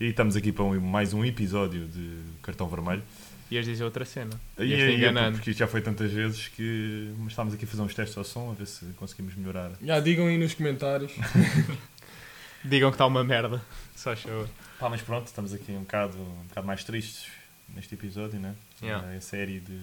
E estamos aqui para um- mais um episódio de Cartão Vermelho. Ias dizer outra cena. E Ias te aí, é enganando. porque isto já foi tantas vezes que mas estávamos aqui a fazer uns testes ao som, a ver se conseguimos melhorar. Já digam aí nos comentários. Digam que está uma merda. Só show. Pá, mas pronto, estamos aqui um bocado, um bocado mais tristes neste episódio, né? Yeah. É A série de.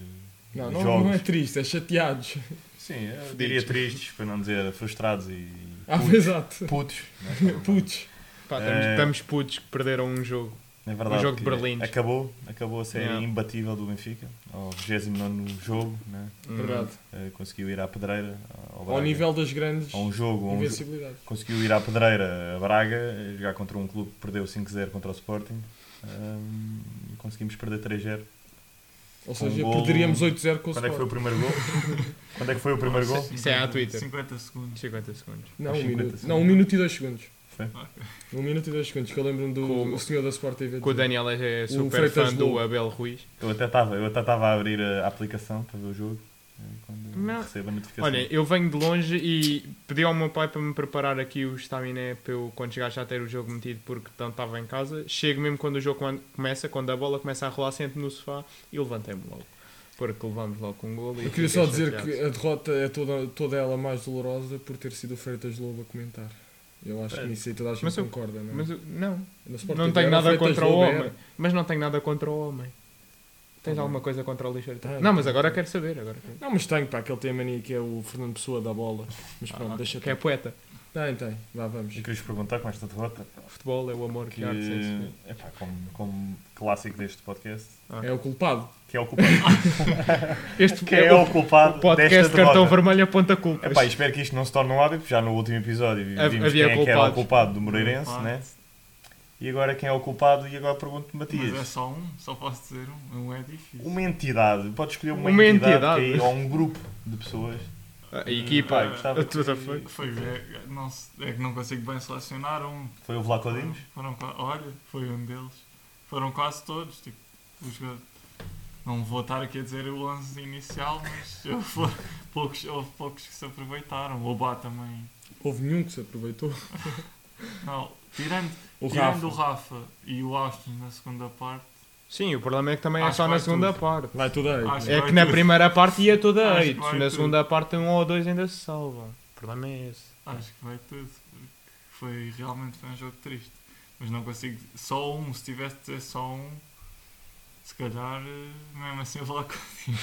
Não, não, Jogos. não é triste, é chateados. Sim, eu diria tristes, para não dizer frustrados e. Ah, putos. exato. Putos, né? Putz. Pá, estamos, É. estamos putos que perderam um jogo. É verdade. Um jogo de que Berlim. Acabou, acabou a série Yeah. imbatível do Benfica, ao 29 jogo, né? Hum. Verdade. Eh, conseguiu ir à pedreira. Ao, Ao Braga. nível das grandes A um jogo. a um jo- invencibilidades. Conseguiu ir à pedreira a Braga, eh, jogar contra um clube que perdeu 5-0 contra o Sporting. Ahm, e conseguimos perder 3-0. Ou seja, um golo- perderíamos 8-0 com o Quando é que foi o Sport. primeiro gol? Quando é que foi o primeiro gol? Isso é à Twitter. 50 segundos. 50 segundos. Não, Aos um 50 minuto. segundos. Não, um minuto e dois segundos. Foi? Um minuto e dois segundos, que eu lembro-me do Ah. Com- o senhor da Sport TV. Que o Daniel é super um Freitas fã do Lobo. Abel Ruiz. Eu até estava eu até estava a abrir a aplicação para ver o jogo. eh, Quando Não. recebo a notificação. Olha, eu venho de longe e pedi ao meu pai para me preparar aqui o estaminé para eu, quando chegar já ter o jogo metido porque tanto estava em casa. Chego mesmo quando o jogo come- começa, quando a bola começa a rolar, sento no sofá e levantei-me logo. Porque levamos logo com um gol e Eu fiquei queria só dizer chateado. que a derrota é toda, toda ela mais dolorosa por ter sido o Freitas Lobo a comentar. Eu acho que É. nisso aí toda a gente Mas eu- concorda, não é? Mas eu- não, No Sport não TV tenho era nada Freitas contra o Lobo, era. homem. Mas não tenho nada contra o homem. Tens Também. alguma coisa contra o lixeiro? Tenho, Não, mas tenho, agora tenho. quero saber. Agora quero... Não, mas tenho, pá, aquele tem a mania que é o Fernando Pessoa da bola. Mas pronto, Ah, deixa que é poeta. Tem, tem, vá, vamos. Eu queria vos perguntar com esta derrota. Futebol é o amor que, Que, há de ser. sofrido. epá, como, como clássico deste podcast, Ah. É o culpado. que é o culpado, Este que é o culpado Ah, o podcast desta Cartão derrota. Vermelho aponta culpas. Epá, e espero que isto não se torne um hábito, já no último episódio vimos Hav- havia quem é que era o culpados. culpado do Moreirense, Culpado. né? E agora quem é o culpado? E agora pergunto-te, Mas é Matias, só um, só posso dizer um. Um é difícil. uma entidade, podes escolher uma, Uma entidade, entidade. que é- ou um grupo de pessoas. A equipa. Pá, gostava What the que- fuck? Foi, é, não, se- é que não consigo bem selecionar um. Foi o Vlaco Dimos? Foram, qua- olha, foi um deles. Foram quase todos. Tipo, os jogadores- não vou estar aqui a dizer o 11 inicial, mas eu fui- poucos, houve poucos que se aproveitaram. O Bá também. Houve nenhum que se aproveitou. Não, tirando, O Rafa. tirando o Rafa e o Austin na segunda parte, Sim, o problema é que também é Acho só que na vai segunda tudo. parte. Vai tudo aí. Acho- É vai que na tudo. primeira parte ia toda Acho a que 8. vai Na tudo. segunda parte um ou dois ainda se salvam. O problema é esse. Acho que vai tudo. porque Foi, realmente foi um jogo triste. Mas não consigo. Só um, se tivesse de dizer só um, se calhar, eh, mesmo assim, eu vou lá Sabe-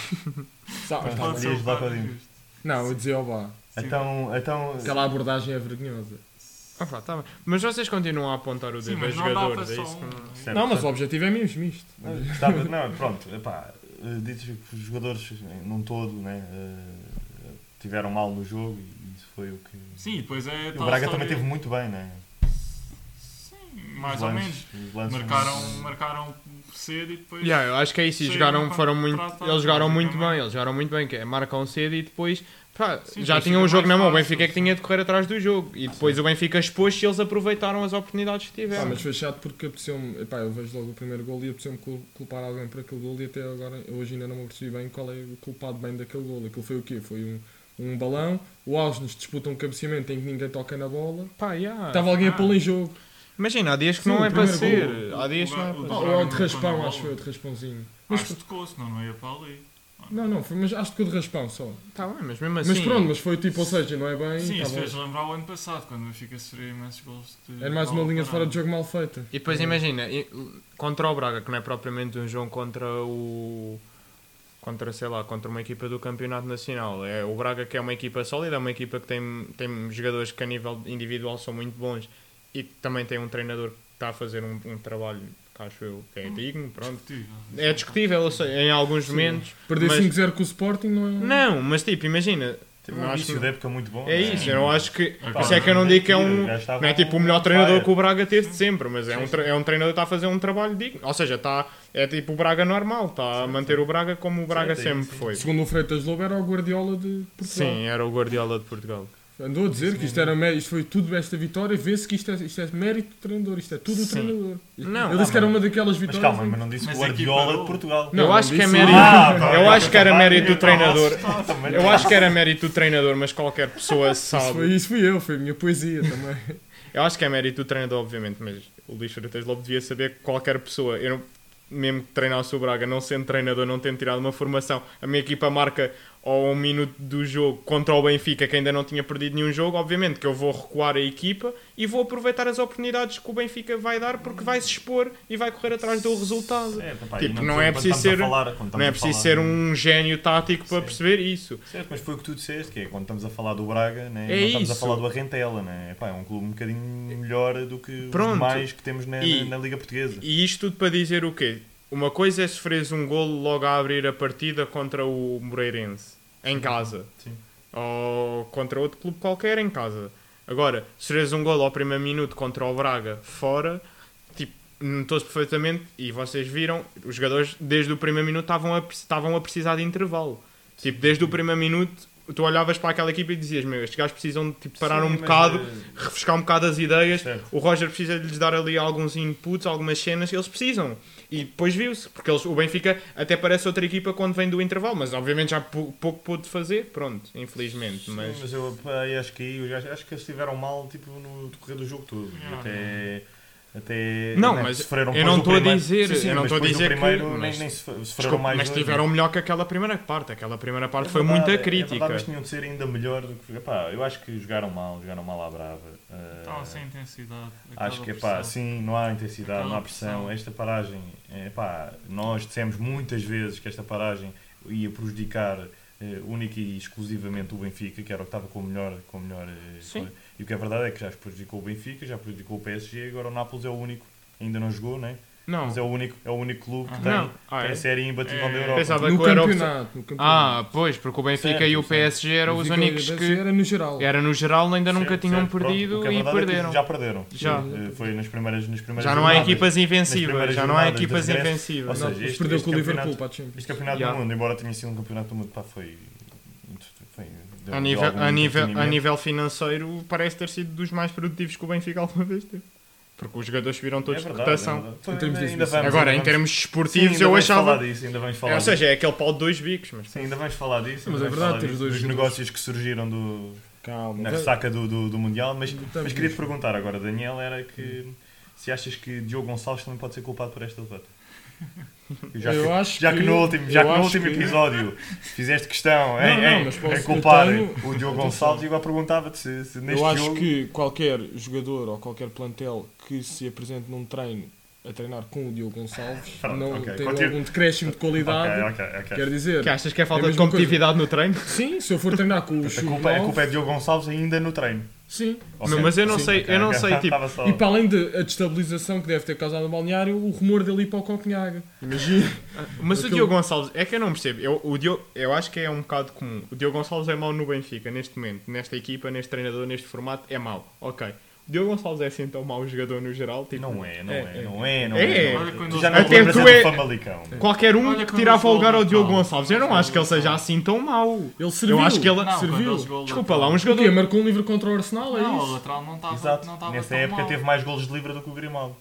Mas tá pode bem. ser. dias lá para dentro. justo. Não, eu dizia, ó vá, Sim. Então, então aquela abordagem é vergonhosa. Ah, pá, tá bem. Mas vocês continuam a apontar o Sim, dedo aos mas não dá para jogadores. É só isso que não- um. Certo. Não, mas o objetivo é mesmo isto. não, gostava- não, pronto, epá, eh, ditos que os jogadores eh, num todo né, eh, tiveram mal no jogo e isso foi o que... Sim, depois é. o Braga também teve muito bem, né? Sim, Os mais ou menos. lances- os lances- Marcaram, marcaram cedo e depois. Yeah, eu acho que é isso. E Sim, jogaram, quando foram muito, trata, eles jogaram muito basicamente. bem, eles jogaram muito bem, que é marcam cedo e depois pá, Sim, já depois tinham o fica jogo na mais mão. O fácil, Benfica é que tinha de correr atrás do jogo e depois o Benfica expôs e eles aproveitaram as oportunidades que Pá, tiveram. mas foi chato porque apeteceu-me. Epá, eu vejo logo o primeiro gol e apeteceu-me cul- culpar alguém por aquele gol e até agora eu hoje ainda não me apercebi bem qual é o culpado bem daquele gol. Aquilo foi o quê? Foi um, um balão, o Ausnes disputa um cabeceamento em que ninguém toca na bola. Pá, yeah. Estava alguém a ah. pô-la em jogo. Imagina, há dias que Sim, não o é para ser. primeiro Há dias que não é O- para o- ser. Não, Braga ou de não raspão, tocou na acho bola. eu, de raspãozinho. Mas, Mas tocou-se, não, não ia para ali. não, não, foi, mas acho que o de raspão só. Tá bem, mas mesmo assim. Mas pronto, mas foi tipo, ou seja, não é bem. Sim, tá isso bom. fez lembrar o ano passado, quando o Benfica sofreu imensos gols. de Era mais uma bola linha de fora parada. de jogo mal feita. E depois imagina, e- contra o Braga, que não é propriamente um jogo contra o. contra, sei lá, contra uma equipa do Campeonato Nacional. É, o Braga que é uma equipa sólida, é uma equipa que tem, tem jogadores que a nível individual são muito bons e que também tem um treinador que está a fazer um, um trabalho que acho eu que é digno, pronto. Discutível. É discutível eu sei, em alguns momentos. Perder mas- 5-0 com o Sporting não é. Não, mas tipo, imagina, Teve Não, um acho início que- de época muito bom. né? é isso, eu não acho que. Pá, Por isso é que eu não digo que é um. Não é tipo o melhor treinador que o Braga teve de sempre, mas é um, tra- é um treinador que está a fazer um trabalho digno. Ou seja, está, é tipo o Braga normal, está a manter o Braga como o Braga Sim, sim, sempre sim. foi. Segundo o Freitas Lobo era o Guardiola de Portugal. Sim, era o Guardiola de Portugal. Andou a dizer que isto, era, mé- isto foi tudo esta vitória, vê-se que isto é, isto é mérito do treinador, isto é Sim. tudo o treinador. Não, ah, Ele disse que era uma daquelas Mas vitórias. calma, mas não disse Mas Guardiola equiparou. de Portugal. Não, eu acho que é disse- mérito. Ah, pá, eu acho que era mérito do estava treinador. Também Eu tá. não. acho que era mérito do treinador, mas qualquer pessoa Isso, foi, sabe. isso fui eu, foi a minha poesia também. Eu acho que é mérito do treinador, obviamente, mas o Luís Freitas Lobo devia saber que qualquer pessoa, eu não- mesmo que treinasse o Braga, não sendo treinador, não tendo tirado uma formação, a minha equipa marca ao um minuto do jogo contra o Benfica, que ainda não tinha perdido nenhum jogo, obviamente que eu vou recuar a equipa e vou aproveitar as oportunidades que o Benfica vai dar, porque vai se expor e vai correr atrás do resultado. É, pá, Tipo, e não é quando preciso estamos a ser- falar- quando Não estamos é a preciso falar ser de- um gênio tático para Sim. perceber isso. Certo, mas foi o que tu disseste, que é quando estamos a falar do Braga, né? É não estamos a isso. falar do Arrentela, né? Epá, é um clube um bocadinho melhor do que Pronto. os demais que temos na, E- na- na Liga Portuguesa. E isto tudo para dizer o quê? Uma coisa é sofreres um golo logo a abrir a partida contra o Moreirense, em casa. Sim. Ou contra outro clube qualquer em casa. Agora, sofreres um golo ao primeiro minuto contra o Braga, fora, tipo, notou-se perfeitamente, e vocês viram, os jogadores desde o primeiro minuto estavam a, preci- estavam a precisar de intervalo. Tipo, desde o primeiro minuto, tu olhavas para aquela equipa e dizias, meu, estes gajos precisam de tipo, parar Sim, um mas, bocado eh, refrescar um bocado as ideias. Certo. O Roger precisa de lhes dar ali alguns inputs, algumas cenas, eles precisam. E depois viu-se, porque eles- o Benfica até parece outra equipa quando vem do intervalo, mas obviamente já pou- pouco pôde fazer, pronto, infelizmente. Sim, mas mas, eu pá, eu acho que aí os gajos- acho que eles estiveram mal tipo, no decorrer do jogo todo. E Não, até, até Não, né, mas sofreram eu depois não do estou a primeiro- dizer- Sim, sim, eu não mas estou depois a do dizer que- primeiro nem, mas- nem se- sofreram Desculpa, mais mas dois, tiveram né? melhor que aquela primeira parte. Aquela primeira parte É foi verdade, muita É crítica. verdade, mas tinham de ser ainda melhor do que. Epá, eu acho que jogaram mal, jogaram mal à brava. Eh, Estavam sem intensidade. Acho que, aquela pá, pressão. sim, não há intensidade, Aquela não há pressão. pressão. Esta paragem, é, pá, nós dissemos muitas vezes que esta paragem ia prejudicar eh, única e exclusivamente o Benfica, que era o que estava com o melhor. Com o melhor eh, Sim. coisa. E o que é verdade é que já prejudicou o Benfica, já prejudicou o PSG, agora o Nápoles é o único, ainda não jogou, né? Não, Mas é o único, é o único clube que Ah. tem, não. Ah, tem é? a série imbatível É. da Europa. Pensava No que era o- campeonato, no campeonato. Ah, pois, porque o Benfica Certo, e o certo. PSG eram os Benfica únicos e que É. Era no geral. era no geral ainda nunca Certo, tinham certo, pronto. O perdido que é e verdade é que perderam. já perderam. Já. Eh, Foi nas primeiras, nas primeiras Já não há jornadas. equipas primeiras invencíveis, já não há jornadas equipas de regresso, Não, ou invencíveis. seja, mas este- perdeu este com o Liverpool campeonato- para a Champions. Este campeonato Yeah. do mundo, embora tenha sido um campeonato do mundo, pá, foi. foi deu- A deu nível, algum a, nível, a entretenimento. nível financeiro, parece ter sido dos mais produtivos que o Benfica alguma vez teve. Porque os jogadores subiram É todos de verdade, é cotação. verdade. Pois, Em termos de ainda exibição. vamos- Agora, em ainda termos vamos- esportivos, Sim, ainda eu vamos falar achava. disso, ainda vamos É, falar ou disso. seja, é aquele pau de dois bicos. Mas... Sim, ainda vamos falar disso. Mas ainda é vamos verdade, falar temos disso, dois dos jogadores. negócios que surgiram do, Calma. na vai- ressaca do, do, do Mundial. Mas, Estamos mas queria te nisto. perguntar agora, Daniel, era que se achas que Diogo Gonçalves também pode ser culpado por esta derrota? Já, Eu que, acho já que- que no último, já eu que no acho último que- episódio fizeste questão em, Não, não, em- mas posso- em eu culpar tenho- o Diogo Atenção. Gonçalves, e agora perguntava-te se, se neste Eu acho jogo. que qualquer jogador ou qualquer plantel que se apresente num treino a treinar com o Diogo Gonçalves Pronto, não ok, tem continua. algum decréscimo de qualidade. Ok, ok, ok. Quer dizer, Que achas que é É falta de a mesma competitividade no treino? sim, se eu for treinar com o A culpa, a Chubal, culpa é de Diogo Gonçalves ainda no treino. sim. Ok. Não, mas eu não Sim, sei, Ok, eu não ok. sei, tipo, Estava só- E para além da destabilização que deve ter causado o balneário, o rumor dele ir para o Copenhaga. Imagina. Mas o Aquele- Diogo Gonçalves, é que eu não percebo. Eu, o Diogo, eu acho que é um bocado comum. O Diogo Gonçalves é mau no Benfica, neste momento, nesta equipa, neste treinador, neste formato, é mau. Ok. O Diogo Gonçalves é assim tão mau jogador no geral? Tipo, Não é, não É, é, é. não é, não É. é. não Olha quando Tu eles- já não te Até lembras tu é é- do Famalicão. Qualquer um Olha que quando tirava eles o lugar ao voltam, Diogo calma. Gonçalves, eu não acho que ele seja assim tão mau. Ele serviu. Eu acho que ele- Não, quando serviu. eles golam, Desculpa lá, um O quê? jogador. Marcou um livro contra o Arsenal, é Não, o isso? lateral não estava Exato. não tava Nessa tão época mal. teve mais golos de livre do que o Grimaldo.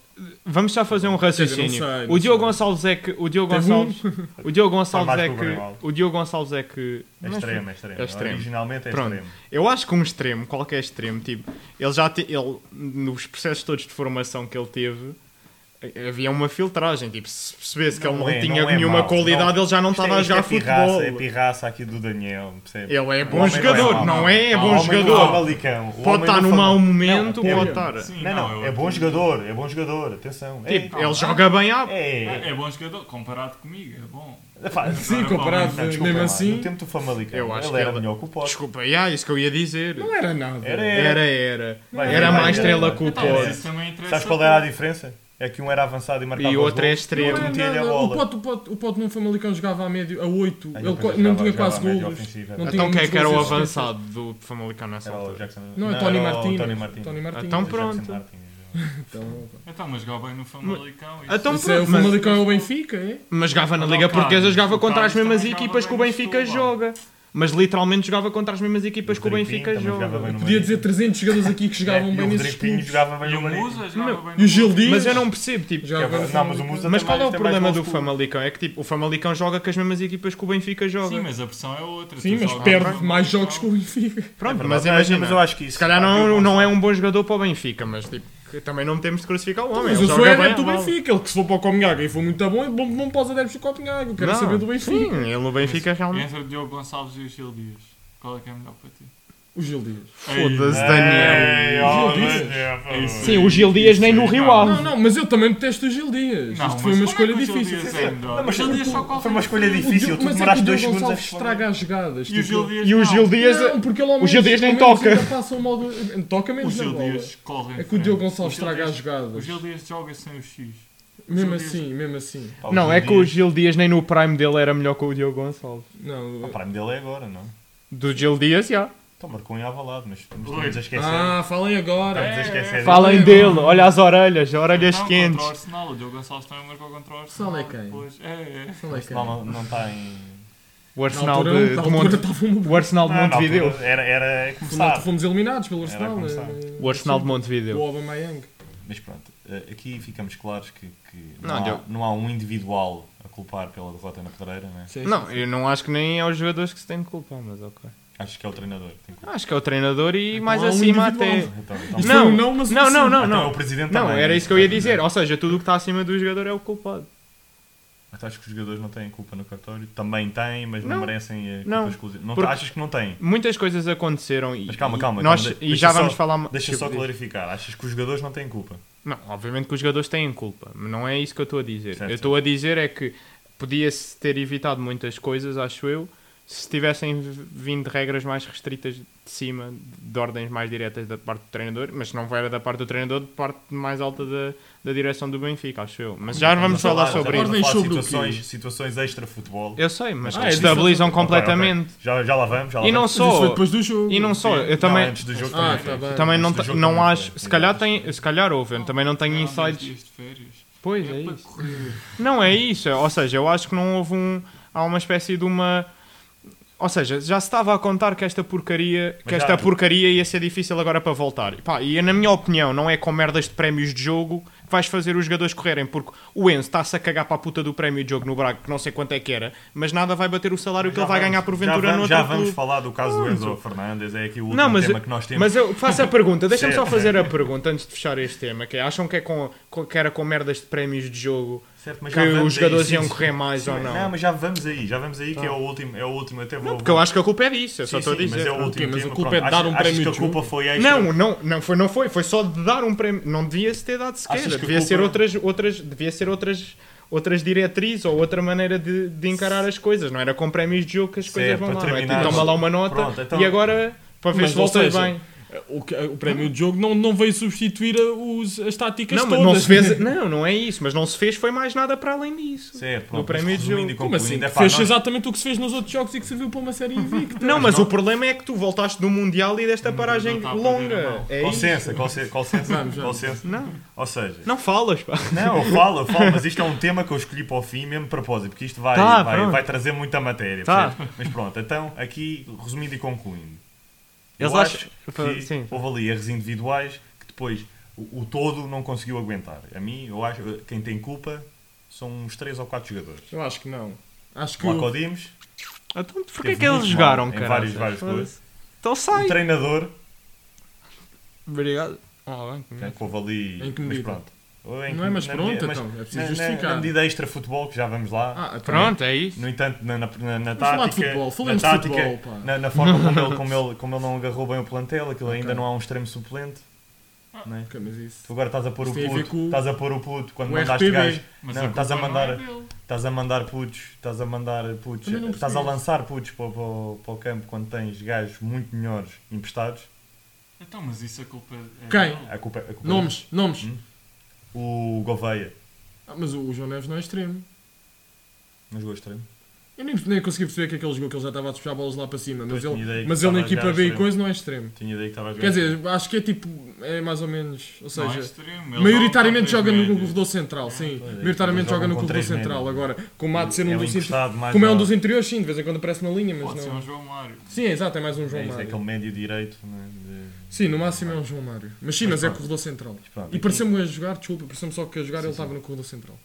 Vamos só fazer um raciocínio. Quer dizer, não sei, não o Diogo sei. Gonçalves é que. O Diogo Teve Gonçalves. O Diogo Gonçalves mais é que o Grimaldo. que. O Diogo Gonçalves é que. É não sei. extremo, é extremo. É extremo. Originalmente é Pronto. extremo. Eu acho que um extremo, qualquer extremo, tipo, ele já te, ele, nos processos todos de formação que ele teve, eh, havia uma filtragem, tipo, se percebesse que ele Não não é, tinha não é nenhuma mau, qualidade, não. ele já não Isto é- estava a isto jogar é pirraça, futebol. É pirraça aqui do Daniel, percebe? O ele é homem bom não jogador, mau. não é? É O bom homem do jogador. Famalicão, o Pode homem estar do num Fama- mau momento, Não, pode é- estar. Sim, Não, não, eu é bom acredito. jogador, é bom jogador, atenção. É, Tipo, Não, ele é- joga bem à. é, É, é bom jogador, comparado comigo, é bom. é, pá, Sim, comparado, então, desculpa mesmo lá, assim. No tempo do Famalicão, Eu acho ele que era ele- melhor que o Pote. Desculpa, yeah, isso que eu ia dizer. Não era nada. Era, Era, era. é. Vai, Era vai, mais vai, estrela vai. que o Então, mas Pote. isso também interessa. Sabes qual era a diferença? É que um era avançado e marcava E o os outro é golos, e o Não outro extremo. era metia-lhe a nada. O bola. Pote, o, Pote, o Pote no Famalicão jogava a médio, a 8. Ah, ele eu co- pensei não que tinha jogava- quase jogava médio golos. ofensivo, Não era- Então tinha quem é que era o muitos gols avançado do Famalicão nessa Era o altura? Jackson. Não, é era Tony o Martins. Tony Martins. Tony Martins. Então Era o Jackson pronto. Martins. Então, pá. Então, mas jogava bem no Famalicão. isso. Então Isso é o pronto, mas- Famalicão é o Benfica, é? Mas jogava na Mas, Liga ó, Portuguesa, Carlos, jogava o contra as Carlos mesmas também equipas jogava que o bem no Benfica futebol. joga. Mas literalmente jogava contra as mesmas equipas que o Rodrigo Benfica Pinho também jogava bem joga. no Podia Marítimo. dizer 300 jogadores aqui que jogavam E bem o nesses Rodrigo Pinho clubes. jogava bem E no o Marítimo. Musa jogava Meu, bem no E o Gil Benfica. Dias. Mas eu não percebo, tipo. Que é jogava verdade. Não, mas no o Famalicão. Musa Mas tem qual é mais- o tem mais problema do gols que o- Famalicão? É que tipo, o Famalicão joga com as mesmas equipas que o Benfica Sim, joga. mas a pressão é outra. Sim, tu mas jogas perde no mais Famalicão. jogos que o Benfica. É Pronto, verdade. mas Não, imagina. mas eu acho que isso. Se calhar não, não é um bom jogador para o Benfica, mas tipo, que também não temos de crucificar o homem. Mas ele eu sou joga bem é adepto a do bola. Benfica, ele que se for para o Copenhague e for muito bom, é bom, bom para os adeptos do Copenhague. Eu quero Não, saber do Sim, Benfica. é ele no Benfica realmente. Entre o Diogo Gonçalves e o Gil Dias. Qual é que é melhor para ti? O Gil Dias. Foda-se, Ei, Daniel. Ei, oh, Gil mas Dias. é, pá, É isso. sim. Sim, o Gil Dias nem no Rio há. Não, não, mas eu também detesto o Gil Dias. Não, Isto foi mas uma como é escolha que o Gil difícil. Dias é melhor? Não, O mas Gil Dias só Foi corre. uma escolha difícil, tu mas demoraste é que o dois Diogo segundos a Gonçalves responder. estraga as jogadas. E o tipo, Gil Dias E o não. Gil Dias. Não, porque ele ao o Gil menos- Dias nem ao menos toca. ainda passa uma ou duas- Toca O menos na Gil bola. Dias corre. em É que o Diogo frente. Gonçalves Gil estraga Dias- as jogadas. O Gil Dias joga sem o X. Mesmo Gil Dias- assim, mesmo assim. Pá, Não, é Gil que o Dias- Gil Dias nem no prime dele era melhor que o Diogo Gonçalves. Não. O prime dele é agora, não? Do Gil Dias, já. Então marcou em Avalado, mas estamos Oi. a esquecer. Ah, falem agora. Estamos a esquecer. Falem dele, olha as orelhas, orelhas Não, quentes. Contra o Arsenal. O Diogo Gonçalves também marcou contra o Arsenal. Arsenal é quem? Depois. É, é. Falem Não, quem? não, não está em. O Na Arsenal altura, de, na de altura Monte... estava uma- O Arsenal de Não, na Montevideo. altura Era, era Fomos- começar. Fomos eliminados pelo Era Arsenal. começar. eh, O Arsenal de O Montevideo. Aubameyang. Mas pronto, eh, aqui ficamos claros que, que Não, não, há, deu. não há um individual a culpar pela derrota na pedreira, né? Sim, Não, sim. eu não acho que nem é os jogadores que se têm de culpar, mas ok. Acho que é o treinador. que Tem culpa. Acho que é o treinador e Então mais há um acima até. individual. Então, então, Isto Não, foi um não, mas um Não, sim. não, não, então é o não. presidente Não, também, era né? isso que eu ia dizer. Ou seja, tudo o que está acima do jogador é o culpado. Mas tu achas que os jogadores não têm culpa no cartório? Também têm, mas não, Não. merecem a culpa Não. exclusiva. Não, Porque- Achas que não têm? Muitas coisas aconteceram e. Mas calma, calma, e nós- calma, de- e deixa já só- vamos falar. Deixa tipo, só clarificar. Achas que os jogadores não têm culpa? Não, obviamente que os jogadores têm culpa, mas não é isso que eu estou a dizer. Certo, eu estou a dizer é que podia-se ter evitado muitas coisas, acho eu, se tivessem v- vindo regras mais restritas de cima, de ordens mais diretas da parte do treinador, mas não era da parte do treinador, de parte mais alta da, da direção do Benfica, acho eu. Mas já vamos falar sobre isso. já vamos. Ordens Ordens sobre o quê? situações, situações extra-futebol. Eu sei, mas Ah, que é estabilizam diferente. completamente. Já, já lá vamos, já lá E não vamos. Mas isso foi só. depois do jogo. E não só, Sim. eu também, Não, é antes do jogo Ah, também. tá bem. também não, antes do ta- jogo não também acho. foi. Se calhar, Exato. tem, se calhar houve, eu também não tenho Não, insights. é dias de férias. Pois é, É para isso. correr. Não é isso, ou seja, eu acho que não houve um. Há uma espécie de uma. Ou seja, já se estava a contar que esta porcaria, que Mas esta já- porcaria ia ser difícil agora para voltar. E, pá, e na minha opinião, não é com merdas de prémios de jogo que vais fazer os jogadores correrem, porque o Enzo está-se a cagar para a puta do prémio de jogo no Braga, que não sei quanto é que era, mas nada vai bater o salário que Já ele vai vamos- ganhar porventura já no vamos, outro Já vamos clube. falar do caso do Enzo Fernandes, é aqui o último Não, mas, tema que nós temos. mas eu faço a pergunta, deixa-me só Certo. fazer a pergunta antes de fechar este tema, que é, acham que é com, com- que era com merdas de prémios de jogo Certo, mas que já vamos os aí, jogadores sim, iam sim. correr mais ou não? Não, mas já vamos aí, já vamos aí que é o último, é o último até vou. Porque eu acho que a culpa é disso, eu Sim, só estou a sim, Mas dizer. é o último Ok, mas a tema, culpa pronto. é de dar um Achas- achas prémio que de a culpa jogo? foi extra? Não, não, não foi, não foi, foi só de dar um prémio, não devia se ter dado sequer, Achas que a devia culpa- é- ser outras outras, devia ser outras outras diretrizes ou outra maneira de, de encarar as coisas, não era com prémios de jogo que as coisas Certo, vão para lá, não é? Tipo, terminar- toma lá uma nota Pronto, então- e agora para ver Mas, se ou voltas seja, bem. Eh, O, que- o prémio de jogo não, não veio substituir a- os, as táticas Não, mas todas. não se fez, não, não é isso, mas não se fez foi mais nada para além disso. Certo, No pronto, prémio mas de um. resumindo jogo. e Como assim? concluindo, é pá, fez nós- exatamente o que se fez nos outros jogos e que serviu para uma série invicta. Não, mas o problema é que tu voltaste do Mundial e desta paragem tá está a perder a longa. mão. É isso. Consenso, consenso, consenso, Vamos, vamos. consenso. Não, Ou seja, não falas, pá. não, eu falo, eu falo, mas isto é um tema que eu escolhi para o fim, mesmo de propósito, porque isto vai, Tá, vai, pronto. vai trazer muita matéria. Tá. percebes? Mas pronto, então, aqui, resumindo e concluindo. Eles eu acho acham- Fa- que sim. houve ali erros individuais que depois o, o todo não conseguiu aguentar. A mim, eu acho eh, quem tem culpa são uns 3 ou 4 jogadores. Eu acho que não. Acho que O Acodimos, Então, porquê é Teve que eles muito jogaram, mal em cara? vários, vários clubes. Então o sai. treinador, Hum. Obrigado. Oh, Ah, bem, né, que houve ali. Em que mas medida? pronto. Ou em Não que- é, mas na pronto, medida- então, é preciso na- na- justificar. Na medida extra-futebol, que já vamos lá. Ah, então- Pronto, é isso. No entanto, na, na, na, na falar de tática, futebol, na, falemos de tática futebol, pá. na, na forma como ele, como, ele, como ele não agarrou bem o plantel, aquilo ainda não há um extremo suplente. né? é, Ok, mas isso. Tu agora estás a pôr o Isso Ah. tem a ver puto, com o- estás a pôr o puto quando o mandaste RPB. gajo. Mas Não, estás a culpa mandar- não é dele. Estás a mandar putos, estás a mandar putos, Também não estás a percebi. lançar putos para, para, o- para o campo quando tens gajos muito melhores emprestados. Então, mas isso a culpa é Quem? dele. A culpa, a culpa Nomes, nomes. Hum? O Gouveia. Ah, mas o, o João Neves não é extremo. Não jogou extremo. Eu nem, nem consegui perceber que aquele jogou que ele já estava a despejar bolas lá para cima. Mas Pois, tinha ideia ele, que mas ele estava na a equipa jogar B e extremo. coisa não é extremo. Tinha ideia que estava a jogar. Quer dizer, acho que é tipo. É mais ou menos. Ou Não é seja. extremo, ele Maioritariamente joga joga com três no médios. corredor central, sim. pois é, Maioritariamente eles jogam joga no com corredor três é central. médios. Agora, como há de ser um Ele dos inter- emprestado mais Como é um ao- dos interiores, sim, de vez em quando aparece na linha, mas Pode ser um não. é? João Mário. Sim, exato, é mais um João É isso, é Mário. aquele médio direito. né, de- Sim, no máximo é um João Mário. Mas sim, Mas mas é pronto. corredor central. Mas pronto, E aqui- pareceu-me a jogar, desculpa, pareceu-me só que a jogar ele sim. estava no corredor central.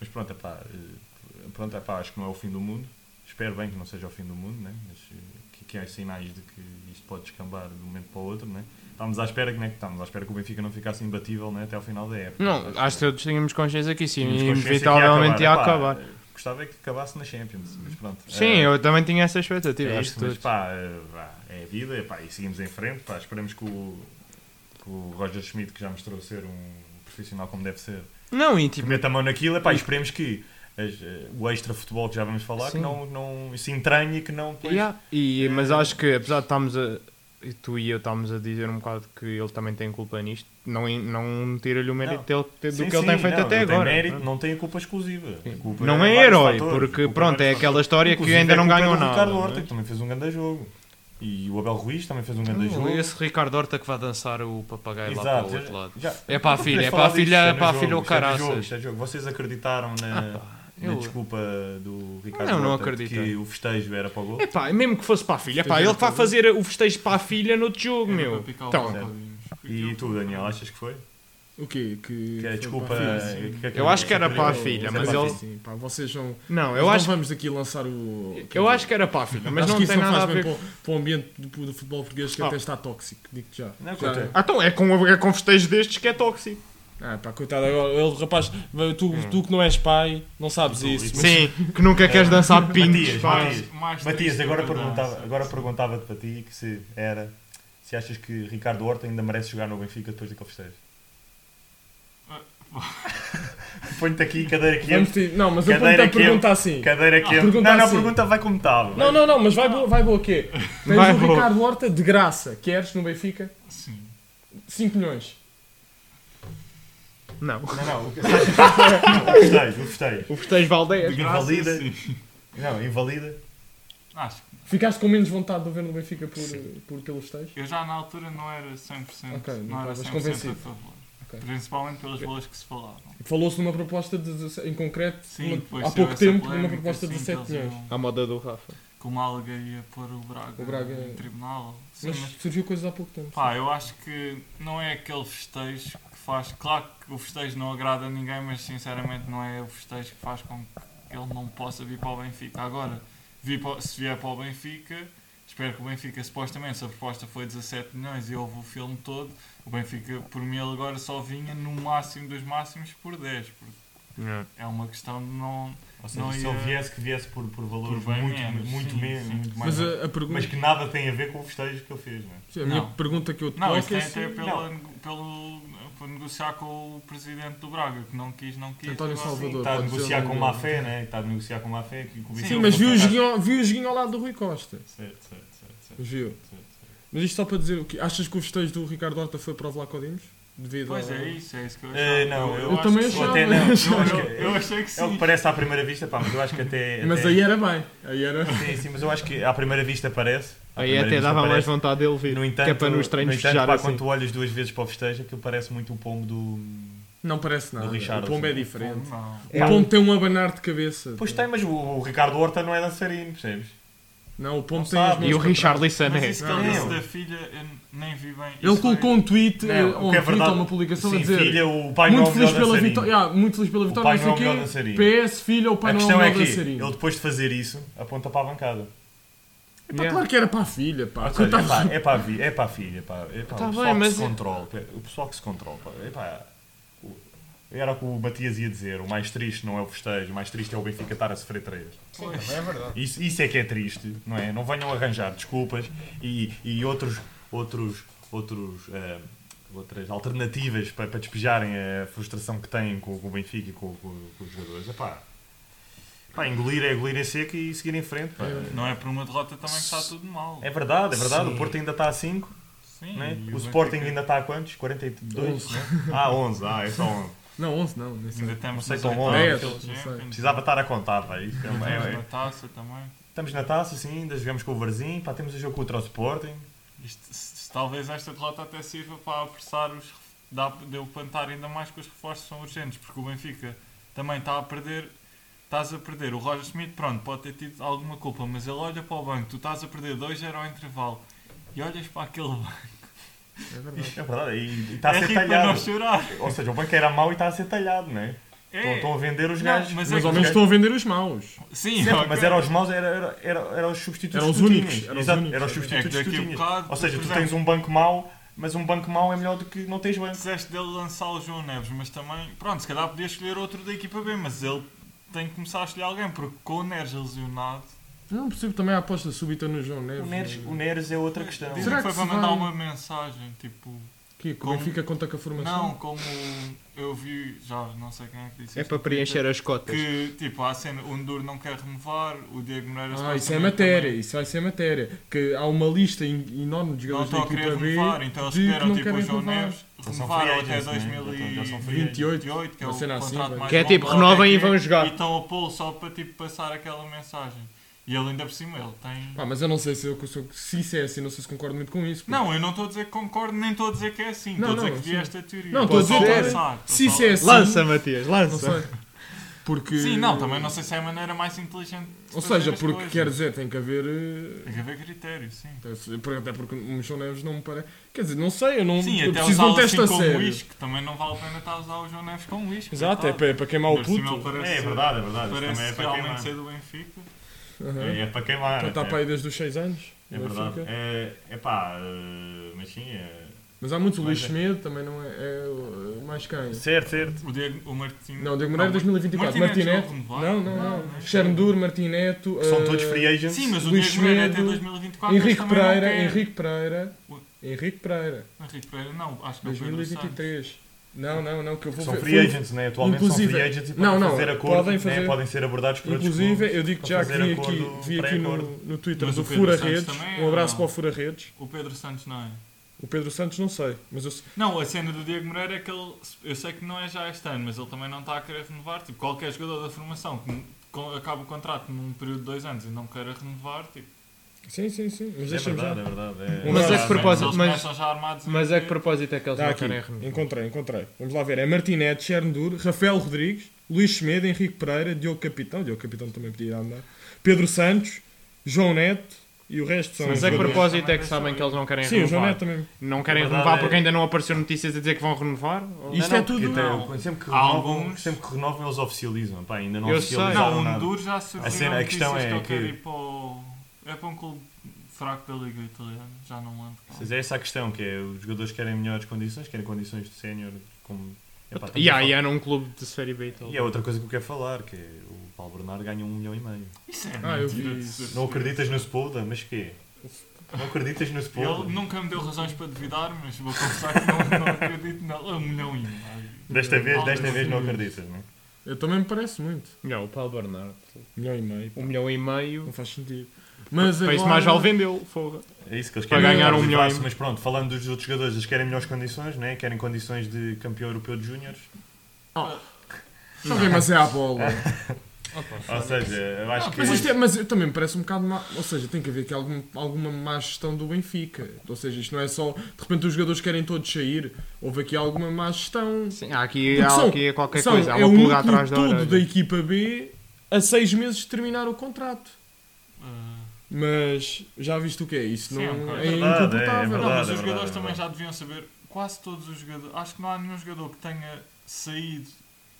Mas pronto, é pá, eh, pronto, é pá, acho que não é o fim do mundo. Espero bem que não seja o fim do mundo, né? mas eh, que, que há sinais de que isto pode descambar de um momento para o outro, né? Estávamos à espera que, né, que estávamos à espera que o Benfica não ficasse imbatível né, até ao final da época. Não, acho que todos tínhamos consciência que isso Tínhamos consciência que inevitavelmente ia Epá, acabar. Gostava é que acabasse na Champions, mas pronto. Sim, Eh, eu também tinha essa expectativa. é acho isto, que mas todos. pá, eh, vá, é a vida pá, e seguimos em frente. Pá, esperemos que o, que o Roger Schmidt, que já mostrou ser um profissional como deve ser, Não, e que tipo, meta a mão naquilo epá, e esperemos que as, eh, o extra futebol que já vamos falar que Sim. não, não se entranhe e que não. Pois, Yeah, E, mas acho que, apesar de estarmos a. e Tu e eu estamos a dizer um bocado que ele também tem culpa nisto, não, não tira-lhe o mérito Não. dele, do Sim, que ele tem sim, feito não, até ele tem agora. Hum. mérito, não tem a culpa exclusiva. A culpa Não é vários herói, fatores, a porque culpa pronto, é vários aquela história que Inclusive, ainda a não culpa é ganhou do nada. Ricardo não é? Horta, que também fez um grande jogo. E o Abel Ruiz também fez um grande jogo. Não, Esse Ricardo Horta que vai dançar o papagaio lá para o outro lado. já- É para a não filha, podemos é para a falar filha- disto, isto é no para a jogo, filha o isto é no caraças. Ah, jogo, isto é no jogo. Vocês acreditaram na, na eu- desculpa do Ricardo Não, não Horta de acreditei. que o festejo era para o gol? É pá, mesmo que fosse para a filha, é pá, Festejar ele que vai para o- fazer o festejo para a filha no outro jogo, É Era meu. para picar o Então, bocadinhos. Porque E eu- tu, Daniel, achas que foi? O quê? Que, Que a foi desculpa... é, para a filha? filha, sim. que- é que- Eu acho que era que- para a que- filha, que- mas que- ele- Sim, pá, vocês são... não, nós eu acho, Não vamos aqui lançar o... eu acho que era para a filha, mas Acho não que isso tem nada a faz ver. bem para o- Para o ambiente do, do futebol português que Ah. até está tóxico, digo-te já. Não, já coitado. Ah, então é com, é com festejos destes que é tóxico. Ah, pá, coitado, agora, ele, rapaz, tu, Hum. tu que não és pai, não sabes Tu, isso. isso. Sim, que nunca queres dançar pintos, É. Matias, pá. Matias, mais Matias, triste agora que a perguntava- dança. agora perguntava-te para ti que se era... Se achas que Ricardo Horta ainda merece jogar no Benfica depois daquele festejo? Ah, Põe-te aqui, cadeira Vamos quente, ter- não, mas eu Cadeira pergunto a que eu- um- pergunta assim. cadeira Ah, quente. pergunta Não, não, assim. pergunta vai como estava. Não, não, não, mas vai boa, vai boa o quê? Tens Ah. Vai o boa. Ricardo Horta de graça, queres no Benfica? Sim. 5 milhões. Não. Não, não, o que- Não, o festejo, o festejo. O festejo vale 10. De É graça, Invalida. sim. Não, invalida. Acho que Ficaste com menos vontade de ver no Benfica por, por pelo festejo? eu já na altura não era 100%, Ok, não não era estavas 100% a convencido. favor. Ok. Principalmente pelas bolas que se falavam. Falou-se numa proposta de, 16 em concreto, Sim, uma- depois há saiu pouco essa tempo, de polémica, uma proposta de sim, que 17 eles milhões. iam- A moda do Rafa. Que o Málaga ia pôr o Braga, O Braga- é- em tribunal. Sim, Mas mas surgiu coisas há pouco tempo. Pá, eu acho que não é aquele festejo que faz. Claro que o festejo não agrada a ninguém, mas sinceramente não é o festejo que faz com que ele não possa vir para o Benfica. Agora, vir para- se vier para o Benfica, espero que o Benfica, supostamente, se a proposta foi 17 milhões e houve o filme todo, o Benfica, por mim, ele agora só vinha no máximo dos máximos por 10. Porque é uma questão de não. Ou seja, Não se ia- ele viesse, que viesse por, por valores Por bem muito, menos, muito, sim, menos, sim. muito mais. Mas eh, Mas, a, a pergunta, que nada tem a ver com o festejo que ele fez, não é? a minha Não. pergunta que eu te Não, coloco isso é tem se- até pela, pelo, por negociar com o presidente do Braga, que não quis, não quis. Então, António assim, agora sim. Salvador. Está Tá a pode negociar dizer- com má fé, né? Está a negociar com má fé. Que, que o Sim, Sim, Vicente mas viu o, contrata- joguinho, viu o joguinho ao lado do Rui Costa. Certo, certo, certo, certo, Viu? certo, certo. Mas isto só para dizer o que achas que o festejo do Ricardo Horta foi para o Vlaco Dimos? Devido Pois ao... é isso, é isso que eu Eh, achava. não, eu Eu acho também que sim. achava. Até não, eu acho Eu, que- eu achei que sim. É o que parece à primeira vista, pá, mas eu acho que até. Mas é até- aí é- era bem. Aí era. Sim, sim, mas eu acho que à primeira vista parece. à é Aí primeira até vista dava mais parece. vontade dele vir. No entanto, que é para nos treinos no entanto, festejar pá, assim. quando tu olhas duas vezes para o festejo, aquilo parece muito o pombo do. Não parece nada. Do Richardo, o pombo é sim. diferente. Não. O pombo tem um abanar de cabeça. Pois tá. tem, mas o, o Ricardo Horta não é dançarino, percebes? Não, o pombo Não tem as sabe. E o é mãos para trás. Richard Sané. Mas isso que Não, ele disse não. da filha, eu nem vi bem. Ele Isso colocou um tweet Não, eh, o que ou um é tweet verdade- ou uma publicação a Sim, dizer filha, o pai não é muito, o feliz melhor pela dançarino. vitó- yeah, muito feliz pela O vitória, pai não sei não é o melhor o dançarino. quê. PS, filha, o pai a não é o questão é melhor que ele dançarino. depois de fazer isso aponta para a bancada. Pá, Claro que era para a filha, pá. Ou seja, Ah, é, Coitado. pá, é, para a vi- é para a filha, pá. É pá, Tá o pessoal bem, que mas- se controla. pá, O pessoal que se controla. pá, É pá, o- era o que o Matias ia dizer. O mais triste não é o festejo, o mais triste é o Benfica estar a sofrer três. É verdade. Isso, isso é que é triste, não é? Não venham arranjar desculpas e, e outros, outros, outros, eh, outras alternativas para, para despejarem a frustração que têm com, com o Benfica e com, com- com os jogadores. Epá, pá, engolir é engolir em seco e seguir em frente. pá. um- Não é por uma derrota também que está tudo mal. É verdade, é verdade. Sim. O Porto ainda está a 5, Sim, né? e o Benfica Sporting ainda está a quantos? 42? Né? Ah, 11, ah, é só 11. Não, 11 não. nem sei. Ainda temos Não sei, são oitavas, onze, Champions, não sei. Precisava estar a contar, pá. Isto é uma- Estamos é- na é- taça também. Estamos na taça, sim, ainda jogamos com o Varzim, pá, temos o jogo contra o Sporting. Isto- se- se- talvez esta derrota até sirva para apressar os. ref- Dá, deu plantar ainda mais que os reforços são urgentes, porque o Benfica também está a perder. Estás a perder. O Roger Smith, pronto, pode ter tido alguma culpa, mas ele olha para o banco. Tu estás a perder 2-0 ao intervalo e olhas para aquele banco. É verdade. É verdade, e e está a é ser rir para talhado. não chorar. Ou seja, o banco era mau e está a ser tá talhado, não é? Estão, estão a vender os Não, gajos. mas é Mas que- ao menos estão a vender os maus. Sim, Sempre, ok. mas é- eram os maus, era, era, era, era os substitutos Eram os que tu únicos, tinhas. eram os Exato, únicos. eram os substitutos É que que daqui a tu tinhas. bocado, Ou seja, por tu tens um banco mau, mas um banco mau é melhor do que não tens banco. Disseste dele lançar o João Neves, mas também, pronto, se calhar podia escolher outro da equipa B, mas ele tem que começar a escolher alguém, porque com o Neres lesionado, Eu não percebo também a aposta súbita no João Neves. O Neres, o Neres é outra questão. dizem Será que foi que para se mandar vai- uma mensagem, tipo, Que, como Como? é que fica conta com a formação? não, como eu vi, já não sei quem é que disse É isto para no Twitter, preencher as cotas. Que, tipo, há a cena, o Ndur não quer renovar, o Diego Moreira... Ah, supostamente isso é matéria, também isso vai ser matéria. Que há uma lista en- enorme de jogadores Não estão da a querer equipa B. renovar, então eles de que esperam, não tipo, o querem João renovar. Neves são renovaram free até agents, né? Eles são free 2028, que é o Uma cena contrato assim, velho. mais Que é longo tipo, da LDP, renovem e vão jogar. E estão a pô-lo só para, tipo, passar aquela mensagem. E ele ainda por cima, ele tem... Pá, mas eu não sei se, eu, se, eu- se isso é assim, não sei se concordo muito com isso. porque- Não, eu não estou a dizer que concordo, nem estou a dizer que é assim. Estou Não, a dizer não, que vi sim. esta teoria. Não, estou a Estou só dizer- pensar, estou se só- isso é assim. Lança, Matias, Não lança. sei. Porque. Sim, não, também não sei se é a maneira mais inteligente de Ou fazer seja, as porque coisas. quer dizer, tem que haver. eh, Tem que haver critério, sim. Até se- por- até porque o João Neves não me parece. Quer dizer, não sei, eu não Sim, eu até preciso de usá-lo um teste assim a como sério. uísque. Também não vale a pena estar a usar o João Neves como uísque. Exato, é coitado. para, é para queimar o Ainda por cima puto. ele É, parece- é verdade, é verdade. Isso Parece também é para queimar. realmente ser do Benfica. Aham. É, é para queimar. Então está até. para aí desde os 6 anos. É não verdade. fica? É, é pá, eh, mas sim, é. Mas há muito o Mas Luís é. Schmidt, também não é. é o- mais quem? Certo, certo. O Diego, o é Martinho. Não, Diego Moreira é Não, 2024. Martineto. é renovar. Não, não, não. Xermdur, Martineto. São eh, todos free agents. Sim, mas o Luís Diego Moreira é até Schmidt, 2024. mas Henrique também não Pereira, quer. Henrique Pereira. Ui. Henrique Pereira. Henrique Pereira, não, acho que é o Pedro Santos. 2023. Não, não, não, que eu vou São ver. free Foi- agents, né? Atualmente Inclusive- são free agents e podem Não, não, fazer acordos, podem fazer- né? podem ser abordados por outros Inclusive, clubes. eu digo para já que fazer vi aqui, acordo, vi aqui no, pré-acordo. no Twitter Mas do o Pedro Fura Santos Redes. também é, Um abraço não? para o Fura Redes. O Pedro Santos não é. O Pedro Santos não sei, mas eu, se- Não, a cena do Diego Moreira é que ele. Eu sei que não é já este ano, mas ele também não está a querer renovar. Tipo, qualquer jogador da formação que com- acaba o contrato num período de dois anos e não queira renovar, tipo. sim, sim, sim, mas É deixa-me já. verdade, é verdade. Mas é eles que propósito, eles mas- começam já armados. a Mas é que dizer- propósito é que eles Está não aqui, querem renovar? encontrei, encontrei. Vamos lá ver, é Martinete, Xerndur, Rafael Rodrigues, Luís Schmede, Henrique Pereira, Diogo Capitão, Diogo Capitão também podia ir a andar, Pedro Santos, João Neto e o resto são... Mas é que propósito é que Também sabem deixou- que eles não querem Sim, o João renovar? Neto também. Não querem A verdade renovar é- porque ainda não apareceram notícias a dizer que vão renovar? Ou- Isto é tudo- Então, sempre que Há renovam, alguns- sempre que renovam eles oficializam. Pá, ainda não Eu oficializaram Não, nada. um duro já surgiu. A cena- a questão é que eu quero que- ir para o... É para um clube fraco da Liga Italiana, já não lembro. qual. Mas é essa a questão, que é os jogadores querem melhores condições, querem condições de sénior, como... Epá, E há, também e há num clube de Série B e falo. tal. E é outra coisa que eu quero falar, que é o Paulo Bernardo ganha um milhão e meio. Isso é Ah, eu vi mentira de isso. certeza. Não acreditas no Spolda? Mas quê? Não acreditas no Ele Spolda? nunca me deu razões para duvidar, mas vou confessar que não, não acredito nele. É um milhão e meio. Desta vez, desta Não, vez não não. acreditas, não é? Eu também me parece muito. Não, o Paulo Bernardo. Milhão e meio, pá, Um milhão e meio. não faz sentido. Mas Para isso agora- mais vale vendê-lo, fogo. É isso que eles Para querem. ganhar um Mas milhão e- Mas pronto, falando dos outros jogadores, eles querem melhores condições, né? querem condições de campeão europeu de júniores. Está bem, mas é à bola. Ou seja, eu Ah, acho que... Mas, isto é, mas eu também me parece um bocado má. Ou seja, tem que haver aqui algum, alguma má gestão do Benfica. Ou seja, isto não é só. De repente os jogadores querem todos sair. Houve aqui alguma má gestão. Sim, há aqui, Porque há são- aqui qualquer são- coisa. Há é uma o pulga núcleo atrás da todo da orelha. equipa B a seis meses de terminar o contrato. Ah, Mas já viste o que é? Isso Sim, é um não bocado. é, É verdade, incomportável. é não, mas verdade, os jogadores verdade. também já deviam saber. Quase todos os jogadores. Acho que não há nenhum jogador que tenha saído,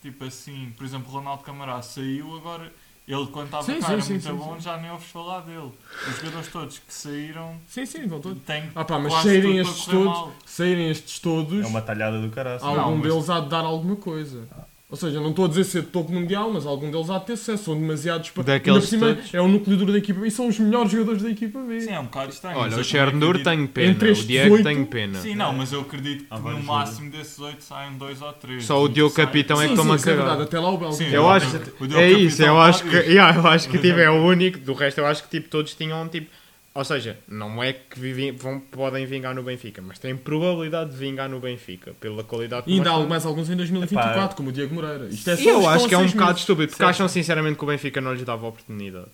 tipo assim. Por exemplo, Ronaldo Camará saiu agora. Ele, quando estava Sim, cá, sim, era sim, muito sim, bom, sim. já nem ouves falar dele. Os jogadores todos que saíram Sim, sim, vão todos. têm Ah pá, mas quase saírem tudo para estes correr todos. mal. Saírem estes todos. É uma talhada do caraço. Ah, Algum mas- deles há de dar alguma coisa. Ou seja, não estou a dizer ser de topo mundial, mas algum deles há de ter sucesso. São demasiados para. Daqueles Ainda por cima, todos. é o núcleo duro da equipa B e são os melhores jogadores da equipa B. Sim, é um bocado estranho. mas Olha, eu o também Xernur acredito- tem pena. Entre O estes Diego tem oito- pena. Sim, não, mas eu acredito que Há no vários máximo desses oito saiam dois ou três. Tipo, Só o Diogo Saem- Capitão é Sim, que toma sim, isso é cagada. verdade. Até lá o Belga. Sim, Eu o acho- Diogo- o Diogo É isso, Capitão eu acho que, está vivo. yeah, eu acho que tipo, é o único, do resto eu acho que tipo, todos tinham tipo. Ou seja, não é que vivem, vão, podem vingar no Benfica, mas têm probabilidade de vingar no Benfica, pela qualidade que E ainda há mostram. mais alguns em 2024, Epá. como o Diego Moreira. Isto é só E eu estão acho que é a um seis bocado meses. estúpido, porque Certo. acham sinceramente que o Benfica não lhes dava oportunidade.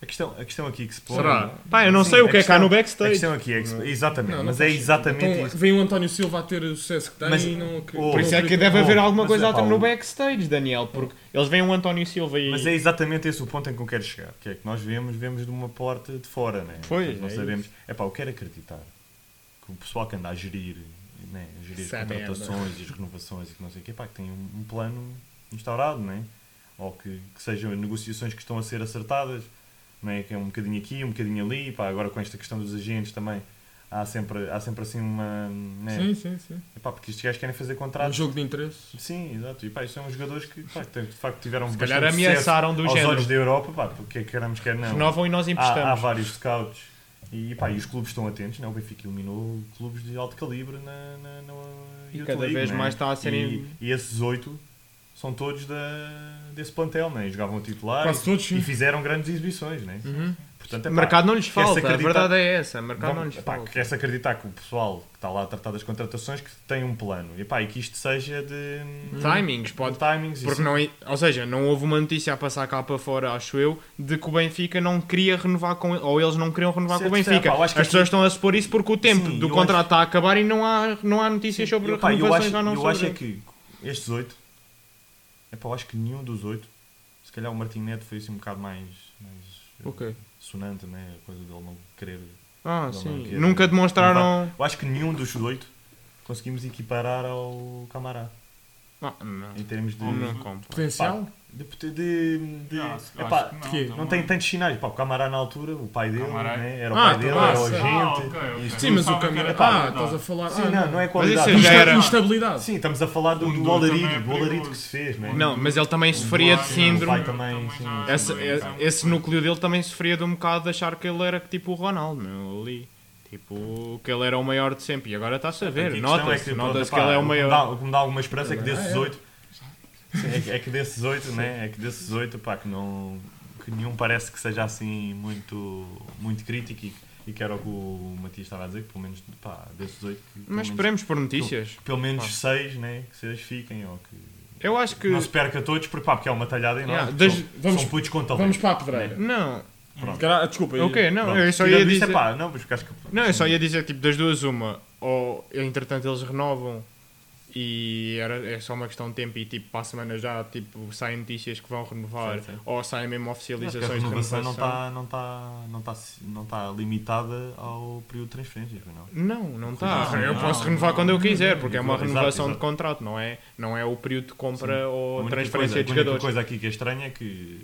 A questão, a questão aqui que se põe... Será? Pá, eu não Sim, sei o a que é que questão- há no A backstage. questão aqui é que se- Exatamente, Não, não mas é faz sentido. exatamente Então, isso. Vem o António Silva a ter o sucesso que tem Mas- e não. que- Oh. Por isso é que deve Bom, haver alguma mas coisa é, outra no Paulo. backstage, Daniel, porque eles veem o António Silva e. Mas é exatamente esse o ponto em que eu quero chegar. Que é que nós vemos, vemos de uma porta de fora, né? Pois, Portanto, não é sabemos. É pá, eu quero acreditar que o pessoal que anda a gerir, né? a gerir Essa as merda. contratações e as renovações e que não sei o quê, pá, que tem um, um plano instaurado, não é? ou que, que sejam negociações que estão a ser acertadas, não é? que é um bocadinho aqui, um bocadinho ali, pá, agora com esta questão dos agentes também há sempre, há sempre assim uma. não é? Sim, sim, sim. Epá, porque estes gajos querem fazer Um contratos. jogo de interesses. Sim, exato. E pá, isto são jogadores que pá, que de facto tiveram Se calhar bastante sucesso ameaçaram do aos género. olhos da Europa, pá, porque é queremos quer não. Renovam e nós há, há emprestamos. vários scouts e, pá, e os clubes estão atentos, não? é? o Benfica eliminou clubes de alto calibre na, na, na E Youth cada League, vez não é? mais está a serem- E, e esses oito são todos da, desse plantel, né? jogavam titular Quase e, todos, sim. e fizeram grandes exibições. Né? Portanto, é Uhum. O pá, mercado não lhes quer-se falta, a acreditar- verdade é essa. o mercado não vamos- lhes pá, falta. Quer-se acreditar que o pessoal que está lá a tratar das contratações que tem um plano e, pá, e que isto seja de Timings, pode de timings e Hum. Porque sim- não, é- ou seja, não houve uma notícia a passar cá para fora, acho eu, de que o Benfica não queria renovar com ou eles não queriam renovar Certo, com o Benfica. certo, pá, eu As acho que pessoas aqui- estão a supor isso porque o tempo Sim, do eu contrato acho- está a acabar e não há, não há notícias sobre eu, pá, eu renovações acho, ou então, não eu acho sobre. é que estes oito, epá, eu acho que nenhum dos oito, se calhar o Martin Neto foi assim um bocado mais, mais eh, Ok. sonante, né? a coisa dele não querer. Ah, não sim. quero. Nunca demonstraram. Eu acho que nenhum dos oito conseguimos equiparar ao Camará Ah, não. em termos de. Ou Não Hum. compro. Potencial? de, de, de- de- Ah, acho que epá, não, de quê? não, também. Ah, tem tantos sinais. Pá, o Camará na altura, o pai dele, Camará. é- né? era o Ah, pai dele, tá era o bem. agente. Ah, ok, ok. isto- Sim, mas Pensava o que caminho. era Ah, qualidade. estás a falar. Sim, ah, não, não é Mas isso qualidade. já era- Instabilidade. Sim, estamos a falar do, O do Nuno também alarido, é do alarido que perigoso. se fez, né? Não, mas ele também sofria de Vai, síndrome. vai também, sim. já- Essa- é, também esse, já- esse núcleo dele também sofria de um bocado de achar que ele era tipo o Ronaldo, meu, ali. Tipo, que ele era o maior de sempre. E agora está-se a ver. Aqui a questão Nota-se é que, nota pronto, que ele pá, é o que me maior. dá- O que me dá alguma esperança é que desses Ah, é. oito. É que- é que desses oito, né? É que desses oito, pá, que não. Que nenhum parece que seja assim muito, muito crítico e, e que era o que o Matias estava a dizer, que pelo menos, pá, desses oito. que pelo Mas menos- esperemos por notícias. que Pelo menos Pá. seis, né? Que seis fiquem, ou que. Eu acho que. Não se perca todos, porque, pá, porque é uma talhada enorme. Yeah, porque das- são, vamos- são né? putos com talento. Vamos para a pedreira. Não, Cara, desculpa. ok, não, Pronto. eu só Tirando ia isso, dizer. é pá, não, porque acho que. Não, eu só ia dizer, tipo, das duas, uma. Ou entretanto eles renovam e era, é só uma questão de tempo e tipo, para a semana já tipo, saem notícias que vão renovar Certo, certo. ou saem mesmo Acho que a oficializações de renovação renovação. não está não tá, não tá, não tá limitada ao período de transferências, pois não? é? Não, não está. Não, eu não, posso não. renovar quando eu quiser, porque é uma tá Exato, renovação exato. É de contrato, não é, não é o período de compra A ou única coisa, transferência de a única jogadores. coisa aqui que é estranha é que,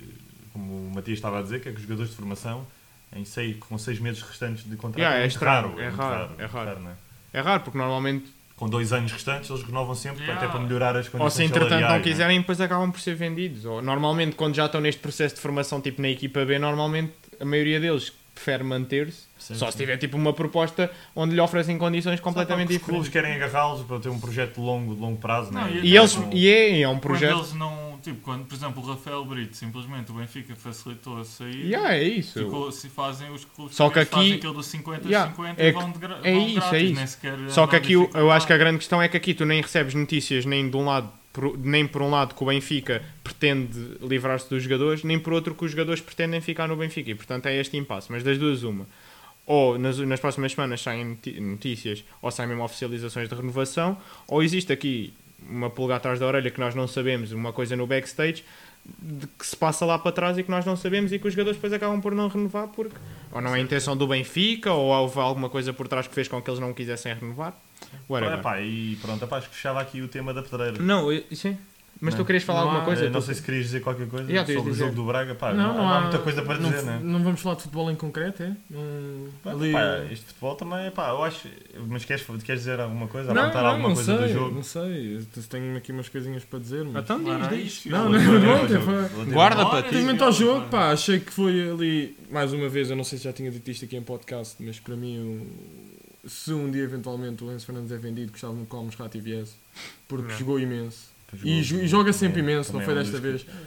como o Matias estava a dizer, que é que os jogadores de formação, em seis, com seis meses restantes de contrato, Yeah, é é, muito estranho, raro, é muito raro, é muito raro. não é? É raro, porque normalmente, Com dois anos restantes, eles renovam sempre Yeah. até para melhorar as condições ou se entretanto salariais, é? não quiserem, depois acabam por ser vendidos. Ou, normalmente, quando já estão neste processo de formação, tipo na equipa B, normalmente a maioria deles prefere manter-se. Sim, Só sim. se tiver tipo uma proposta onde lhe oferecem condições é completamente Porque os clubes diferentes. querem agarrá-los para ter um projeto de longo, de longo prazo, Não, né? E, eles, Não. e é, é um Quando projeto. eles não. Tipo, quando, por exemplo, o Rafael Brito, simplesmente o Benfica facilitou a sair. Yeah, é isso. Ficou, se fazem os clubes Só que portugueses aqui- fazem aquilo dos 50 Yeah, 50 é e que- vão de gra- é vão isso, é grátis, isso. nem sequer Só que andam aqui eu, dificuldade. eu acho que a grande questão é que aqui tu nem recebes notícias nem de um lado por- nem por um lado que o Benfica pretende livrar-se dos jogadores, nem por outro que os jogadores pretendem ficar no Benfica e portanto é este impasse, mas das duas uma ou nas, nas próximas semanas saem noti- notícias ou saem mesmo oficializações de renovação ou existe aqui uma pulga atrás da orelha que nós não sabemos, uma coisa no backstage de que se passa lá para trás e que nós não sabemos e que os jogadores depois acabam por não renovar porque ou não é a intenção do Benfica ou houve alguma coisa por trás que fez com que eles não quisessem renovar. Whatever. Pronto, epá, e pronto, epá, acho que fechava aqui o tema da pedreira. Não, eu- sim. Mas Não. tu querias falar Não alguma há- coisa? Eh, não Tu- sei se querias dizer qualquer coisa Yeah, tu ias sobre o dizer. jogo do Braga, pá, não, não há, muita coisa para dizer, né? não, não vamos falar de futebol em concreto, é? Não, ali, Pá, este futebol também, pá, eu acho. Mas queres, queres dizer alguma coisa? não, Apontar não, alguma não coisa sei, do jogo? não sei. Eu Tenho aqui umas coisinhas para dizer, mas... Então diz, Claro, é diz. isso. Não, Vou não, ter- não, tipo, eh, vou até ter- foi- vou ter- Guarda Olha, para ti. Relativamente ao jogo, pá, achei que foi ali, mais uma vez, eu não sei se já tinha dito isto aqui em podcast, mas para mim, o- se um dia eventualmente o Enzo Fernandes é vendido, gostava muito que o Almosrati viesse, porque Não. jogou imenso. Pois jogou- E, jo- e joga sempre também- imenso, não também foi é um desta dos- vez.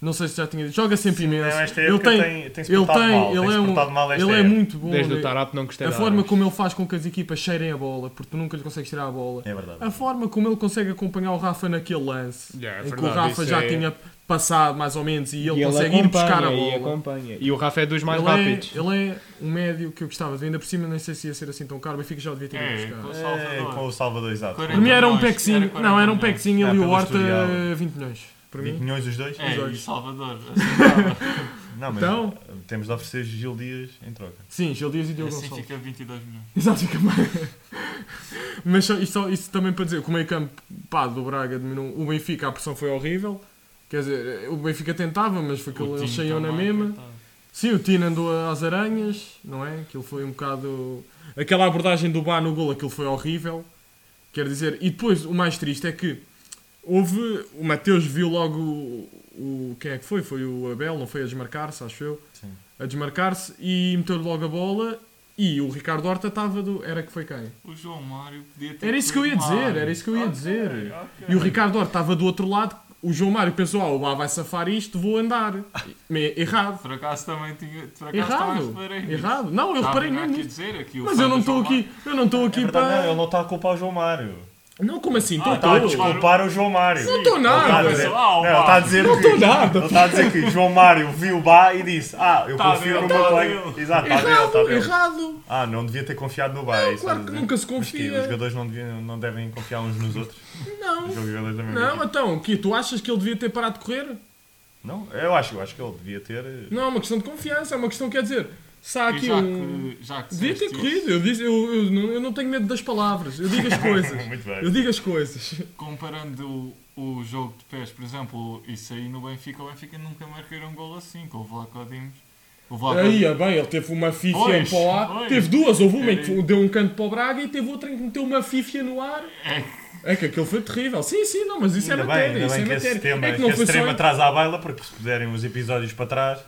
Não sei se já tinha dito, joga sempre Não, imenso. esta Ele época tem, tem, tem-se ele portado tem, mal, ele tem-se é, um, portado mal esta ele é época. muito bom. Desde né? o Tarap não gostei A da forma área. como ele faz com que as equipas cheirem a bola, porque tu nunca lhe consegues tirar a bola. É verdade. A forma como ele consegue acompanhar o Rafa naquele lance, Yeah, é em que o verdade, Rafa isso já é- tinha passado mais ou menos e ele E consegue ir buscar a acompanha, e bola. acompanha. E o Rafa é dos mais ele, rápidos. é, ele é um médio que eu gostava de ver, ainda por cima nem sei se ia ser assim tão caro, mas fica já devia ter É, ido buscar. com- É, com o Salvador, exato. Quarenta- Para mim era um milhões, era packzinho, 40 não, era um milhões. packzinho Ah, ali o pelo Horta Estoril. 20 milhões. Para 20 mim, milhões os dois? É, Exato. e Salvador. Assim, Não, mas Então? temos de oferecer Gil Dias em troca. sim, Gil Dias e Diogo Assim Gonçalves. fica 22 milhões. Exato, fica mais. Mas só, isso, só- isso também para dizer que o meio campo pá, do Braga diminuiu. O Benfica, a pressão foi horrível. Quer dizer, o Benfica tentava, mas foi que O eles Tim saíam na também, é. tá, mesma. coitado. Sim, o Tino andou às aranhas, não é? Aquilo foi um bocado. Aquela abordagem do Bar no gol, aquilo foi horrível. Quer dizer, e depois o mais triste é que houve. O Mateus viu logo o. o- Quem é que foi? Foi o Abel, não foi a desmarcar-se, acho eu. Sim. A desmarcar-se e meteu-lhe logo a bola. E o Ricardo Horta estava do. Era que foi quem? O João Mário podia ter. Era isso que eu ia sido dizer, Mário. era isso que eu ia Ok, dizer. ok. E o Ricardo Horta estava do outro lado. O João Mário pensou: ah, o Bá vai safar isto, vou andar. E- Errado. Por acaso também tinha. Por acaso também Errado. reparei. nisso. Errado. Não, eu Estava reparei aqui mesmo a nisso. dizer, aqui o Mas fã eu não do estou João aqui, eu não estou É aqui verdade, não, para. ele não está a culpar o João Mário. Não, como assim? Ah, Então tá, Está a estou. desculpa. desculpar o João Mário. Não estou nada. Ele está a Mário. dizer- Ah, o não, Bá. ele está a dizer Não que- estou nada. Ele está a dizer que João Mário viu o bar e disse: Ah, eu Tá confio dele, no meu tá colega. Exato, dele. está dele, está Errado, dele. errado. Ah, não devia ter confiado no bar. é isso estás claro a que dizer? nunca se Mas que confia. os jogadores não, deviam- não devem confiar uns nos outros. Os Não. jogadores da mesma Não, equipe. então, Ki, tu achas que ele devia ter parado de correr? não, eu acho, eu acho que ele devia ter. eh, Não, é uma questão de confiança, é uma questão, quer dizer, se há E aqui já um. que, já que Devia ter disseste corrido, eu, disse, eu, eu não, eu não tenho medo das palavras, eu digo as coisas. Muito bem. Eu digo as coisas. isso, Comparando o, o jogo de pés, por exemplo, isso aí no Benfica, o Benfica nunca marcaram um gol assim, com o Vlaco Dimos. O Vlaco Aí, ah, bem, ele teve uma fifia Pois, em para o ar. pois. Teve duas, houve uma em Era que deu um canto para o Braga e teve outra em que meteu uma fifia no ar. É que aquilo foi terrível. Sim, sim, não, mas isso é Ainda bem, matéria. ainda isso bem é que esse matéria. tema, é que que não esse foi só. tema tá- traz à baila, porque se puderem os episódios para trás,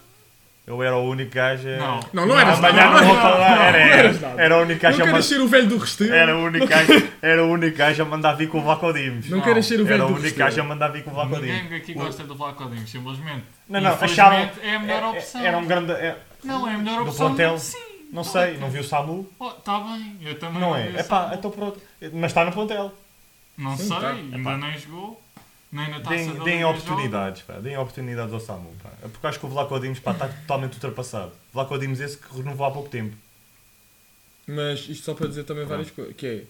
eu era o único gajo. a- Não. Não, não eras nada. Amanhã Não, tá não não, vou falar. Era, eras era, nada. era o único não gajo a queres mandar. ser o velho do Restelo. Era o único gajo, era o único gajo a mandar vir com o Vacodimos. Não queres ser o velho Era o do único gajo a Restelo. mandar vir com o Vacodimos. Ninguém aqui gosta do Vlaco Dimos, simplesmente. Não, não, Infelizmente, acharam. É a melhor é- opção. Era um grande. é- Não, é a melhor do opção. plantel? Sim. não sei, não viu o Samu? Está bem, eu também Não é? vi É essa pá, bola. então pronto. Mas está no plantel. Não Sim, sei, tá. ainda Epá. nem jogou. Nem na taça Deem, da deem Liga oportunidades, pá. Deem oportunidades ao Samu, pá. É Porque acho que o Vlacodimos, pá, está totalmente ultrapassado. Vlacodimos esse que renovou há pouco tempo. um- Mas isto só para dizer também várias coisas. Que é,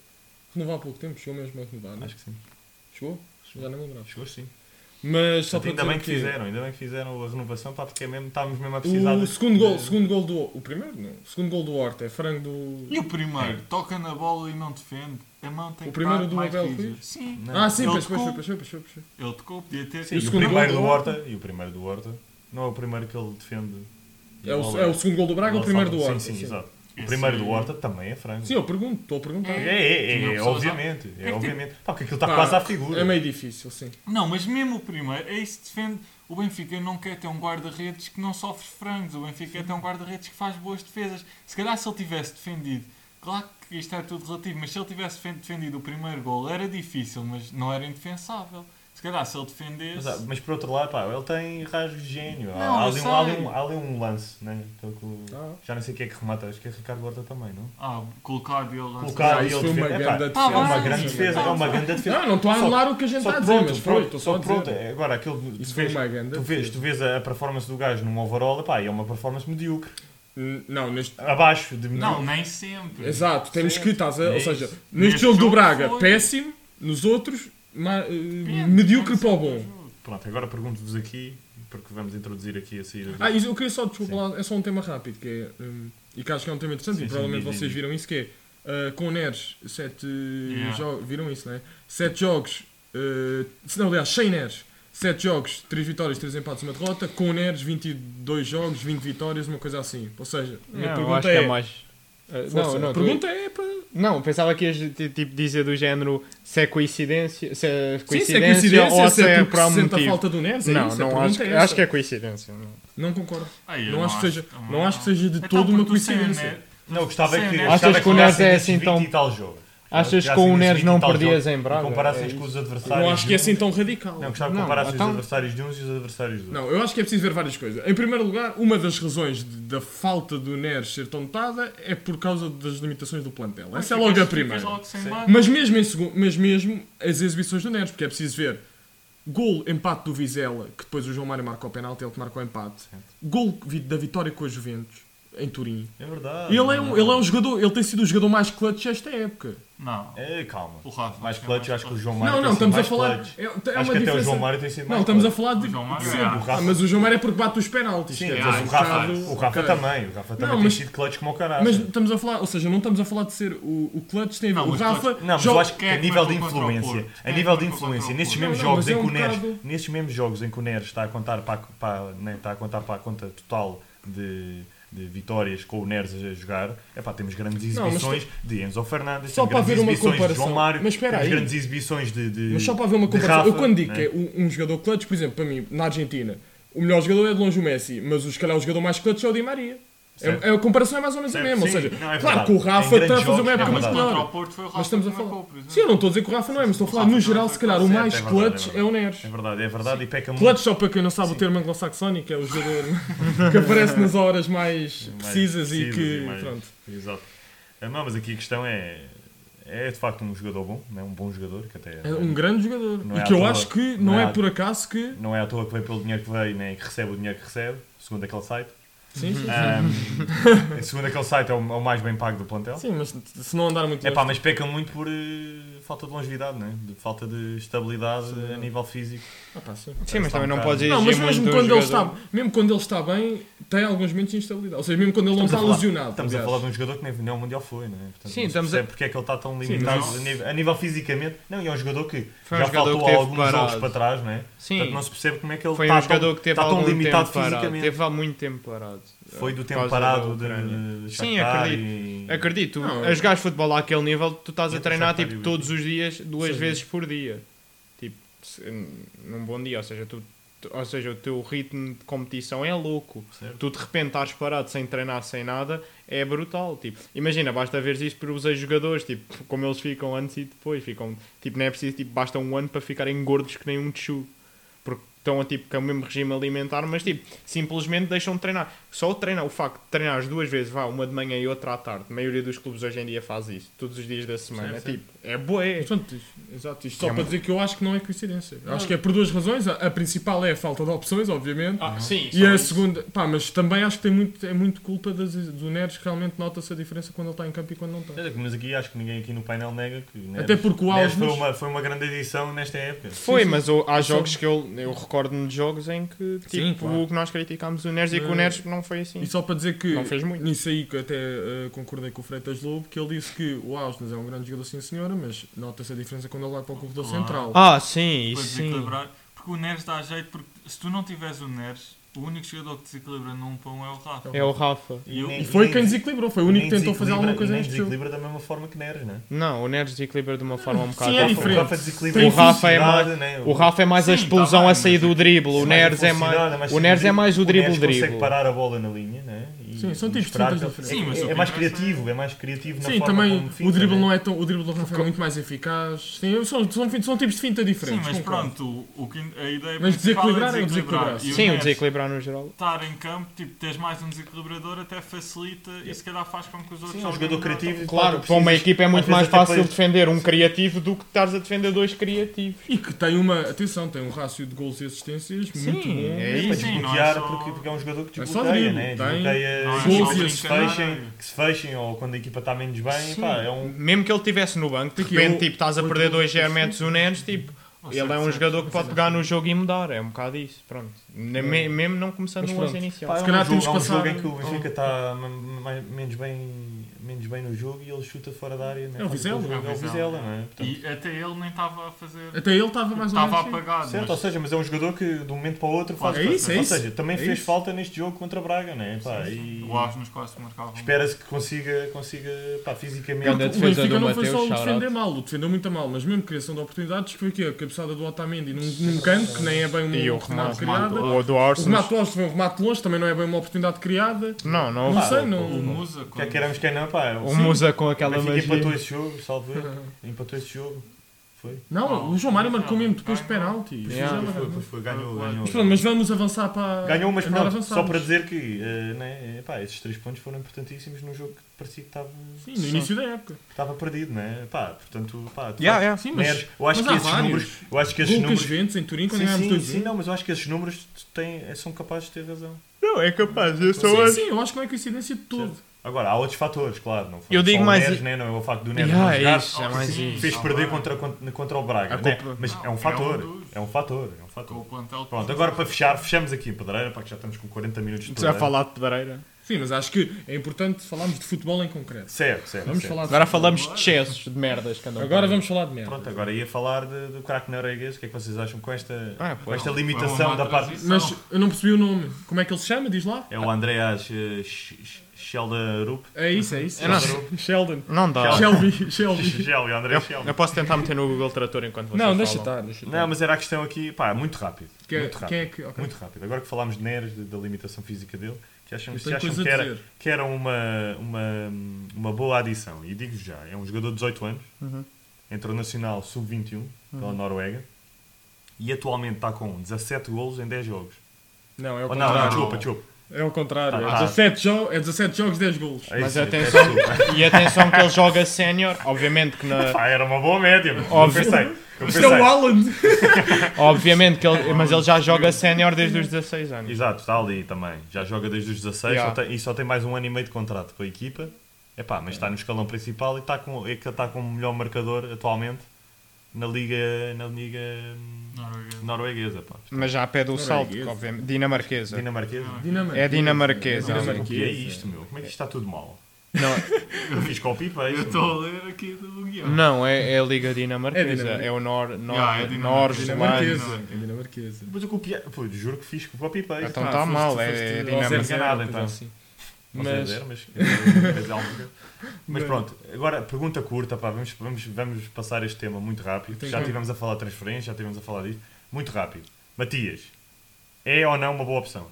renovar há pouco tempo, chegou mesmo a renovar, não é? Ah. Acho que sim. Chegou? Já não me lembrava. Chegou sim. Mas só Portanto, para ainda bem dizer que quê? fizeram, ainda bem que fizeram a renovação, pá, porque é mesmo, estávamos mesmo a precisar. O de- segundo gol, o de- segundo gol do. O primeiro, não. O segundo gol do Horta é frango do. E o primeiro? Toca na bola e não defende. A mão tem O que primeiro estar do mais Abel rígida. Ruiz? Sim. Não. Ah, sim, Ele pois foi, tocou. pois foi, pois foi, pois foi. Ele tocou, podia ter. Sim, o e o segundo primeiro gol do do Horta, e o primeiro do Horta, não é o primeiro que ele defende. É o, é o segundo gol do Braga, o Não, primeiro sabe, do Horta. Sim, sim, exato. O Esse primeiro do aí- Horta também é frango. Sim, eu pergunto, estou a perguntar. É, é, Tinha é, é pessoas obviamente, é que- obviamente. Pá, porque aquilo está Pá, quase à figura. É meio difícil, sim. Não, mas mesmo o primeiro, é isso que defende. O Benfica não quer ter um guarda-redes que não sofre frangos. O Benfica quer ter um guarda-redes que faz boas defesas. Se calhar se ele tivesse defendido, claro que isto é tudo relativo, mas se ele tivesse defen- defendido o primeiro gol era difícil, mas não era indefensável. Se calhar se ele defendesse. Mas, ah, mas por outro lado, pá, ele tem rasgos de gênio. Há- Não, há, eu ali um, sei. há ali um- há ali um lance, né? Pelo que- Ah. Já não sei quem é que remata, acho que é Ricardo Horta também, não? Ah, colocar ele lá. Colocar Ah, e isso ele foi uma defende. grande É, pá, defesa. é uma Tá grande bem, defesa, é tá uma grande defesa. Ah, Não, não estou a Só- anular o que a gente Só está a que dizer, pronto, mas foi, pronto, estou só só a que pronto. dizer. é, Agora, aquilo, tu, Isso foi vês, uma grande tu, vês, defesa. tu vês a, a performance do gajo num overall, pá, e é uma performance medíocre. N- Não, neste. Abaixo de medíocre. Não, nem sempre. Exato, temos que. Estás a... É Ou seja, isso. neste Neste jogo do jogo Braga, foi. péssimo, nos outros, ma- eh, Depende, medíocre depende para o sempre bom. do jogo. Pronto, agora pergunto-vos aqui, porque vamos introduzir aqui a saída. do- Ah, e eu queria só, desculpa Sim. lá, é só um tema rápido, que é, hum, e que acho que é um tema interessante, Sim, e sim, provavelmente diz, diz, vocês diz. viram isso, que é, ah, com o Neres, sete Yeah. jogos, viram isso, não é? Sete jogos, ah, se não, aliás, sem Neres, sete jogos, três vitórias, três empates, uma derrota, com o Neres, 22 jogos, 20 vitórias, uma coisa assim. Ou seja, a minha Não, eu pergunta acho que é é... mais. Eh, Força, não, não, a tu- pergunta é para... não, pensava que ias ti- tipo, dizer do género se é coincidência, se é Sim, se é coincidência, coincidência, ou se é por porque se algum sente a motivo. falta do Neres, é não, isso, a não pergunta acho, é que- essa. acho que é coincidência. não. Não concordo. Aí, eu Não acho que seja- também não acho que seja Então, de todo porque uma tu né? sem o coincidência. Neto- Não, gostava que. Sim, né? gostava Achas que que o Neres é jogassem assim tão- 20 e tal jogos. Achas que Jogassem com o nesses Neres 20 e não tal perdias jogos em e Braga? é Comparassem isso. com os adversários. Não acho que é de assim um- tão radical. Não, gostava que Não, comparassem os então- adversários de uns e os adversários de outros. Não, eu acho que é preciso ver várias coisas. Em primeiro lugar, uma das razões de- da falta do Neres ser tão notada é por causa das limitações do plantel. Essa é logo a Ficas- primeira. ficas logo sem Sim. base. Mas mesmo, em segu- mas mesmo as exibições do Neres, porque é preciso ver gol, empate do Vizela, que depois o João Mário marcou o penalti, ele que marcou o empate. Gol vi- da vitória com a Juventus. em Turim. É verdade. E ele é, um, ele é um jogador, ele tem sido o jogador mais clutch esta época. Não. É, calma. O Rafa. Mais clutch, eu acho que o João Mário Não, tem não, sido estamos a mais falar. clutch. É, é uma Acho que até o diferença- João Mário tem sido mais Não, estamos a clutch. falar de. O João Mário, de é. sempre. O Rafa- Ah, mas o João Mário é porque bate os penaltis. Sim, quer dizer, mas é, o um Rafa, bocado- o Rafa ok. também. O Rafa também Não, tem mas- sido clutch como o caralho. Mas estamos a falar, ou seja, não estamos a falar de ser o, o clutch, tem a ver. Não, o mas Rafa. clutch- Não, mas joga- eu acho que Quem é a que nível de marcou contra o influência, Porto? a Quem é nível que de marcou contra influência, o nestes Porto? mesmos Não, não, jogos mas é em que um o Neres, bocado- nestes mesmos jogos em que o Neres está a contar para, a- para- né, está a contar para a conta total de, de vitórias com o Neres a jogar, epá, temos grandes Não, mas exibições de Enzo Fernandes, Só temos para grandes haver uma exibições de comparação. João Mário, Mas espera temos aí. grandes exibições de, de Mas só para haver uma de comparação, eu Rafa, quando digo né? que é um, um jogador clutch, por exemplo, para mim, na Argentina, o melhor jogador é de longe o Messi, mas o, se calhar o jogador mais clutch é o Di Maria. Certo. É, é- a comparação é mais ou menos a Certo, mesma. sim, ou seja, não, é claro verdade. que o Rafa Em grandes está a fazer jogos, uma época é muito verdade. é Contra o melhor. Porto foi o Rafa Mas estamos a que marcou, falar. por exemplo. Sim, eu não estou a dizer que o Rafa não é, mas estou a falar no Rafa geral, também se foi calhar o clutch. mais Certo, é verdade, clutch é é o verdade. Neres. É verdade, é verdade e peca muito. Clutch, só para quem não sabe o termo anglo-saxónico, é o jogador que aparece nas horas mais mais precisas e precisas que. mais- Pronto. Exato. Ah, Não, mas aqui a questão é. É de facto um jogador bom, né? um bom jogador, que até É um grande jogador. Não é e à que eu toa. acho que Não não é é à- por acaso que. não é à toa que veio pelo dinheiro que veio, nem que recebe o dinheiro que recebe, segundo aquele site. Uhum. Sim, É. sim. Ahm, segundo aquele site, é o, é o mais bem pago do plantel. Sim, mas se não andar muito É pá, longe- mas peca muito por eh, falta de longevidade, né? de falta de estabilidade a nível físico. Ah, pá, sim. Sim, mas está também um não bocado- podes exigir Não, mas muito mesmo do quando, ele jogador. está, mesmo quando ele está bem, tem alguns momentos de instabilidade. Ou seja, mesmo quando ele não Estamos a está falar- lesionado. Estamos a aliás. falar de um jogador que nem, nem o Mundial foi, né? Sim, Portanto, não se estamos a- percebe porque é que ele está tão limitado mas- a, nível, a nível fisicamente. Não, e é um jogador que Foi um já jogador que faltou teve alguns jogos parado. para trás, né? Sim. Portanto, não se percebe como é que ele Foi está um jogador tão, que teve está tão algum limitado tempo parado. fisicamente. Teve há muito tempo parado. Foi do Por tempo causa da parado Ucrânia. de, de Sim, Shakhtar acredito. e- Acredito, Não, a jogar futebol àquele nível, tu estás a Entre treinar Shakhtar e tipo, o- todos os dias, duas Sim. vezes por dia. Tipo, se- num bom dia, ou seja, tu, tu- ou seja, o teu ritmo de competição é louco. Certo. Tu de repente estás parado sem treinar, sem nada, é brutal. Tipo, imagina, basta ver isso por os jogadores, tipo, como eles ficam antes e depois, ficam, tipo, não é preciso, tipo, basta um ano para ficarem gordos que nem um tchu. Porque estão tipo com o mesmo regime alimentar, mas tipo, simplesmente deixam de treinar. Só o treinar, o facto de treinar as duas vezes, vá, uma de manhã e outra à tarde. A maioria dos clubes hoje em dia faz isso, todos os dias da Sim, semana. sim. Tipo, é boé. Mas pronto, isto- exato, isto só É para uma- dizer que eu acho que não é coincidência. Eu Ah. Acho que é por duas razões. A, a principal é a falta de opções, obviamente. sim, e é é a segunda, pá, mas também acho que tem muito, é muito culpa das, do Neres que realmente nota-se a diferença quando ele está em campo e quando não está. Mas é que- Mas aqui acho que ninguém aqui no painel nega que o Neres- Até porque o Neres foi Alves- uma, foi uma grande edição nesta época. Foi, Sim, sim. mas o- há Eu jogos que eu, eu recordo-me de jogos em que tipo, Sim, claro. o que nós criticámos o Neres e que o Mas- Neres não foi assim. E só para dizer que Não fez muito. nisso aí que até eh, concordei com o Freitas Lobo, que ele disse que o Ausnes é um grande jogador sim senhora, mas nota-se a diferença quando ele vai para o corredor Claro. central. Ah, sim, Para isso sim. desequilibrar. Porque o Neres dá jeito, porque se tu não tiveres o Neres, o único jogador que desequilibra num para um é o Rafa. Então, É o Rafa. E o- nem- E foi nem- quem desequilibrou, foi o único nem que tentou fazer desequilibra- alguma coisa nem neste jogo. desequilibra da mesma forma que Neres, né? Não, o Neres desequilibra de uma forma um bocado. é diferente. O diferente. Rafa desequilibra O a Rafa é velocidade, mais- né? O Rafa é mais a Sim, tá explosão bem, a sair mas- do drible, o Sim, Neres a é velocidade, mais. O Neres é mais o O Neres consegue drible-drible. parar a bola na linha, né? E- Sim, são e tipos esperar totalmente que- diferentes. Sim, mas é, o é que mais interessa é- criativo, é mais criativo na Sim, forma também como fica, o drible né? não é tão. O drible do Rafa é muito mais eficaz. Sim, são, são, são, tipos de finta Sim, diferentes. mas concordo. pronto, o, o que, a ideia Mas principal desequilibrar é é o desequilibrar. desequilibrar. E Sim, o Neres desequilibrar no geral. Estar em campo, tipo, tens mais um desequilibrador, até facilita e se calhar faz com que os outros. Sim, é um joguem jogador melhor. então. criativo. e Claro, tu para uma precisas- equipa é às muito vezes mais até fácil para- defender um criativo do que estares a defender dois criativos. E que tem uma. Atenção, tem um rácio de gols e assistências muito bom. é É isso. para Sim, não é desbloquear, só- porque, porque é um jogador que É só desbloqueia, drible, né? tem- Desbloqueia Não é jogos só que, se brincar, fechem, não é? que se fechem, ou quando a equipa está menos bem, Sim. pá, é um... Mesmo que ele estivesse no banco, de Porque repente eu- tipo, estás a eu- perder eu- dois germentos o Neres, tipo, Ou ele seja, é um certo. jogador que pode pegar no jogo e mudar. É um bocado isso, pronto. Ne- me- Mesmo não começando Mas o pronto. lance Pá, inicial. é Se um calhar jogo, temos é um que jogo passar- em que o Benfica está m- mais- menos bem, menos bem no jogo e ele chuta fora da área. né? É o Vizela. É o Vizela, não é? Portanto, E até ele nem estava a fazer. Até ele estava é mais ou menos. assim. Estava sim. apagado. Certo, ou mas- seja, mas é um jogador que de um momento para o outro faz. É isso, é ou isso. seja, também É fez isso. falta neste jogo contra o Braga, né? Pá, e O Asnos quase marcava. espera-se que consiga, consiga pá, Ganda fisicamente. A O defesa Benfica do não foi só Mateus, o defender shout-out. mal, o defendeu muito a mal, mas mesmo criação de oportunidades, que foi aqui a cabeçada do Otamendi num, num canto, que nem é bem uma E o oportunidade remate, criada. o do O Arsenal. remate do Austin foi um remate longe, também não é bem uma oportunidade criada. Não, não. Não pá, sei, o- é não. O Musa. é Quer queiramos, quer não, pá. O sim, Musa com o aquela Benfica magia. empatou esse jogo, salve. Empatou esse jogo. Foi? Não, o João Mário marcou mesmo depois de Ganhou. penalti. Yeah. Pois foi, pois foi, ganhou, Mas ganhou. Mas pronto, mas vamos avançar para. Ganhou, mas andar pronto, só avançados. para dizer que eh, né, eh, pá, esses três pontos foram importantíssimos num jogo que parecia que estava, Sim, no início da época. que estava perdido, né? Pá, portanto, pá, de Yeah, facto, yeah. Sim, mas. Neres, eu acho mas que há esses vários. números, eu acho que esses Lucas números Ventes em Turim, quando Sim, ganhámos sim, dois sim, não, mas eu acho que esses números têm, são eh, capazes de ter razão. Não, é capaz, eu só Sim, acho. sim, eu acho que não é coincidência de todo. Agora, há outros fatores, claro. Não foi Eu só digo o mais- Neres, né? não é o facto do Neres Yeah, não jogar. é isso, é mais Sim. isso. Fez perder contra, contra, contra o Braga, A né? culpa- mas Não, é é um um fator, dos- é um fator, é um fator. Com o plantel. Pronto, agora para fechar, fechamos aqui a pedreira, pá, que já estamos com 40 minutos de Já pedreira. é falar de pedreira. Sim, mas acho que é importante falarmos de futebol em concreto. Certo, certo. Vamos certo. falar de Agora futebol. falamos de excessos, de merdas que andam Agora por aí. vamos falar de merda. Pronto, é. agora ia falar de- do craque norueguês. O que é que vocês acham com esta, Ah, com pois. é esta Foi limitação uma da parte? transição. Mas eu não percebi o nome. Como é que ele se chama? Diz lá. É o Andreas eh, Sch- Sch- Schelderup. É isso, é isso. Eu não- Sheldon. Não dá. Shelby, Shelby. Schelderup, é Andreas Eu, eu Schelderup. posso tentar meter no Google Trator enquanto vocês Não, deixa falam. estar, deixa estar. Não, mas era a questão aqui, pá, muito rápido. Quem- muito rápido. quem é que- ok. Muito rápido. Agora que falámos de Neres, de- da limitação física dele, que acham, Eu se tenho acham coisa que a era, dizer. que era uma, uma, uma boa adição. E digo já, é um jogador de 18 anos, Uhum. internacional sub-21, pela Noruega, e atualmente está com 17 golos em 10 jogos. Não, é o Oh, não, não, contrário. desculpa, desculpa. É o contrário. Ah, É tá. 17, jo é 17 jogos, 10 golos. É Mas isso, peço atenção. desculpa. E atenção que ele joga sénior, obviamente que na, Pá, era uma boa média, mas eu Óbvio. um pensei. Eu Isto é pensei. o Haaland. obviamente que ele, mas ele já joga sénior desde os 16 anos. Exato, está ali também. Já joga desde os 16 Yeah. só tem- e só tem mais um ano e meio de contrato com a equipa. Epá, mas está no escalão principal e está com, é que está com o melhor marcador atualmente na Liga, na liga hum, Norueguês. Norueguesa. Pá. Mas já pede o salto, Norueguesa. obviamente, dinamarquesa. Dinamarquesa. Dinamarquesa. É dinamarquesa. O que é isto, meu? Como é que isto está tudo mal? Não. Eu fiz copy paste. Eu estou a ler aqui do guião. Não, é, é a liga É dinamarquesa, dinamarquesa. é, o nor, nor, Yeah, é dinamarquesa. Norslândia. Dinamarquesa. É dinamarquesa. Mas eu copiei. Pô, juro que fiz copy paste. Então Ah, está Tá foste- mal, é, foste é ao dinamarquesa. zero. Nada, então. Assim. Não Mas- mas... sei dizer, mas... mas é algo que- Mas Mas- pronto, agora pergunta curta, pá, vamos, vamos, vamos passar este tema muito rápido. Tem Já que- estivemos a falar de transferência, já estivemos a falar disto. Muito rápido. Matias, é ou não uma boa opção?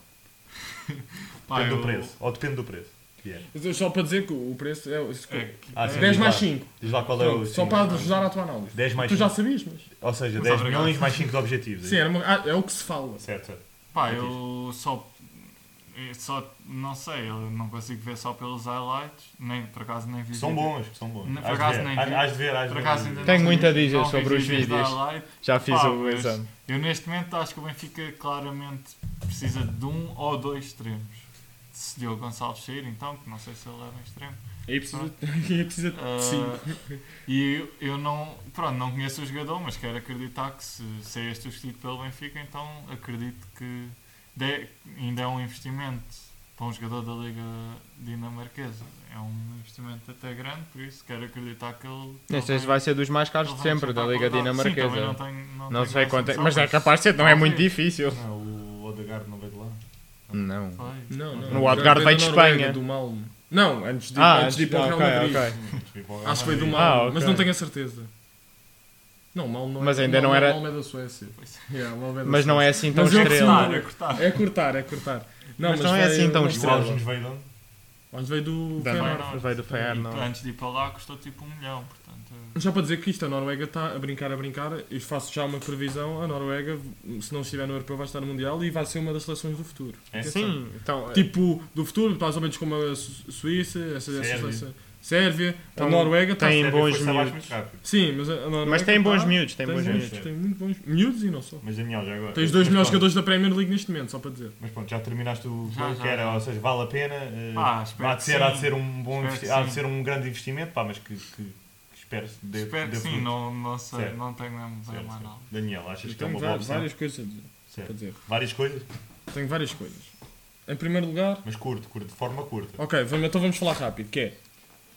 Pá, depende eu- do preço. Ou depende do preço. é. Yeah. Mas eu Só para dizer que o preço é... É o- que- Ah, sim, 10 diz lá. mais 5. Diz lá qual é o. Só sim, para ajudar a tua análise. 10 mais Tu já 5. sabias, mas... Ou seja, Mas 10 obrigado. milhões mais 5 de objetivos. Sim, é isso? era uma- ah, é o que se fala. Certo, certo. Pá, eu só. eu só. Não sei, eu não consigo ver só pelos highlights. Nem, por acaso nem vi. São vídeo. bons, são bons. Por Hás de acaso ver, nem hás- vi. hás de ver, hás de Por ver. É acaso ainda Tenho não muito a vi- dizer não vi sobre os da vídeos. highlight. Já fiz Pá, o mas exame. Eu neste momento acho que o Benfica claramente precisa de um ou dois extremos. Se deu o Gonçalves sair, então, que não sei se ele era um extremo. Aí precisa, aí precisa Ah, de 5. E eu, eu não, pronto, não conheço o jogador, mas quero acreditar que se, se é este o escolhido pelo Benfica, então acredito que dê- ainda é um investimento para um jogador da Liga Dinamarquesa. É um investimento até grande, por isso quero acreditar que ele. Este ele vai ser dos mais caros ele de vai sempre da chutar Liga para o lado. Sim, Dinamarquesa. também não tenho- não não tenho sei essa quanto é, noção, mas é capaz de ser, não é muito difícil. Não, o Odegaard não veio de lá. Não. Foi. Não, não. No Algarve vai de Noruega, Espanha. Do Malmo. Não, antes de, Ah, antes de ir para o Real ok, Madrid. ok. Acho que foi do mal. Malmo, Ah, ok. mas não tenho a certeza. Não, Malmo não é. Mas ainda não Malmo- era- Malmo é da Suécia. Pois. Yeah, Malmo é da Mas não é Suécia. assim tão Mas eu estrela. Cortar, é cortar. É cortar, é cortar. Não, Mas mas, não é vai- assim tão uma O estrela. Alves estrela. veio de onde? Mas veio do. Da Feyenoord. Norte. Veio do E Feyenoord. antes de ir para lá custou tipo um milhão, portanto. Já para dizer que isto, a Noruega está a brincar, a brincar, e faço já uma previsão: a Noruega, se não estiver no Europeu, vai estar no Mundial e vai ser uma das seleções do futuro. É? Sim, então. Tipo, do futuro, mais ou menos como a Su- Suíça, essa, essa Sérvia. seleção. Sérvia, Então, a Noruega está. tem- Sério, bons foi-se abaixo miúdos. muito rápido. Sim, mas a a Noruega. Mas tem bons tá- miúdos, tem Tem bons bons, miúdos. tem muito bons. Miúdos e não só. Mas Daniel, já agora. Tens dois Mas melhores pronto. jogadores da Premier League neste momento, só para dizer. Mas pronto, já terminaste o Já, que já, era, já. ou seja, vale a pena. É. eh, Pá, Ah, espero há, de que ser, há de Ah, sim. ser um bom Espero que investi- há de sim. ser um grande investimento, pá, mas que, que, que espero que dê, Espero dê que sim, frutos. não, não sei, Certo. não tenho mesmo bem Certo, uma certo. análise. Daniel, achas Eu que é uma tenho boa va- opção? É. Várias, várias coisas a dizer, para dizer. coisas, Tenho várias coisas. Em primeiro lugar, mas curto, curto, de forma curta. ok, vamos, então vamos falar rápido, que é.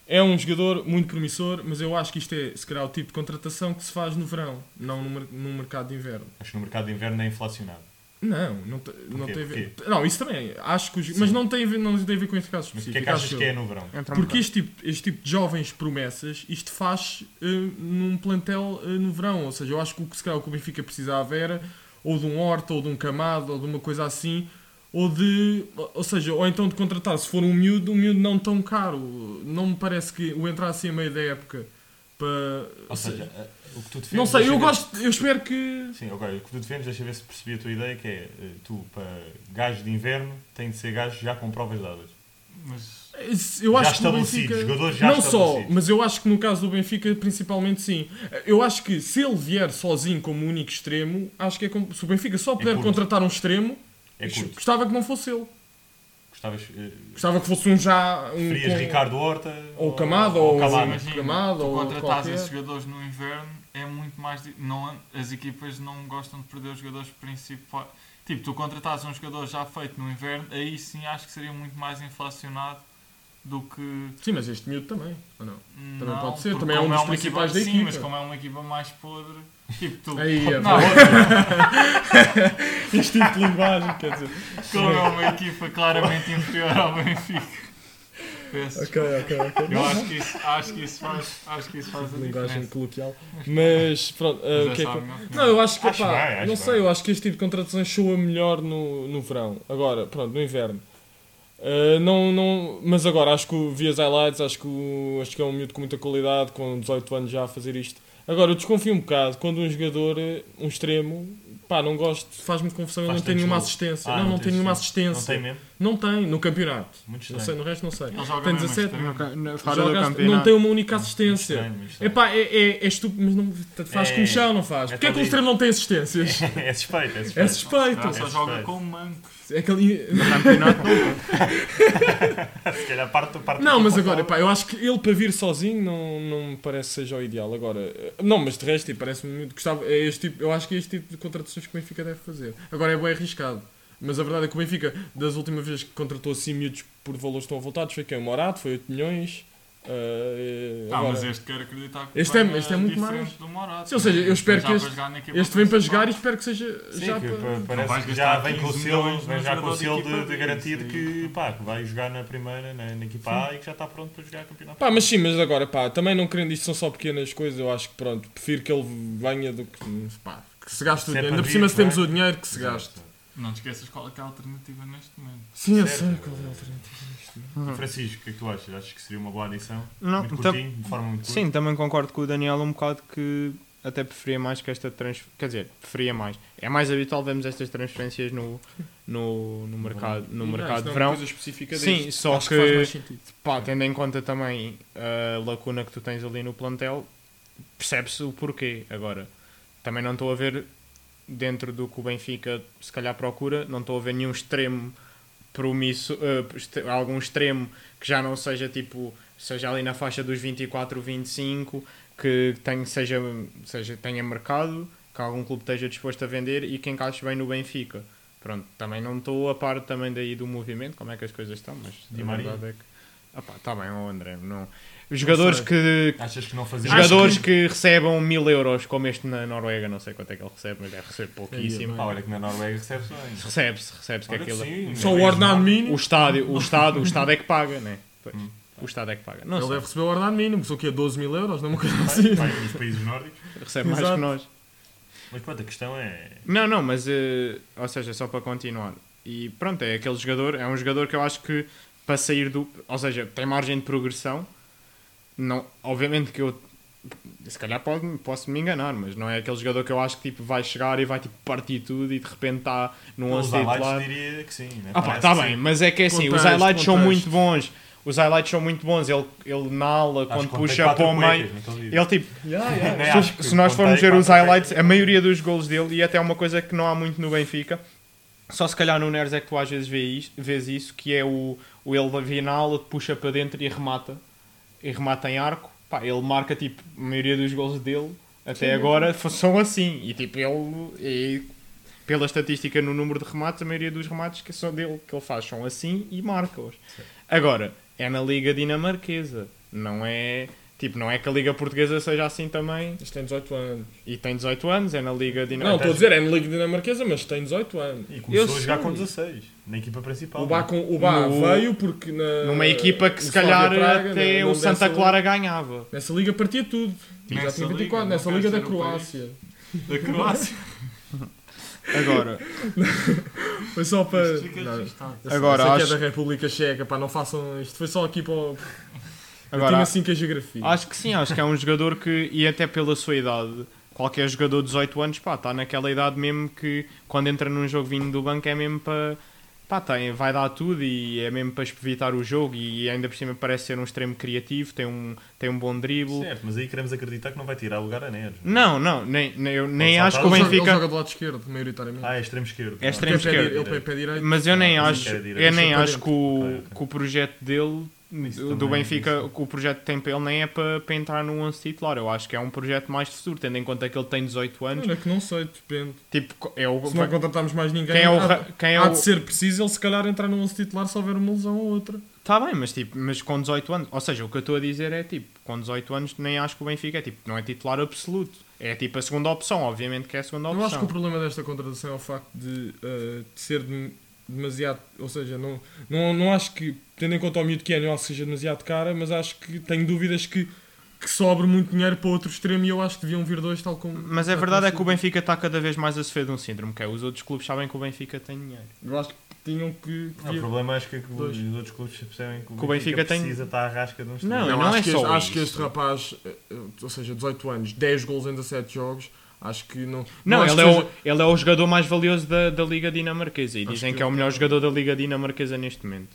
É um jogador muito promissor, mas eu acho que isto é, se calhar, o tipo de contratação que se faz no verão, não no, mer- no mercado de inverno. Acho que no mercado de inverno é inflacionado. Não, não, te- não Porquê? tem a ver. Porquê? Não, isso também, acho que. os- mas não tem, a ver, não tem a ver com este caso Mas o específico. que é que acho achas eu. que é no verão? Entra um Porque este tipo, este tipo de jovens promessas, isto faz eh, num plantel eh, no verão. Ou seja, eu acho que o que se calhar o que o Benfica precisava era ou de um Horta, ou de um Camado, ou de uma coisa assim, ou de. Ou seja, ou então de contratar, se for um miúdo, um miúdo não tão caro. Não me parece que o entrasse em meio da época para. Ou seja, eh, o que tu defendes. não sei, deixa eu ver- gosto, eu espero que. Sim, agora, o que tu defendes, deixa ver se percebi a tua ideia, que é eh, tu, para gajo de inverno, tem de ser gajo já com provas dadas. Mas Eu Já acho que o estabelecidos, Benfica... jogadores já Não só, estabelecidos. mas eu acho que no caso do Benfica, principalmente sim. Eu acho que se ele vier sozinho como único extremo, acho que é como... se o Benfica só puder curto. contratar um extremo, É curto. gostava que não fosse ele. Gostavas. eh, Gostava que fosse um já. Um preferias com- Ricardo Horta? ou Camada, ou- Camada? Sim. Camada tu um ou contratares qualquer. esses jogadores no inverno é muito mais. di- Não, as equipas não gostam de perder os jogadores principais. Tipo, tu contratares um jogador já feito no inverno, aí sim acho que seria muito mais inflacionado do que. Sim, mas este miúdo também, ou não? Também pode ser, também é um dos principais da sim, equipa. mas como é uma equipa mais podre, tipo, tu. Aí, é, não, Este tipo de linguagem, quer dizer. como é uma equipa claramente inferior ao Benfica. Peço Ok, ok, ok. Eu acho que isso, acho que isso faz, acho que isso faz a linguagem diferença. coloquial. Mas pronto, ah, Mas o é que é só que- a minha opinião. Não, eu acho que Acho pá, bem, acho não sei, bem. eu acho que este tipo de contratações soa melhor no, no verão. Agora, pronto, no inverno. Ah, não, não, mas agora acho que o Vias Highlights, acho que, o- acho que é um miúdo com muita qualidade, com 18 anos já a fazer isto. Agora eu desconfio um bocado quando um jogador, eh, um extremo, pá, não gosto, faz-me confusão, ele Faz não tem tantos nenhuma golos. assistência. Ah, não, não, não tem tem nenhuma Não tem assistência. mesmo? Não tem, no campeonato. Muito Não estranho. sei, no resto não sei. Ele joga Tem mesmo, 17, mas Nunca- na- fora Joga do a- campeonato. não tem uma única Muito assistência. é estranho, muito estranho. Epá, é, é, é estúpido, mas não faz É. como chão, não faz? É Porquê é que um talvez. extremo não tem assistências? É suspeito, é suspeito. É suspeito. Ela só É joga suspeito. com mancos. É aquele... No campeonato não. Se calhar parte, parte Não, da mas equipa agora, fora. pá, eu acho que ele para vir sozinho não, não me parece seja o ideal. Agora, eh, não, mas de resto, tipo, parece-me muito. Gostava, é este tipo, eu acho que é este tipo de contratações que o Benfica deve fazer. Agora é bem arriscado. Mas a verdade é que o Benfica, das últimas vezes que contratou assim miúdos por valores tão avultados, foi quem? O Morato, foi 8 milhões. eh, Ah, agora- mas este quero acreditar que Este é- venha este é muito diferente mais. do Morata. Sim, ou seja, eu espero Já que para jogar na equipa Este vem para principal. jogar e espero que seja Sim, já que para... pa- Não vais parece que gastar já vem com o 15 selo, milhões vem num já com o jogador de selo equipa de, de B, garantir isso aí. que, pá, que vai jogar na primeira, na, na equipa A e que já está pronto para jogar campeonato. Pá, mas sim, mas agora, pá, também não querendo isto, são só pequenas coisas, eu acho que pronto, prefiro que ele venha do que, pá, que se gaste o Se é dinheiro. para Ainda por vir, cima não se é? temos o dinheiro, que se gaste. Não te esqueças qual é, que é a alternativa neste momento. Sim, eu Certo. sei qual é a alternativa. Francisco, o que é que tu achas? Achas que seria uma boa adição? Não, muito então- tam- curtinho, de forma muito Sim, também concordo com o Daniel um bocado que até preferia mais que esta transferência. Quer dizer, preferia mais. É mais habitual vermos estas transferências no, no, no mercado, no mercado de verão. é específica Sim, deste. só Acho que- faz mais sentido. Pá, tendo em conta também eh, a lacuna que tu tens ali no plantel, percebe-se o porquê. Agora, também não estou a ver, dentro do que o Benfica se calhar procura, não estou a ver nenhum extremo promisso, eh, este- algum extremo que já não seja tipo, seja ali na faixa dos 24, 25, que tenha, seja, seja, tenha mercado, que algum clube esteja disposto a vender e que encaixe bem no Benfica. Pronto, também não estou a par também daí do movimento, como é que as coisas estão, mas Di a Maria. verdade é que... Ah pá, tá bem, ó André, não... Os jogadores sei. que, Achas que não fazia Jogadores que... recebam mil euros, como este na Noruega, não sei quanto é que ele recebe, mas deve receber pouquíssimo. Pá, olha que na Noruega recebe bem. Recebe-se, recebe-se que é Olha aquilo. sim, É Só é o bem ordenado esmagado. O mínimo, estádio, o estádio, o estádio é que paga, né? Pois. Hum. O estádio é que paga. Não ele sei, deve receber o ordenado mínimo, são o quê? 12 mil euros? Não é uma coisa assim? Vai nos países nórdicos. recebe mais Exato. que nós. Mas pronto, a questão é. Não, não, mas eh, ou seja, só para continuar. E pronto, é aquele jogador, é um jogador que eu acho que para sair do, ou seja, tem margem de progressão. Não, obviamente que eu se calhar pode, posso me enganar, mas não é aquele jogador que eu acho que tipo, vai chegar e vai tipo, partir tudo e de repente está num Pelos 11 titular. highlights diria que sim. Né? Ah, pá, Parece tá que bem, sim. mas é que é assim, os Contexto, highlights são contexto. muito bons. Os highlights são muito bons. Ele, ele na ala, Acho quando que contei puxa quatro então para o meio. cuecas naquele vídeo. Ele tipo, Yeah, yeah. Nem se- acho que é. se nós contei formos ver quatro os highlights, cuecas. a maioria dos golos dele, e até é uma coisa que não há muito no Benfica, só se calhar no Neres é que tu às vezes vê is- vês isso, que é o, o ele vem na ala, puxa para dentro e remata. E remata em arco. Pá, ele marca tipo, a maioria dos golos dele, até é agora, fo- são assim. E tipo, ele... e pela estatística no número de remates, a maioria dos remates que são dele que ele faz são assim e marca-os. Agora, é na Liga Dinamarquesa, não é tipo, não é que a Liga Portuguesa seja assim também Mas tem 18 anos. e tem 18 anos, é na Liga Não, Dinamarquesa. estou a dizer, é na Liga Dinamarquesa, mas tem 18 anos. E começou Eu a jogar sei. com 16, na equipa principal. O Bá, com, o Bá No- veio porque na... Numa equipa que se no Slavia calhar Praga, até na- o na- Santa nessa- Clara ganhava. Nessa liga partia tudo. Já Nessa tinha liga, 24, não nessa quero liga da ser o país. Croácia. Da Croácia. Agora, Foi só para. Isto fica Não, registado. essa- Agora, essa aqui acho- é da República Checa, pá, não façam. Isto foi só aqui para o. Agora, eu agora tinha assim que a geografia. acho que sim, acho que é um jogador que, e até pela sua idade, qualquer jogador tá de 18 anos, pá, está naquela idade mesmo que quando entra num jogo vindo do banco é mesmo para. pá, tem, vai dar tudo e é mesmo para espevitar o jogo e ainda por cima parece ser um extremo criativo, tem um, tem um bom drible. Certo, mas aí queremos acreditar que não vai tirar lugar a Neres. Não, não, nem, nem- eu nem Pode acho que saltar. o Ele joga, ele Benfica. joga do lado esquerdo, maioritariamente. Ah, é extremo esquerdo. É extremo ele Ok. pé, esquerdo. di- ele põe pé direito. Mas eu nem Ah, acho, é direito. eu nem Chuta acho que Ok, o, ok. que o projeto dele, Isso do- do também, Benfica, que o projeto que tem para ele nem é para, para entrar no 11 titular. Eu acho que é um projeto mais de futuro, tendo em conta que ele tem 18 anos. Olha, que não sei, depende. Tipo, co- é o, Se não contratarmos mais ninguém, quem é o. há, ra- Quem é há o de ser preciso ele se calhar entrar no 11 titular se houver uma lesão ou outra. Tá bem, mas, tipo, mas com 18 anos. Ou seja, o que eu estou a dizer é tipo, com 18 anos nem acho que o Benfica é tipo, não é titular absoluto. É tipo a segunda opção, obviamente que é a segunda Eu acho que opção. o problema desta contratação é o facto de, eh, de ser dem- demasiado. Ou seja, não, não, não acho que, tendo em conta o miúdo que é, não acho que seja demasiado cara, mas acho que tenho dúvidas que, que sobre muito dinheiro para outro extremo e eu acho que deviam vir dois, tal como. Mas a tal como verdade é que o se- Benfica está cada vez mais a sofrer de um síndrome, que é os outros clubes sabem que o Benfica tem dinheiro. Eu acho que tinham que. que Ah, Não, o vir- problema acho que, é que Dois. os outros clubes percebem que o Que o Benfica, Benfica tem- precisa estar à rasca de uns Não, três. não acho é que só este, acho isso. que este rapaz, eh, eh, ou seja, 18 anos, 10 gols em 17 jogos, acho que não. Não, acho ele, que é seja- o, ele é o jogador mais valioso da, da Liga Dinamarquesa e Acho dizem que que é o melhor jogador da Liga Dinamarquesa neste momento.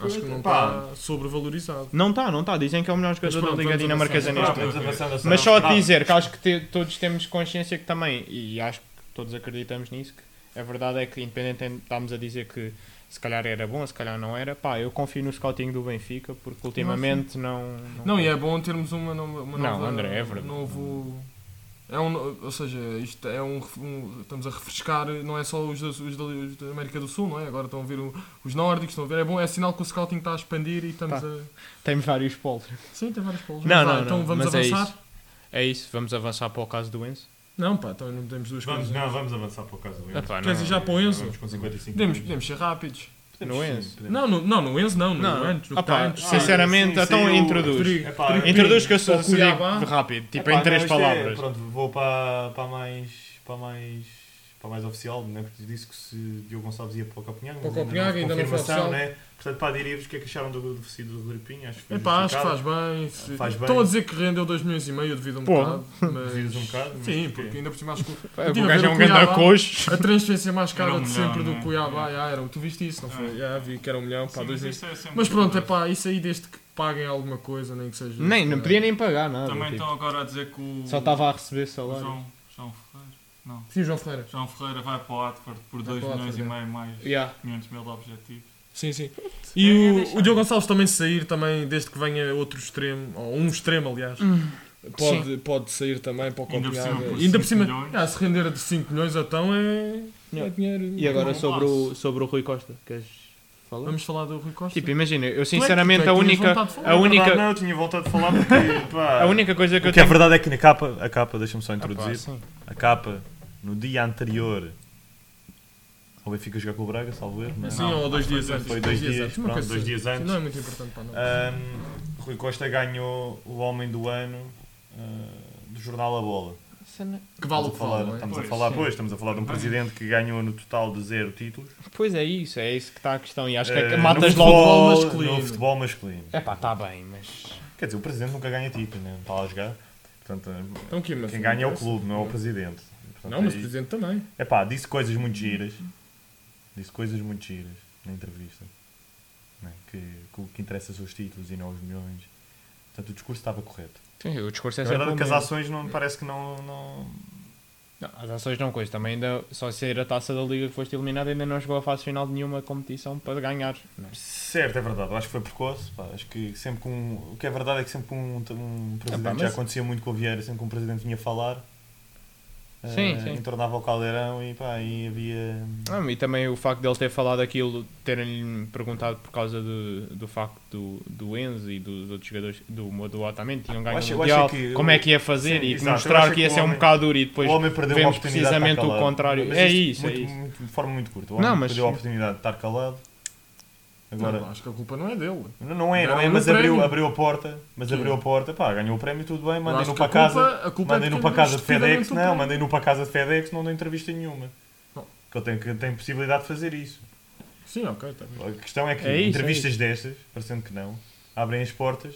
Acho que não Pá. está sobrevalorizado. Não está, não está. Dizem que é o melhor jogador pronto, da Liga vamos Dinamarquesa avançar. Ah, neste Pá, momento. mas avançando a Mas só a Sarabia- dizer que acho que te- todos temos consciência que também, e acho que todos acreditamos nisso, que a verdade é que independente de estarmos a dizer que se calhar era bom, se calhar não era, pá, eu confio no scouting do Benfica porque ultimamente não. Não, e é bom termos uma, no- Não, uma nova. André, é verdade. Novo. É um, no- ou seja, isto é um, ref- um- Estamos a refrescar, não é só os da, os da- os da América do Sul, não é? Agora estão a vir o- os nórdicos, estão a ver. É bom, é sinal que o scouting está a expandir e estamos Tá. a. Tem vários polos. Sim, tem vários polos. Não, Mas não, vá, Então não, vamos mas é avançar? isso. É isso, vamos avançar para o caso do Enzo. Não, pá, então não temos duas Vamos, coisas. não, vamos avançar para o caso do Ah, Enzo. pá, Queres não. ir já para o Enzo? Vamos com 55 Podemos, minutos. podemos ser rápidos. No Enzo. Podemos. Não, no, não, no Enzo não, no Não. antes, no Ah, que pá, tá antes. sim, sim. Sinceramente, Ah, então saiu- introduz. Epá, Introduz que eu sou Ou sou Cuiabá. rápido, tipo Epá, em três não, isto é- palavras. pronto, vou para, para mais. para mais. para mais oficial, né? porque disse que se Diogo Gonçalves ia para o Copenhague. Para o mas Copenhague, ainda não foi confirmação, oficial. Né? Portanto, pá, diria-vos o que é que acharam do, do vestido do Rodrigo Pinho. Acho que foi Epá, acho que justificado. faz bem. se- Faz bem. Estão a dizer que rendeu 2 milhões e meio, eu devido um Porra. bocado. Mas... Devidas um bocado, mas Sim, porquê? porque ainda por cima acho que o- O Tive a gajo ver é o um grande Cuiabá. coxo. a transferência mais cara Era um de milhão, sempre né? do Cuiabá. já era, tu viste isso, não foi? Já vi que era um milhão, pá, Sim, dois mas milhões. isso é sempre Mas pronto, é curioso. pá, isso aí desde que paguem alguma coisa, nem que seja. Nem, não podia nem pagar nada. Também tipo. estão agora a dizer que então o. Só estava a receber o salário. João, João Ferreira. Não. Sim, João Ferreira. João Ferreira vai para o Watford por Vai 2 para o milhões e Watford, é. meio mais Yeah. 500 mil de objetivos. Sim, sim. É, é E o, deixar. o Diogo Gonçalves também se sair, também, desde que venha outro extremo, ou um extremo, aliás, Hum. pode, pode sair também para o Ainda por cima Copenhague. por é. Ainda por cima, 5 milhões. ah, se render de 5 milhões, então é, é Yeah. dinheiro. E agora Bom sobre o, passo. sobre o Rui Costa, queres falar? Vamos falar do Rui Costa. Tipo, imagina, eu Tu é que- sinceramente tu é a que tinhas única vontade de falar. a única Verdade, não, eu tinha voltado a falar porque. Pá, a única coisa que o eu que é tenho verdade é que na capa, a capa, deixa-me só Ah, pá, introduzir, sim. a capa, no dia anterior ao Benfica jogar com o Braga, salvo erro, não é? Sim, Não, ou dois acho que dias foi antes. Foi dois dias, antes, uma pronto, coisa dois assim. dias antes. Não é muito importante para Ah, nós. Ahm, Rui Costa ganhou o Homem do Ano ah, do jornal A Bola. Cena- que vale o que falar, vale, não é? estamos Pois, a falar sim. pois, estamos a falar de um presidente que ganhou no total de zero títulos. Pois é isso, é isso que está a questão e acho que é que Ah, matas no logo. futebol, futebol masculino. No futebol masculino. É pá, está bem, mas Quer dizer, o presidente nunca ganha títulos, né? não está lá a jogar. Portanto, Então, que, mas quem ganha é o interessa. clube, não é o presidente. Portanto, Não, mas o aí- presidente também. Epá, disse coisas muito giras. Disse coisas muito giras na entrevista. né? Que, que o que interessa são os títulos e não os milhões. Portanto, o discurso estava correto. sim, o discurso é Na sempre verdade, o que as mesmo. ações não, parece que não. não... Não, as ações não coisa, também ainda só ser a taça da liga que foste eliminada ainda não chegou à fase final de nenhuma competição para ganhar. Não. Certo, é verdade. Eu Acho que foi precoce. pá. Acho que sempre que um. O que é verdade é que sempre que um, um presidente. Epá, mas- Já acontecia muito com o Vieira, sempre que um presidente vinha falar. Sim, eh, sim. Entornava o caldeirão e pá, aí havia. Não, Ah, e também o facto dele ter falado aquilo, terem-lhe perguntado por causa do, do facto do, do Enzo e dos outros jogadores do, do Otamendi tinham ganho Eu acho- o eu Mundial, acho que- como é que ia fazer Sim, e exato, eu mostrar acho que ia que o ser um homem- bocado duro e depois o homem perdeu uma vemos oportunidade de precisamente estar o calado. contrário. Mas É isto isso, é muito- isso. muito- de forma muito curta. O homem Não, mas- perdeu a oportunidade de estar calado. Agora, Não, acho que a culpa não é dele. não, não é, não é, Ganhou um mas o prémio. abriu, abriu a porta, mas Sim. abriu a porta, pá, ganhou o prémio, tudo bem, Eu acho mandei-no que para a casa, culpa- a culpa é de mandei-no quem para casa de deu estupidamente FedEx, o não, prémio. mandei-no para casa de FedEx, não deu entrevista nenhuma. Não. Que ele tem, que tem possibilidade de fazer isso. Sim, ok, tá bem. A questão é que É isso, entrevistas destas, parecendo que não, abrem as portas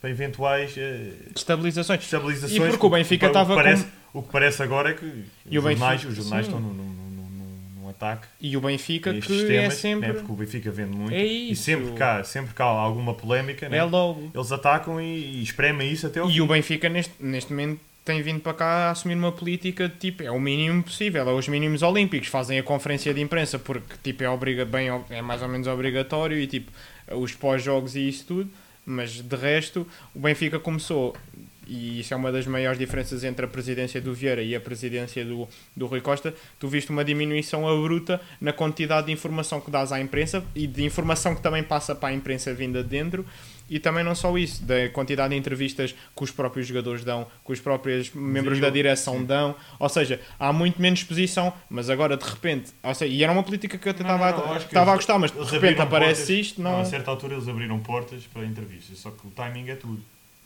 para eventuais eh, Estabilizações. estabilizações. E porque o Benfica que pa- estava o que parece, O que parece agora é que E o os jornais, Benfica- os jornais sim. estão num, num, num, num, num ataque. E o Benfica e que estes é temas, sempre. né, porque o Benfica vende muito. É E isso. sempre que, há, sempre que há alguma polémica, né, É logo. eles atacam e, e espremem isso até ao E fim. o Benfica neste, neste momento tem vindo para cá a assumir uma política de tipo, é o mínimo possível, é os mínimos olímpicos, fazem a conferência de imprensa porque tipo é, obriga, bem, é mais ou menos obrigatório e tipo os pós-jogos e isso tudo, mas de resto o Benfica começou e isso é uma das maiores diferenças entre a presidência do Vieira e a presidência do, do Rui Costa, tu viste uma diminuição abrupta na quantidade de informação que dás à imprensa e de informação que também passa para a imprensa vinda de dentro e também não só isso, da quantidade de entrevistas que os próprios jogadores dão, que os próprios membros da direção dão, ou seja, há muito menos exposição, mas agora de repente, ou seja, e era uma política que eu até Não, não, estava não, a- acho que estava a eles- gostar, mas de eles repente abriram aparece portas- isto, não... é? A certa altura eles abriram portas para entrevistas, só que o timing é tudo.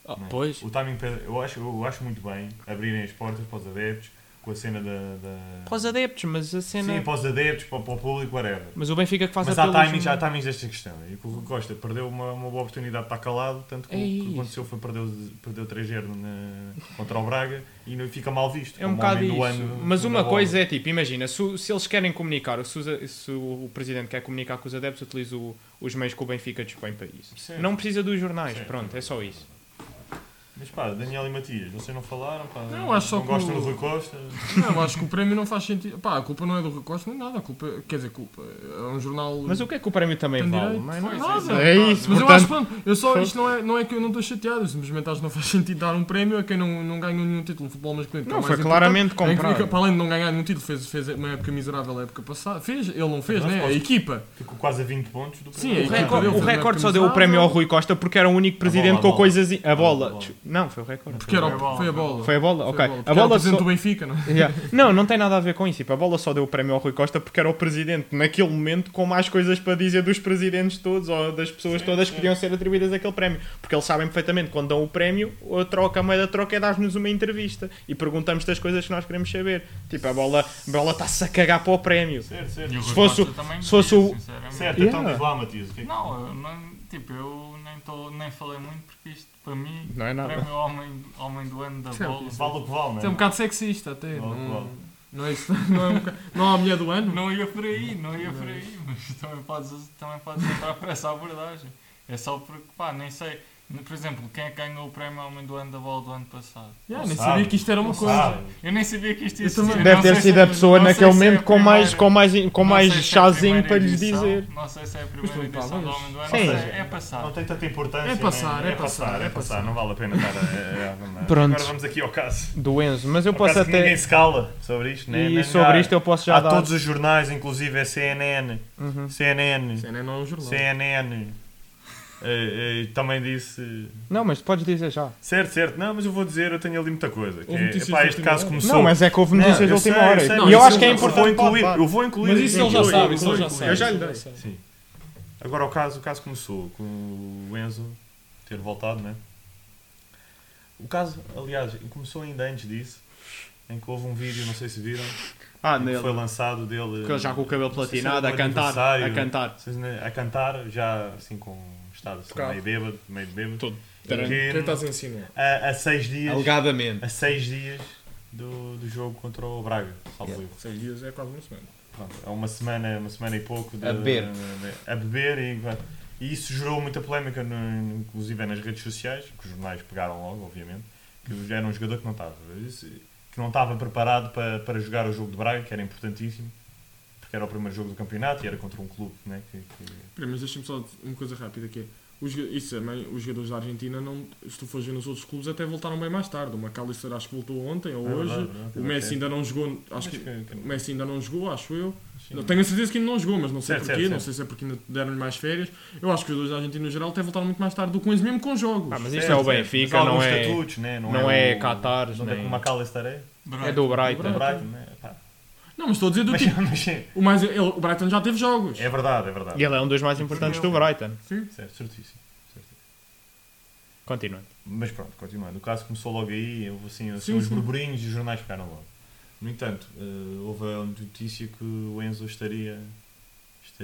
Ah, não é? pois. O timing, para- eu acho, eu acho muito bem abrirem as portas para os adeptos, com a cena da. da... Para os adeptos, né? mas a cena... Sim, para os adeptos, para, para o público, whatever. Mas o Benfica que faz Mas a há pelos- timings, há timings desta questão. E o Rui Costa perdeu uma, uma boa oportunidade de estar calado, tanto que É o que isso. aconteceu foi perdeu, perdeu 3-0 na- contra o Braga e não fica mal visto. É como um bocado homem do isso. ano Mas da uma bola. coisa é tipo, imagina, se, o- se eles querem comunicar, se, os- se o presidente quer comunicar com os adeptos, utiliza o- os meios que o Benfica dispõe para isso. Sim. Não precisa dos jornais, Sim. pronto, é só isso. Mas pá, Daniel e Matias, vocês não falaram, pá. Não, acho só que gostam o- do Rui Costa. Não, eu acho que o prémio não faz sentido. Pá, a culpa não é do Rui Costa, nem nada. A culpa, quer dizer, culpa. É um jornal. Mas o que é que o prémio também Tem vale? direito. Mas não- Pois, Nada. É isso, Mas eu portanto- acho, pronto, eu assim, só, isto não é, não é que eu não estou chateado, eu simplesmente acho que não faz sentido dar um prémio a quem não, não ganhou nenhum título de futebol masculino. que é Não, o foi mais claramente importante. comprado. É que, Para além de não ganhar nenhum título, fez, fez uma época miserável a época passada. Fez, ele não fez, Mas né? A posso- equipa. Ficou quase a 20 pontos do Sim, primeiro. O é a equipa recorde, dele o fez uma recorde época só deu o miserável. prémio ao Rui Costa porque era o único presidente a com bola. coisas. A bola. a bola. Não, foi o recorde. Porque era, Foi a o- bola, foi a bola. Foi a bola, ok. Porque A era o bola presidente só- do Benfica, não? é? É. Yeah. Não, não tem nada a ver com isso. Tipo, a bola só deu o prémio ao Rui Costa porque era o presidente naquele momento com mais coisas para dizer dos presidentes todos ou das pessoas todas que podiam ser atribuídas aquele prémio. Porque eles sabem perfeitamente quando dão o prémio, a troca, a meia da troca é dar-nos uma entrevista e perguntamos-te as coisas que nós queremos saber. Tipo, a bola a bola está-se a cagar para o prémio. Certo, E o certo. Rui fosse o- Costa também se fosse o- queria, sinceramente. Certo, Yeah. então diz lá, Matias. o que é que- Não, eu não, tipo, eu nem, tô, nem falei muito porque isto, para mim, Não é é nada. o homem, homem do ano da Sim, bola. Vale o que vale, não é? Isso é um bocado sexista até. Vale o que Não, vale. não é isso. Não é um bocado- não há a mulher do ano. Não ia por aí, não ia por aí, é mas também podes, também podes entrar por essa abordagem. É só porque, pá, nem sei. Por exemplo, quem é que ganhou o prémio Homem do Ano da Bola do ano passado? Yeah, Não nem sabe. sabia que isto era uma Não coisa. sabe. Eu nem sabia que isto Eu existia. também. não Deve sei ter se- sido a pessoa não sei naquele se é a momento com mais, primeira- com mais, com não mais sei se é a chazinho primeira para lhes edição, dizer. Não sei se é a Mas primeira não tá, edição do mas- Homem do Ano, Sim. mas é, é passado. Não tem tanta importância. É né? passar, é é passar, passar, é passar. Não vale a é, pena estar a. a- a- Pronto. Agora vamos aqui ao caso. Do Enzo, mas eu Ao posso caso que Ninguém até. se cala sobre isto, né? E Nem sobre dá. isto eu posso já Há dar. todos os jornais, inclusive é CNN, Uhum. CNN, Isso ainda não é um jornal. CNN. Eh, eh, também disse. Não, mas podes dizer já. Certo, certo. Não, mas eu vou dizer, eu tenho ali muita coisa. Que Houve é, notícias epá, de este última caso hora. começou. Não, mas é que houve notícias Não, de eu última sei, eu hora. sei, Não, e eu isso acho que é eu vou importante. incluir- para o debate. eu vou incluir. Mas isso ele já incluir. sabe, isso ele já sabe. Eu já lhe dei. Sim. Agora o caso, o caso começou com o Enzo ter voltado, né? O caso, aliás, começou ainda antes disso, em que houve um vídeo, não sei se viram, Ah, em que nele. foi lançado dele Porque ele já com o cabelo sei se era platinado, a um cantar, a aniversário. cantar. Vocês, né, a cantar, já assim com um estado assim, Tocado. meio bêbado, meio bêbado. Todo Pequeno, Quem estás a ensinar? a, a seis dias, Alegadamente. a seis dias do, do jogo contra o Braga, salvo erro. Seis dias é quase uma semana. Pronto, há uma semana, uma semana e pouco de- A beber. de- a beber e, pronto. E isso gerou muita polémica, no- inclusive nas redes sociais, que os jornais pegaram logo, obviamente, que era um jogador que não estava, isso- que não estava preparado para, para jogar o jogo de Braga, que era importantíssimo, porque era o primeiro jogo do campeonato e era contra um clube, né, que, que- Espera, mas deixa-me só dizer uma coisa rápida que é. Os, joga- isso também, os jogadores da Argentina, não, se tu fores ver nos outros clubes, até voltaram bem mais tarde. O McAllister acho que voltou ontem ou É hoje. verdade, verdade. o Messi ainda não jogou, acho Acho que, que- que- o Messi ainda não jogou, acho eu. Sim. Não, tenho a certeza que ainda não jogou, mas não sei Certo, porquê, certo, não certo. sei se é porque ainda deram-lhe mais férias. Eu acho que os jogadores da Argentina no geral até voltaram muito mais tarde do que com eles mesmo com jogos. Ah, mas isto Certo, é o certo. Mas há Benfica, não alguns é. estatutos, né, não, não é o- Qatar, Não é nem- como a McAllister é? É do O Brighton. Brighton, né? Pá. Não, mas estou a dizer do Mas, tipo. mas é O, mais, ele- o Brighton já teve jogos. é verdade, é verdade. E ele é um dos mais importantes do Brighton. Certo, certíssimo. certíssimo. Continua. Mas pronto, continuando. O caso começou logo aí, houve assim, assim Sim, uns sim. burburinhos e os jornais ficaram logo. No entanto, eh, houve a notícia que o Enzo estaria, esta-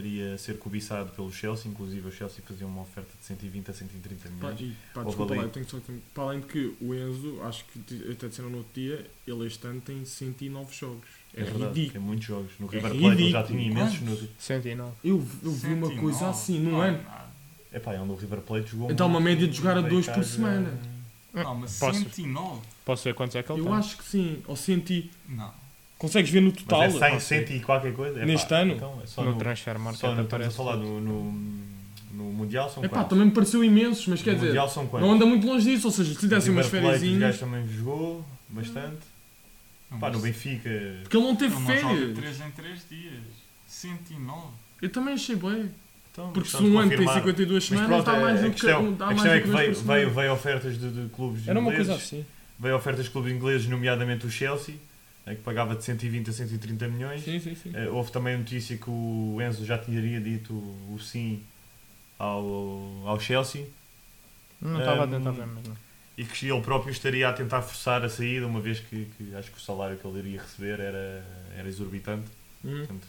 estaria a ser cobiçado pelo Chelsea, inclusive o Chelsea fazia uma oferta de 120 a 130 Pá, milhões. e, pá, Uhum. Houve desculpa ali- lá, eu tenho só que- Para além de que o Enzo, acho que di- até disseram no outro dia, ele este ano tem 109 jogos. É, verdade, ridículo. tem muitos jogos. No É River Plate ele já ridículo. tinha imensos. Quantos? No... 109. Eu, eu vi uma 109, coisa assim, não não Ah, é? nada. Epá, ele no River Plate jogou. Então, uma muito, média de jogar a veio dois cá por já- semana. Não, mas Posso? 109? Posso ver quantos é que ele Eu tem? acho que sim. Ou 100. Não. Consegues ver no total? então tá. Mas é 100, pá, 100 e qualquer coisa. Epá, Neste ano? Então, é só No no, transfer só no, market estamos a aparece. falar no, no, no Mundial são Epá, quantos? também me pareceu imensos, mas No quer dizer, Mundial são quantos? não anda muito longe disso. Ou seja, se lhe dessem No umas River Plate, O gajo férias. também jogou bastante. Não, Pá, no mas Benfica. é Porque ele não teve Ele não joga férias. 3 assim. em 3 dias. 109. Eu também achei bem. Então, Porque se estamos um ano tem confirmados. 52 Mas semanas, pronto, dá a, mais a do que. questão, dá a mais questão do é que dois veio, por semana. veio, veio ofertas de, de clubes Era uma ingleses, coisa assim. veio ofertas de clubes ingleses, nomeadamente o Chelsea, eh, que pagava de 120 a 130 milhões. Sim, sim, sim. Eh, Houve também a notícia que o Enzo já teria dito o sim ao, ao Chelsea Não estava a Hum, tentar ver, mas não. e que ele próprio estaria a tentar forçar a saída, uma vez que, que acho que o salário que ele iria receber era, era exorbitante. Uhum. Portanto,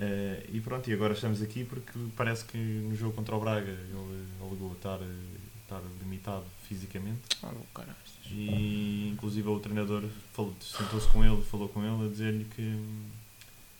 eh, e pronto, e agora estamos aqui porque parece que no jogo contra o Braga ele alegou estar, eh, estar limitado fisicamente. Ah, o caralho. E inclusive o treinador falou- sentou-se com ele, falou com ele, a dizer-lhe que. hum,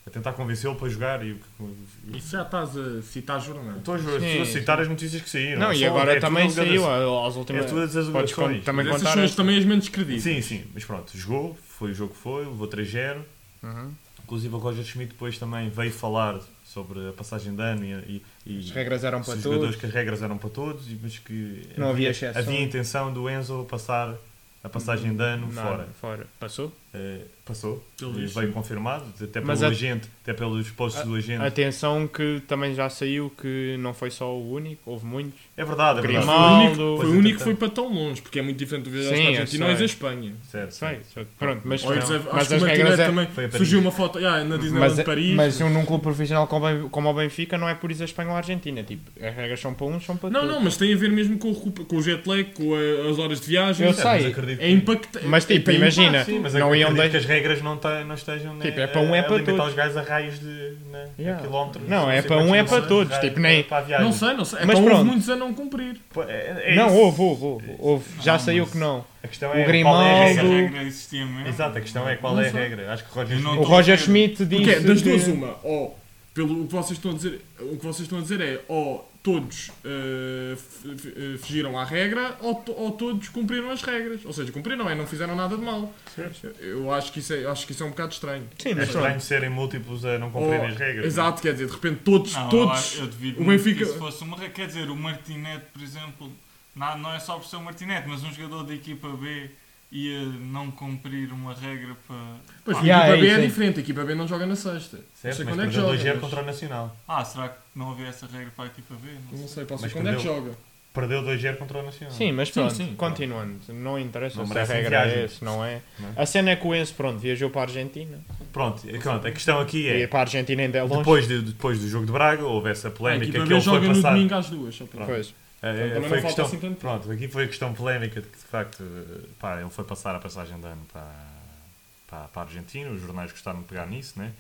a tentar convencê-lo para jogar. E, o que- Isso já estás a citar jornal. estou a, ju- Sim, estou a sim. citar as notícias que saíram. Não, É e só- é agora tudo também alegações. saiu a- às É últimas. todas as Podes con- alegações. também Mas essas contar. são as as- também as menos credíveis. Sim, sim, mas pronto, jogou, foi o jogo que foi, levou 3-0. Uhum. Inclusive o Roger Schmidt depois também veio falar sobre a passagem de ano e, e, As e regras eram se para os todos. jogadores que as regras eram para todos, e- mas que Não havia exceção. havia intenção do Enzo passar a passagem de ano Não, fora. fora. Passou? Eh, passou, Ele e disse. veio confirmado, até Mas pelo a- agente, até pelos postos do agente. Atenção que também já saiu que não foi só o único, houve muitos. É verdade, é verdade. Grimaldo. Ronaldo- Foi o único, foi Pois, o único que entretanto. foi para tão longe, porque é muito diferente do viajar Sim, para a eu Argentina ou sei. a Espanha. Certo, Sei, certo. só- pronto, mas, Ou eles- não. acho mas que as uma regras tiver é, também Foi a Paris. surgiu uma foto yeah, na Disneyland mas, de Paris. mas um núcleo profissional como o Ben- como o Benfica não é por isso a Espanha ou a Argentina. Tipo, as regras são para uns, são para não, todos. não, mas tem a ver mesmo com o, recu- com o jet lag, com a- as horas de viagem. Eu Certo, sei, mas acredito É que- impactante. Mas, tipo, tem impacto. imagina. Sim, mas Não não iam acredito deixar- que as regras não, tá, não estejam né, Tipo, é para um, é a- a para limitar todos. os gajos a raios de né, a Yeah. quilómetros. Não, é sei para um, quantos é para quilómetros, todos, raio- tipo, nem- para a viagem. Não sei, não sei. Mas Mas houve pronto. muitos a não cumprir. Pô, é- é Não, isso. houve, houve, houve, houve. Já Não, saiu mas- que não. A questão o é qual é a Grimaldo- Essa regra. regra existia mesmo. Exato, a questão é qual Não é a sei. regra. Acho que o Roger Eu não- O Schmidt- Roger Schmidt disse. Porque é das que- duas, uma, ou pelo o que vocês estão a dizer, o que vocês estão a dizer é ou todos eh, f- f- eh, fugiram à regra ou, to- ou todos cumpriram as regras. Ou seja, cumpriram, é, não fizeram nada de mal. Eu acho que isso é, eu acho que isso é um bocado estranho. Sim, É mas pronto. estranho serem múltiplos a não cumprirem Então, Ou- as regras. Exato, quer dizer, de repente todos, Não, eu, todos. acho- eu devido o muito Benfica- que isso fosse uma regra. Quer dizer, o Martinete, por exemplo, na- não, é só por ser o Martinete, mas um jogador da equipa B ia não cumprir uma regra para. Pois, Ah, a Yeah, equipa é B é, isso, é. diferente, a equipa B não joga na sexta. não Certo, sei mas quando é perdeu que joga. 2-0 mas- contra o Nacional. Ah, será que não havia essa regra para a equipa B? Não sei. Não sei, posso Mas ser quando é que perdeu. joga. Perdeu 2-0 contra o Nacional. Sim, mas pronto, sim, claro. continuando. Não interessa Não se a merecem regra é viagens. esse, não é? Não. A cena é que o Enzo, pronto, viajou para a Argentina. Pronto, é- pronto, a questão aqui E é. para a Argentina ainda é longe. Depois, de- depois do jogo de Braga, houve essa A polémica Ah, equipa que B ele foi joga no passar. domingo às duas. só para- Pois. É, Também não foi a falta questão, assim tanto. Pronto, aqui foi a questão polémica de que, de facto, eh, pá, ele foi passar a passagem de ano para, para, para a Argentina, os jornais gostaram de pegar nisso, né?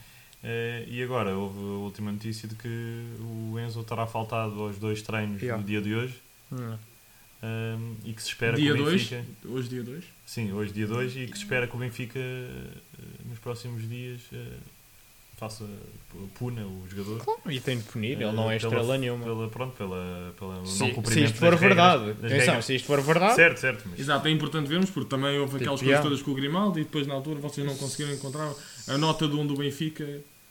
Eh, E agora, houve a última notícia de que o Enzo terá faltado aos dois treinos Yeah. no dia de hoje Hum. eh, e que se espera Dia que o dois? Benfica... Hoje, dia 2. Sim, hoje dia 2 e que se espera que o Benfica eh, nos próximos dias eh, faça eh, puna o jogador. Claro, e tem de punir, ele eh, não é pela- estrela nenhuma. Pela, pronto, pela, pela Se, não se cumprimento isto for das verdade, regras- das atenção, regras. se isto for verdade, Certo, certo, mas Exato, é importante vermos porque também houve Tipo, aquelas yeah. coisas todas com o Grimaldo e depois na altura vocês não conseguiram encontrar a nota de um do Benfica.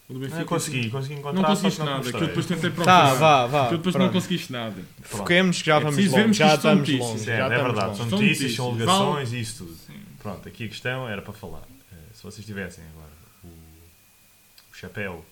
o do Ah, Benfica assim, consegui, consegui Não encontrar. conseguiste só que não nada, que eu mostrei. depois tentei tá, procurar. vá, vá. que eu depois não pronto. conseguimos nada. Foquemos que já É vamos preciso longe, vermos que já isto são estamos notícias. longe. Certo, já é estamos verdade, longe. são São notícias, são notícias. alegações e isso tudo. Sim. Pronto, aqui a questão era para falar. Eh, Se vocês tivessem agora o, o chapéu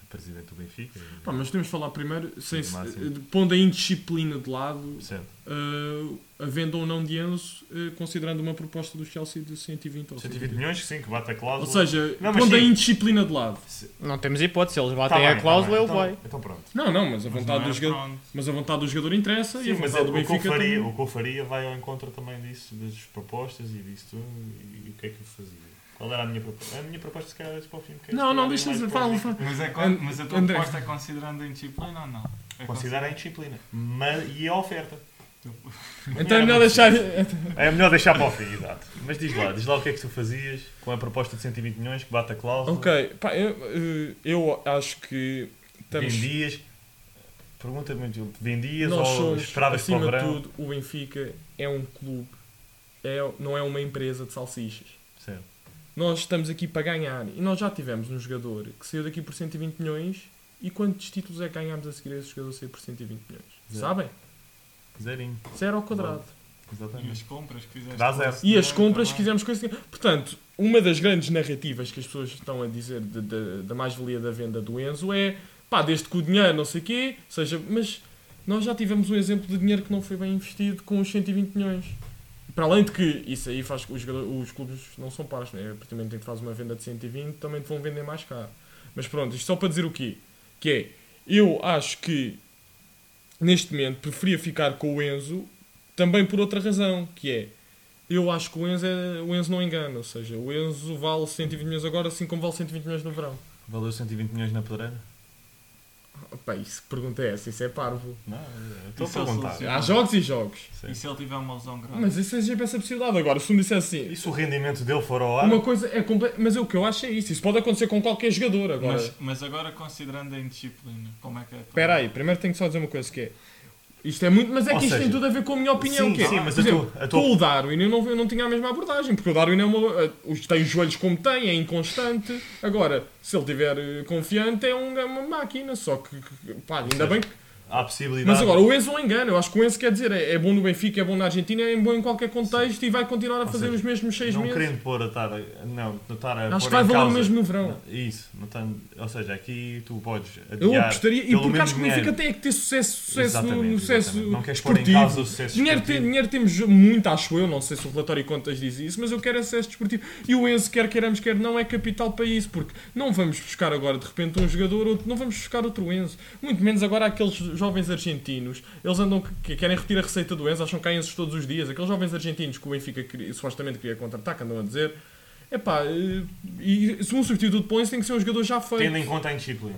do presidente do Benfica, Pá, mas temos de falar primeiro, sem, eh, No máximo. pondo a indisciplina de lado, certo, ah, a venda ou não de Enzo, ah, considerando uma proposta do Chelsea de 120 ou 120 120. milhões, que sim, que bate a cláusula. Ou seja, Não, mas pondo a sim. indisciplina de lado. Não temos hipótese, eles Tá batem bem, a tá cláusula, bem, ele então- vai. Então pronto. Não, não, mas a Mas vontade não do é jogador. pronto. Mas a vontade do jogador interessa e Sim, a mas vontade é, do o, que eu Benfica faria, também. o que eu faria vai ao encontro também disso, das propostas e disso tudo, e, e o que é que eu fazia? Qual era a minha proposta? A minha proposta, se calhar, é para o filme. que é Não, não, inspirado em deixa-me mais dizer, polémica. fala, fala. Mas, é, con- And- mas a tua André. proposta é considerando a indisciplina ou não? É Considera a indisciplina. Mas, e a oferta. Então é melhor deixar. É melhor deixar para o fim, exato. Mas diz lá, diz lá o que é que tu fazias com a proposta de 120 milhões que bate a cláusula. ok, pá, eu, eh, eu acho que estamos. Vendias. Pergunta muito. Vendias Nós ou somos, esperavas para o acima de verão? tudo, o Benfica é um clube, é, não é uma empresa de salsichas. Certo. Nós estamos aqui para ganhar e nós já tivemos um jogador que saiu daqui por 120 milhões e quantos títulos é que ganhámos a seguir a esse jogador sair por 120 milhões? Zero. Sabem? Zerinho. Zero ao quadrado. E as Exatamente. compras que fizeste. Dá com zero. esse E as dinheiro compras que também. fizemos com esse dinheiro. Portanto, uma das grandes narrativas que as pessoas estão a dizer de- de- da mais-valia da venda do Enzo é pá, desde que o dinheiro não sei quê, seja, mas nós já tivemos um exemplo de dinheiro que não foi bem investido com os 120 milhões. Para além de que isso aí faz que os, jogador- os clubes não são pares, né? a partir do momento em que fazes uma venda de 120 também te vão vender mais caro. Mas pronto, isto só para dizer o quê? Que é, eu acho que neste momento preferia ficar com o Enzo também por outra razão, que é eu acho que o Enzo, é- o Enzo não engana, ou seja, o Enzo vale 120 milhões agora, assim como vale 120 milhões no verão. Valeu 120 milhões na pedreira? Pá, isso que pergunta é essa? Isso é parvo. Não, eu estou a Isso é o perguntar. solucionado. Há jogos e jogos. Sim. E se ele tiver uma lesão grave? Mas isso é sempre essa possibilidade. Agora, se me dissesse assim, E se o rendimento dele for ao ar? uma coisa é completa. Mas o que eu acho é isso. Isso pode acontecer com qualquer jogador agora. Mas, mas agora considerando a indisciplina, como é que é? Espera aí, primeiro tenho que só dizer uma coisa que é. Isto é muito, mas é Ou que isto seja, tem tudo a ver com a minha opinião. sim, que é, sim, mas por a tua- exemplo, a tua- com o Darwin eu não, eu não tinha a mesma abordagem, porque o Darwin é uma, eh, os- tem os joelhos como tem, é inconstante. Agora, se ele estiver confiante, é um- é uma máquina. Só que, que- pá, ainda bem que. Há a possibilidade. Mas agora, o Enzo não engana. Eu acho que o Enzo quer dizer, é, é bom no Benfica, é bom na Argentina, é bom em qualquer contexto e vai continuar a fazer seja, os mesmos seis não meses. querendo pôr a estar. Não, não estar a Acho pôr que vai em valer o causa- mesmo no verão. Não, Isso, não tá, ou seja, aqui tu podes Eu adiar. apostaria, e pelo porque menos acho que o Benfica dinheiro. tem é que ter sucesso, sucesso no, Exatamente, no sucesso exatamente. Não queres pôr em desportivo. causa o sucesso dinheiro, tem- desportivo. dinheiro temos muito, acho eu, não sei se o relatório de contas diz isso, mas eu quero é sucesso desportivo. E o Enzo, quer queiramos, quer não, é capital para isso, porque não vamos buscar agora de repente um jogador, outro, não vamos buscar outro Enzo. Muito menos agora aqueles jovens argentinos, eles andam, que- que querem retirar a receita do Enzo, acham que há Enzos todos os dias. Aqueles jovens argentinos que o Benfica queria- supostamente queria contratar, que andam a dizer. Epá, eh, e se um substituto para o Enzo tem que ser um jogador já feito. Tendo em conta a indisciplina.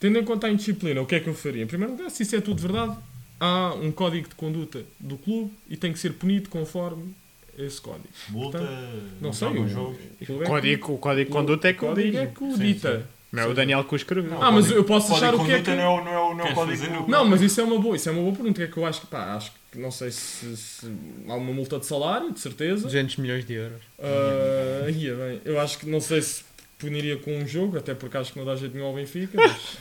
Tendo em conta a indisciplina, o que é que eu faria? Em primeiro lugar, se isso é tudo verdade, há um código de conduta do clube e tem que ser punido conforme esse código. Multa. Então, Não sei, joga eu- os jogos. aquilo O é que- código, o código de conduta é que o o código é diz. que o Sim, dita. Não é o Daniel que o escreveu. Ah, mas eu posso Código achar de o que é conduta que. não é o- não é o- não é o Queres código fazer do- no- Não, mas isso é uma boa, isso é uma boa pergunta. O que é que eu acho que, pá, acho que não sei se, se há uma multa de salário, de certeza. 200 milhões de euros. Ah, ia bem, eu acho que não sei se puniria com um jogo, até porque acho que não dá jeito nenhum ao Benfica. mas-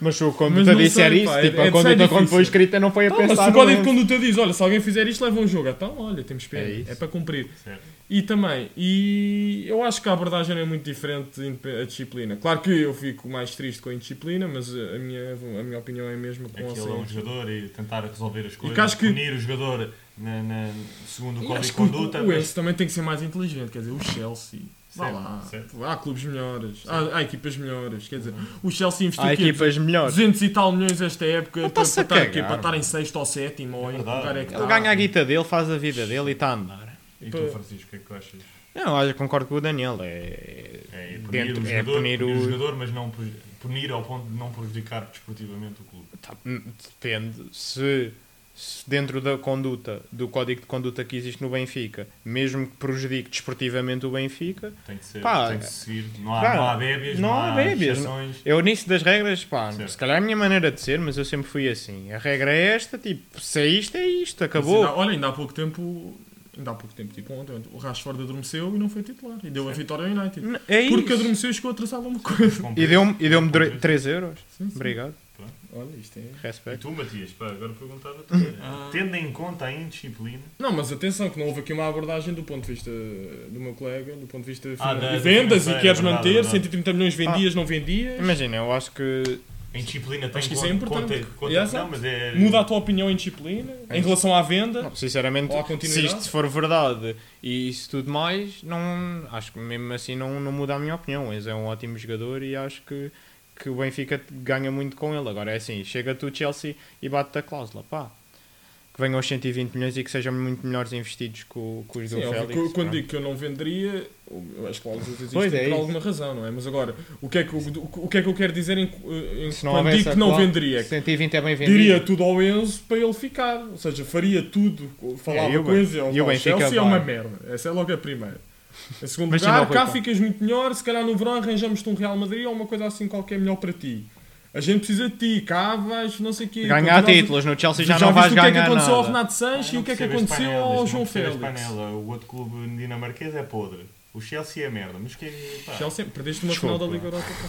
Mas se o Mas conduta não disser sei, isso, pá, tipo, é- é a de conduta ser quando foi difícil. escrita não foi a Então, mas se pensar. o código de não. conduta diz, olha, se alguém fizer isto, leva um jogo. Então, olha, temos pena. É É, isso. para cumprir. Certo. E também, e eu acho que a abordagem é muito diferente independ- a disciplina. Claro que eu fico mais triste com a indisciplina, mas eh, a minha, a minha opinião é a mesma com Aquilo é um a saída. jogador e tentar resolver as coisas. que acho que- Punir o jogador na, na- segundo o E código de acho que o- conduta. o mas- Enzo também tem que ser mais inteligente. Quer dizer, o Chelsea... Vá Certo, lá. certo. Uhum. Há clubes melhores. Há, há equipas melhores. Quer dizer, o Chelsea investiu Há o quê? equipas melhores. 200 e tal milhões esta época para, está-se a para, estar, o quê? cagar, para estar em sexto ou sétimo ou em que verdade. lugar é que Ele está. ganha a guita dele, faz a vida dele e está a andar. E Pá. tu, Francisco, o que é que tu achas? Não, eu concordo com o Daniel. É, É punir, dentro, o, é jogador, punir punir o o. jogador, mas não preju- punir ao ponto de não prejudicar desportivamente o clube. Tá, depende. Se, se dentro da conduta, do código de conduta que existe no Benfica, mesmo que prejudique desportivamente o Benfica, Tem que ser, Pá, tem que seguir. Não há, pá, não há débias, não, não há há débias, exceções. eu nisso é das regras, pá, Certo. se calhar é a minha maneira de ser, mas eu sempre fui assim. A regra é esta, tipo, se é isto, é isto, Mas acabou. ainda- olha, ainda há pouco tempo, ainda há pouco tempo, tipo ontem, o Rashford adormeceu e não foi titular. E deu a vitória ao United. N- É Porque isso. adormeceu e chegou atrasado a uma coisa. E deu-me e deu-me Cumprir. 3 euros. Sim, sim. Obrigado, Olha, isto é... E respeito. tu, Matias, pá, agora perguntava-te. Ah. Tendo em conta a indisciplina. Não, mas atenção, que não houve aqui uma abordagem do ponto de vista do meu colega, do ponto de vista Ah, de da- da vendas e financeira, queres verdade, manter, verdade. Ah, 130 milhões vendias, não vendias. Imagina, eu acho que A indisciplina tem Acho que isso conta- é importante. Conta, conta, Exato. não, mas é, Muda a tua opinião em disciplina, É em isso. relação à venda. Não, sinceramente, Ou há continuidade? se isto for verdade e isso tudo mais, não, acho que mesmo assim não, não muda a minha opinião. Enzo é um ótimo jogador e acho que, que o Benfica ganha muito com ele. Agora é assim, chega tu Chelsea e bate-te a cláusula, pá. que venham aos 120 milhões e que sejam muito melhores investidos que, o- que os do Sim, óbvio, Félix. não quando é? digo que eu não venderia, eu acho que logo existem Pois é por isso. alguma razão, não é? Mas agora, o que é que, eu- o, que, é que eu quero dizer em, eh, em- Se não quando houvesse digo que não atual- venderia? 120 é bem vendido. Diria tudo ao Enzo para ele ficar, ou seja, faria tudo, falava É, e o com Ben- o Enzo, e o ele, o Benfica Chelsea é vai. uma merda, essa é logo a primeira. Em segundo Mas sim, lugar, não, cá Rui, pá. ficas muito melhor, se calhar no verão arranjamos-te um Real Madrid ou uma coisa assim qualquer melhor para ti. A gente precisa de ti, cá vais, não sei o quê. Ganhar continuas a- títulos no Chelsea já, já não vais viste o que é que ganhar aconteceu ao nada. Renato Sanches Ah, e o que é que percebo as aconteceu panelas, ao não João percebo as Félix? panela. O outro clube dinamarquês é podre. O Chelsea é merda. Mas que é. pá, Chelsea, perdeste uma Desculpa. final da Liga Europa. pá.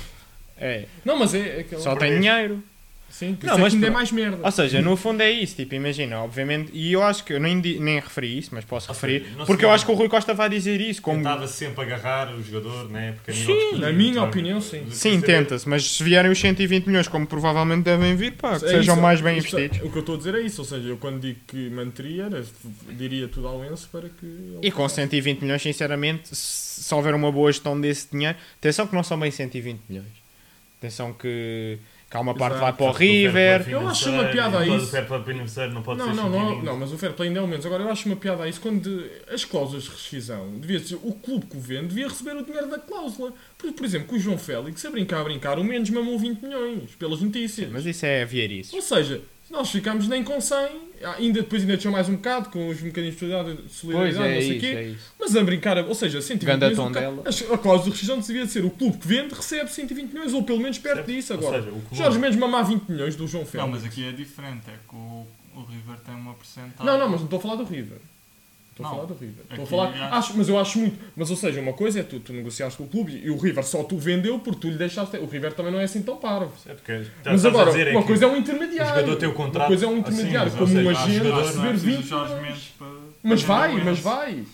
É, Não, mas é, é aquela... só Perdeste. tem dinheiro. Sim, por Não, isso é mas que ainda é pronto. mais merda. Ou seja, no fundo é isso, tipo, imagina, obviamente, e eu acho que eu nem, di- nem referi isso, mas posso Ou referir, seja, não porque se eu dá- acho que o Rui Costa vai dizer isso, como Tentava sempre agarrar o jogador, né? Porque a nível Sim, desportivo, na minha claro, opinião, sim. de- de Sim, saber- tenta-se, mas se vierem os 120 milhões, como provavelmente devem vir, pá, que É sejam isso, mais bem isto é- investidos. O que eu estou a dizer é isso, ou seja, eu quando digo que manteria, era, diria tudo ao Enzo para que... ele- E com 120 milhões, sinceramente, se se houver uma boa gestão desse dinheiro, atenção que não são bem 120 milhões. Atenção que, que há uma parte que vai Exato. para o Porque o fair play River. financeiro, Eu acho uma piada não a pode- isso. O fair play financeiro não pode Não, ser não, não, chiquinho. não, mas o fair play ainda é o menos. Agora, eu acho uma piada a isso. Quando de- as cláusulas de rescisão, devia ser- o clube que o vende devia receber o dinheiro da cláusula. Por, por exemplo, com o João Félix, a brincar, a brincar, o menos mamou 20 milhões, pelas notícias. Mas isso é vierices. Ou seja, nós ficámos nem com 100, ainda, depois ainda deixou mais um bocado, com os mecanismos de solidariedade, Pois não é, sei o isso, quê. é isso. Mas a brincar, ou seja, 120 Ganda milhões. o ca- Tondela. as- A cláusula de rescisão devia ser o clube que vende recebe 120 milhões, ou pelo menos perto disso Ou agora. seja, o clube- Jorge Mendes mamar 20 milhões do João Félix. Não, mas aqui é diferente, é que o, o River tem uma porcentagem. Não, não, mas não estou a falar do River. Estou a tá Não. falar do River. Estou a Aqui falar. já- Acho, mas eu acho muito. Mas ou seja, uma coisa é tu, tu negociaste com o clube e o River só tu vendeu porque tu lhe deixaste. O River também não é assim tão parvo. É porque já mas estás a agora, dizer é uma que- coisa é um o intermediário. jogador tem o Uma contrato, coisa é um assim, intermediário, mas, ou como seja, um há agente a jogadores que não é receber 20 Jorge milhões. Mendes para. Mas para vai, ganhar o mas Enzo. vai.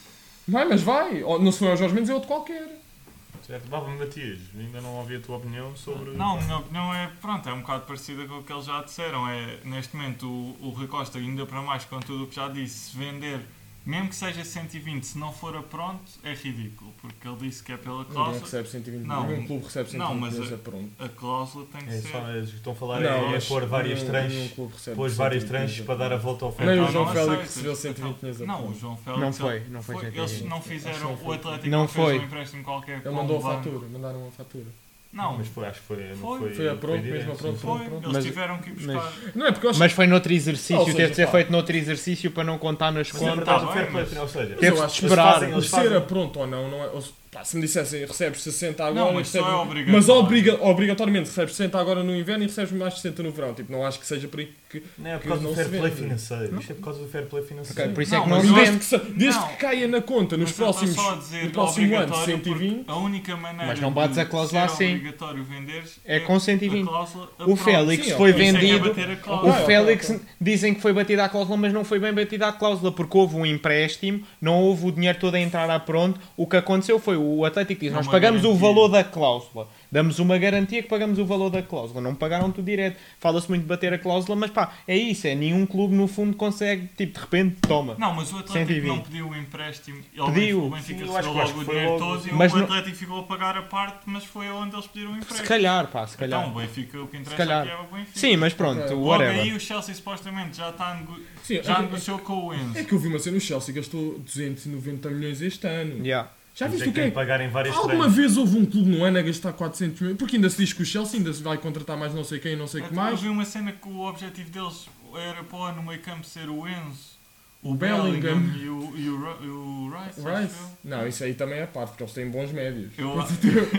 Vai, mas vai. Ou não se for o Jorge Mendes, é outro qualquer. um- Certo, Baba Matias, ainda não ouvi a tua opinião sobre. Não, a minha opinião é, pronto, é um bocado parecida com o que eles já disseram. É, neste momento, o, o Rui Costa, ainda para mais com tudo o que já disse, se vender, mesmo que seja 120, se não for a pronto, é ridículo. Porque ele disse que é pela Ninguém cláusula. recebe 120 Não. milhões. Um clube recebe 120 Não, mas eh, milhões a- é pronto. A cláusula tem que É ser. só, eles estão a falar Não, é, é acho pôr que várias nenhum- nenhum tranches. clube recebe Pôr várias 120 tranches milhões para dar a volta ao Nem o Fernando. Então João não Félix aceitas. recebeu 120 milhões a Não, o pronto. João Félix. Não foi, não foi Eles 120. não Acho que fizeram. não foi. O Atlético Não não fez foi. um empréstimo qualquer. Ele com mandou o a banco. fatura, mandaram a fatura. Não, Mas foi, acho que foi. Não Foi. foi, Foi a pronto, direto, mesmo a sim. pronto. foi. Eles Mas- tiveram que ir buscar. mas- Não é porque eu acho Mas foi noutro Ou exercício, seja, teve de ser pá. feito noutro exercício para não contar nas Mas é contas. verdade, Tá o fair bem, play, mas- ou seja, Mas eu Teve de acho que esperar. é eles fazem- Mas se era pronto ou não, não é. ou se- pá, se me dissessem recebes 60 agora Não, e mas só recebes, é obrigatório. mas obriga- obrigatoriamente recebes 60 agora no inverno e recebes mais 60 no verão. Tipo, não acho que seja por aí que. Não é que por causa não do se fair play vende. financeiro. Isto é por causa do fair play financeiro. Ok, por isso é Não, que mas nós eu vemos. desde que, se- desde Não. que caia na conta nos Mas eu tô próximos. só a dizer no próximo ano, obrigatório, porque 120. A única maneira Mas não bates a de cláusula ser assim. obrigatório venderes É com 120. a cláusula a O prova. Félix Sim, foi Isso é que é vendido. bater a O cláusula. Ah, ok, Félix ok. dizem que foi batida a cláusula, mas não foi bem batida a cláusula, porque houve um empréstimo, não houve o dinheiro todo a entrar à pronto. O que aconteceu foi o Atlético disse: Não Nós uma pagamos o garantia. valor da cláusula, damos uma garantia que pagamos o valor da cláusula, não pagaram tudo direto. Fala-se muito de bater a cláusula, mas pá, é isso, é nenhum clube no fundo consegue, tipo, de repente, toma. Não, mas o Atlético 120. não pediu o empréstimo. Ele Pediu. O Benfica Sim, eu acho recebeu que foi logo o dinheiro logo. todo e Mas o não- Atlético ficou a pagar a parte, mas foi onde eles pediram o Se empréstimo. calhar, pá, se calhar. Então o Benfica, o que Se interessa calhar. aqui é o Benfica. Sim, mas pronto, Ok. Logo aí whatever. o Chelsea supostamente já está a nego... Sim, já é- negociou com o Enzo. É que eu vi uma cena: o Chelsea gastou 290 milhões este ano. Yeah. Já Mas é viste que o que tem é que pagar em várias Alguma tranches. vez houve um clube no ano a gastar 400 milhões? Porque ainda se diz que o Chelsea ainda se vai contratar mais não sei quem, não sei o que Então, Eu mais. vi uma cena que o objetivo deles era para lá no meio campo ser o Enzo, O Bellingham. e o, e o, Ro- e o Rice. acho Rice? eu. Não, isso aí também é parte, porque eles têm bons médios. Eu,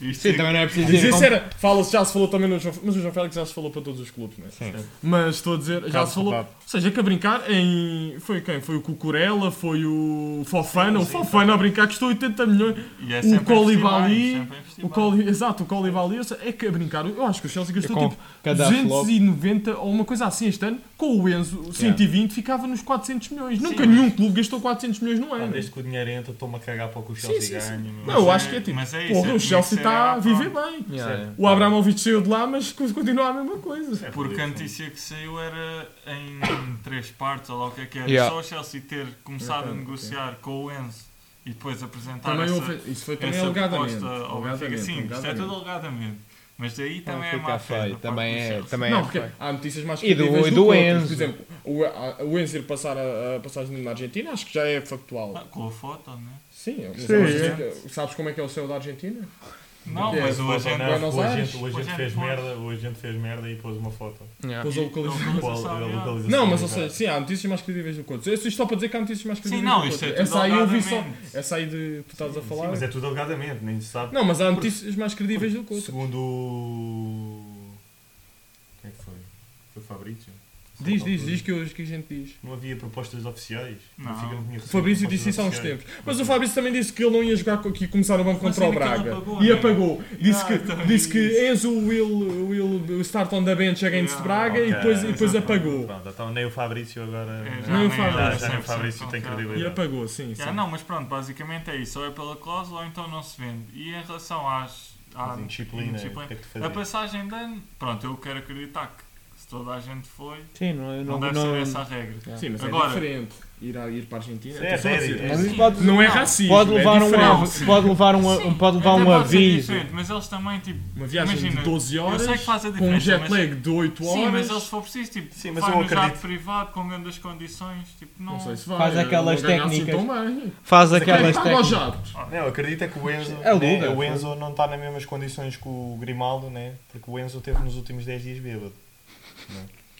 isto Sim, é- também não é preciso Mas dizer. isso era, fala já se falou também no João mas o João Félix já se falou para todos os clubes, não é? Sim. Mas estou a dizer, já Caso se falou. Ou reparado. seja, que a brincar em. Foi quem? Foi o Cucurella, foi o Fofana, o Fofana a brincar que custou 80 milhões. e é o sempre a Colibali. investir mais, sempre a investir O mais. Coli, exato, o Colibali, ou seja, é que a brincar, eu acho que o Chelsea gastou Com tipo cada flop. 290 ou uma coisa assim este ano, com o Enzo 120 ficava nos 400 milhões. Nunca nenhum clube gastou 400 milhões no Pá, ano. Desde que o dinheiro entra, estou-me a cagar para o que o sim, Chelsea sim. ganha. Não, meu. eu Oh, Mas acho é- que é tipo, mas é isso, porra, é o que Chelsea tinha que ser está a à viver prova. bem. Yeah, yeah. O Abramovich saiu de lá, mas co- continua a mesma coisa. Porque a notícia que saiu era em três partes, ou lá o que é que era. Yeah. Só o Chelsea ter começado Ok, a ok. negociar com o Enzo e depois apresentar Também essa, houve- isso foi também É essa alegadamente. proposta ao Benfica. Alegadamente, Sim, isto é alegadamente. tudo alegadamente. Mas daí Não, também é fica má fé da feio, parte também do é. Chelsea. Também Não, é porque feio. há notícias mais E do- credíveis e do que outras. Enzo. Tipo, Por exemplo, o o, a- o Enzir passar a, a passagem na Argentina, acho que já é factual. Ah, com a foto, né? Sim, mas Sim, sabes, é. que- sabes como é que é o céu da Argentina? Não, É, mas o Foto, agente. não, Buenos o Aires. agente, o agente Hoje é fez depois. merda, o agente fez merda e pôs uma foto. Yeah. Pôs a localização. Ah. Não, Qual- sabe, a é. localização Não, mas do ou seja, cara. sim, há notícias mais credíveis do Couto. Isto só para dizer que há notícias mais credíveis não, do isto é Couto. tudo Essa aí eu vi só. alegadamente. Essa aí de tu estás a Sim, falar. mas é tudo alegadamente, nem se sabe. Não, mas há notícias mais credíveis do Couto. Segundo o. Quem é que foi? Foi o Fabrício. Diz, Sim, diz, não, diz que, hoje, que a gente diz. Não havia propostas oficiais. Não. Benfica tinha O recebido Fabrício propostas disse isso há uns oficiais. tempos. Mas o Fabrício também disse que ele não ia jogar co- aqui começar no banco Mas contra o ainda que ele Braga. apagou, E né? apagou. Disse Ah, que, também disse que isso. Enzo will, will start on the bench against Ah, Braga e Ok, depois, e depois exato. apagou. Pronto, então nem o Fabrício agora. É, Não, nem o Fabrício. Já, ele, já nem o 100% Fabrício tem confiável. credibilidade. E apagou, sim, sim. Ah, não, mas pronto, basicamente é isso. Ou é pela cláusula ou então não se vende. E em relação às. à Mas indisciplina, o que é que tu A fazias? passagem de ano, pronto, eu quero acreditar que se toda a gente foi, Sim, não, eu não, não, deve não, ser essa a regra. Sim, mas Agora- é diferente. Ir, a, ir para a Argentina. É, estou só a é, dizer. é. Mas isso pode, Não é racismo. pode levar é um, diferente. av- pode levar um, a- um, pode levar assim. Até um pode ser aviso. diferente, Mas eles também, tipo, Uma viagem Imagina, de 12 eu horas sei que faz a com um diferença, jet mas- lag de 8 horas. Sim, mas Tipo, eles se for preciso, tipo, Sim, mas vai eu no jato acredito- privado com grandes condições, tipo, não... Não sei se vai. Faz eu aquelas não ganho assim técnicas. tão bem. é Faz Quem aquelas paga aos técnicas. jatos? Ah. Não, acredito é que o Enzo, É né, Luga, o foi. Enzo não está nas mesmas condições que o Grimaldo, né? porque o Enzo teve nos últimos 10 dias bêbado.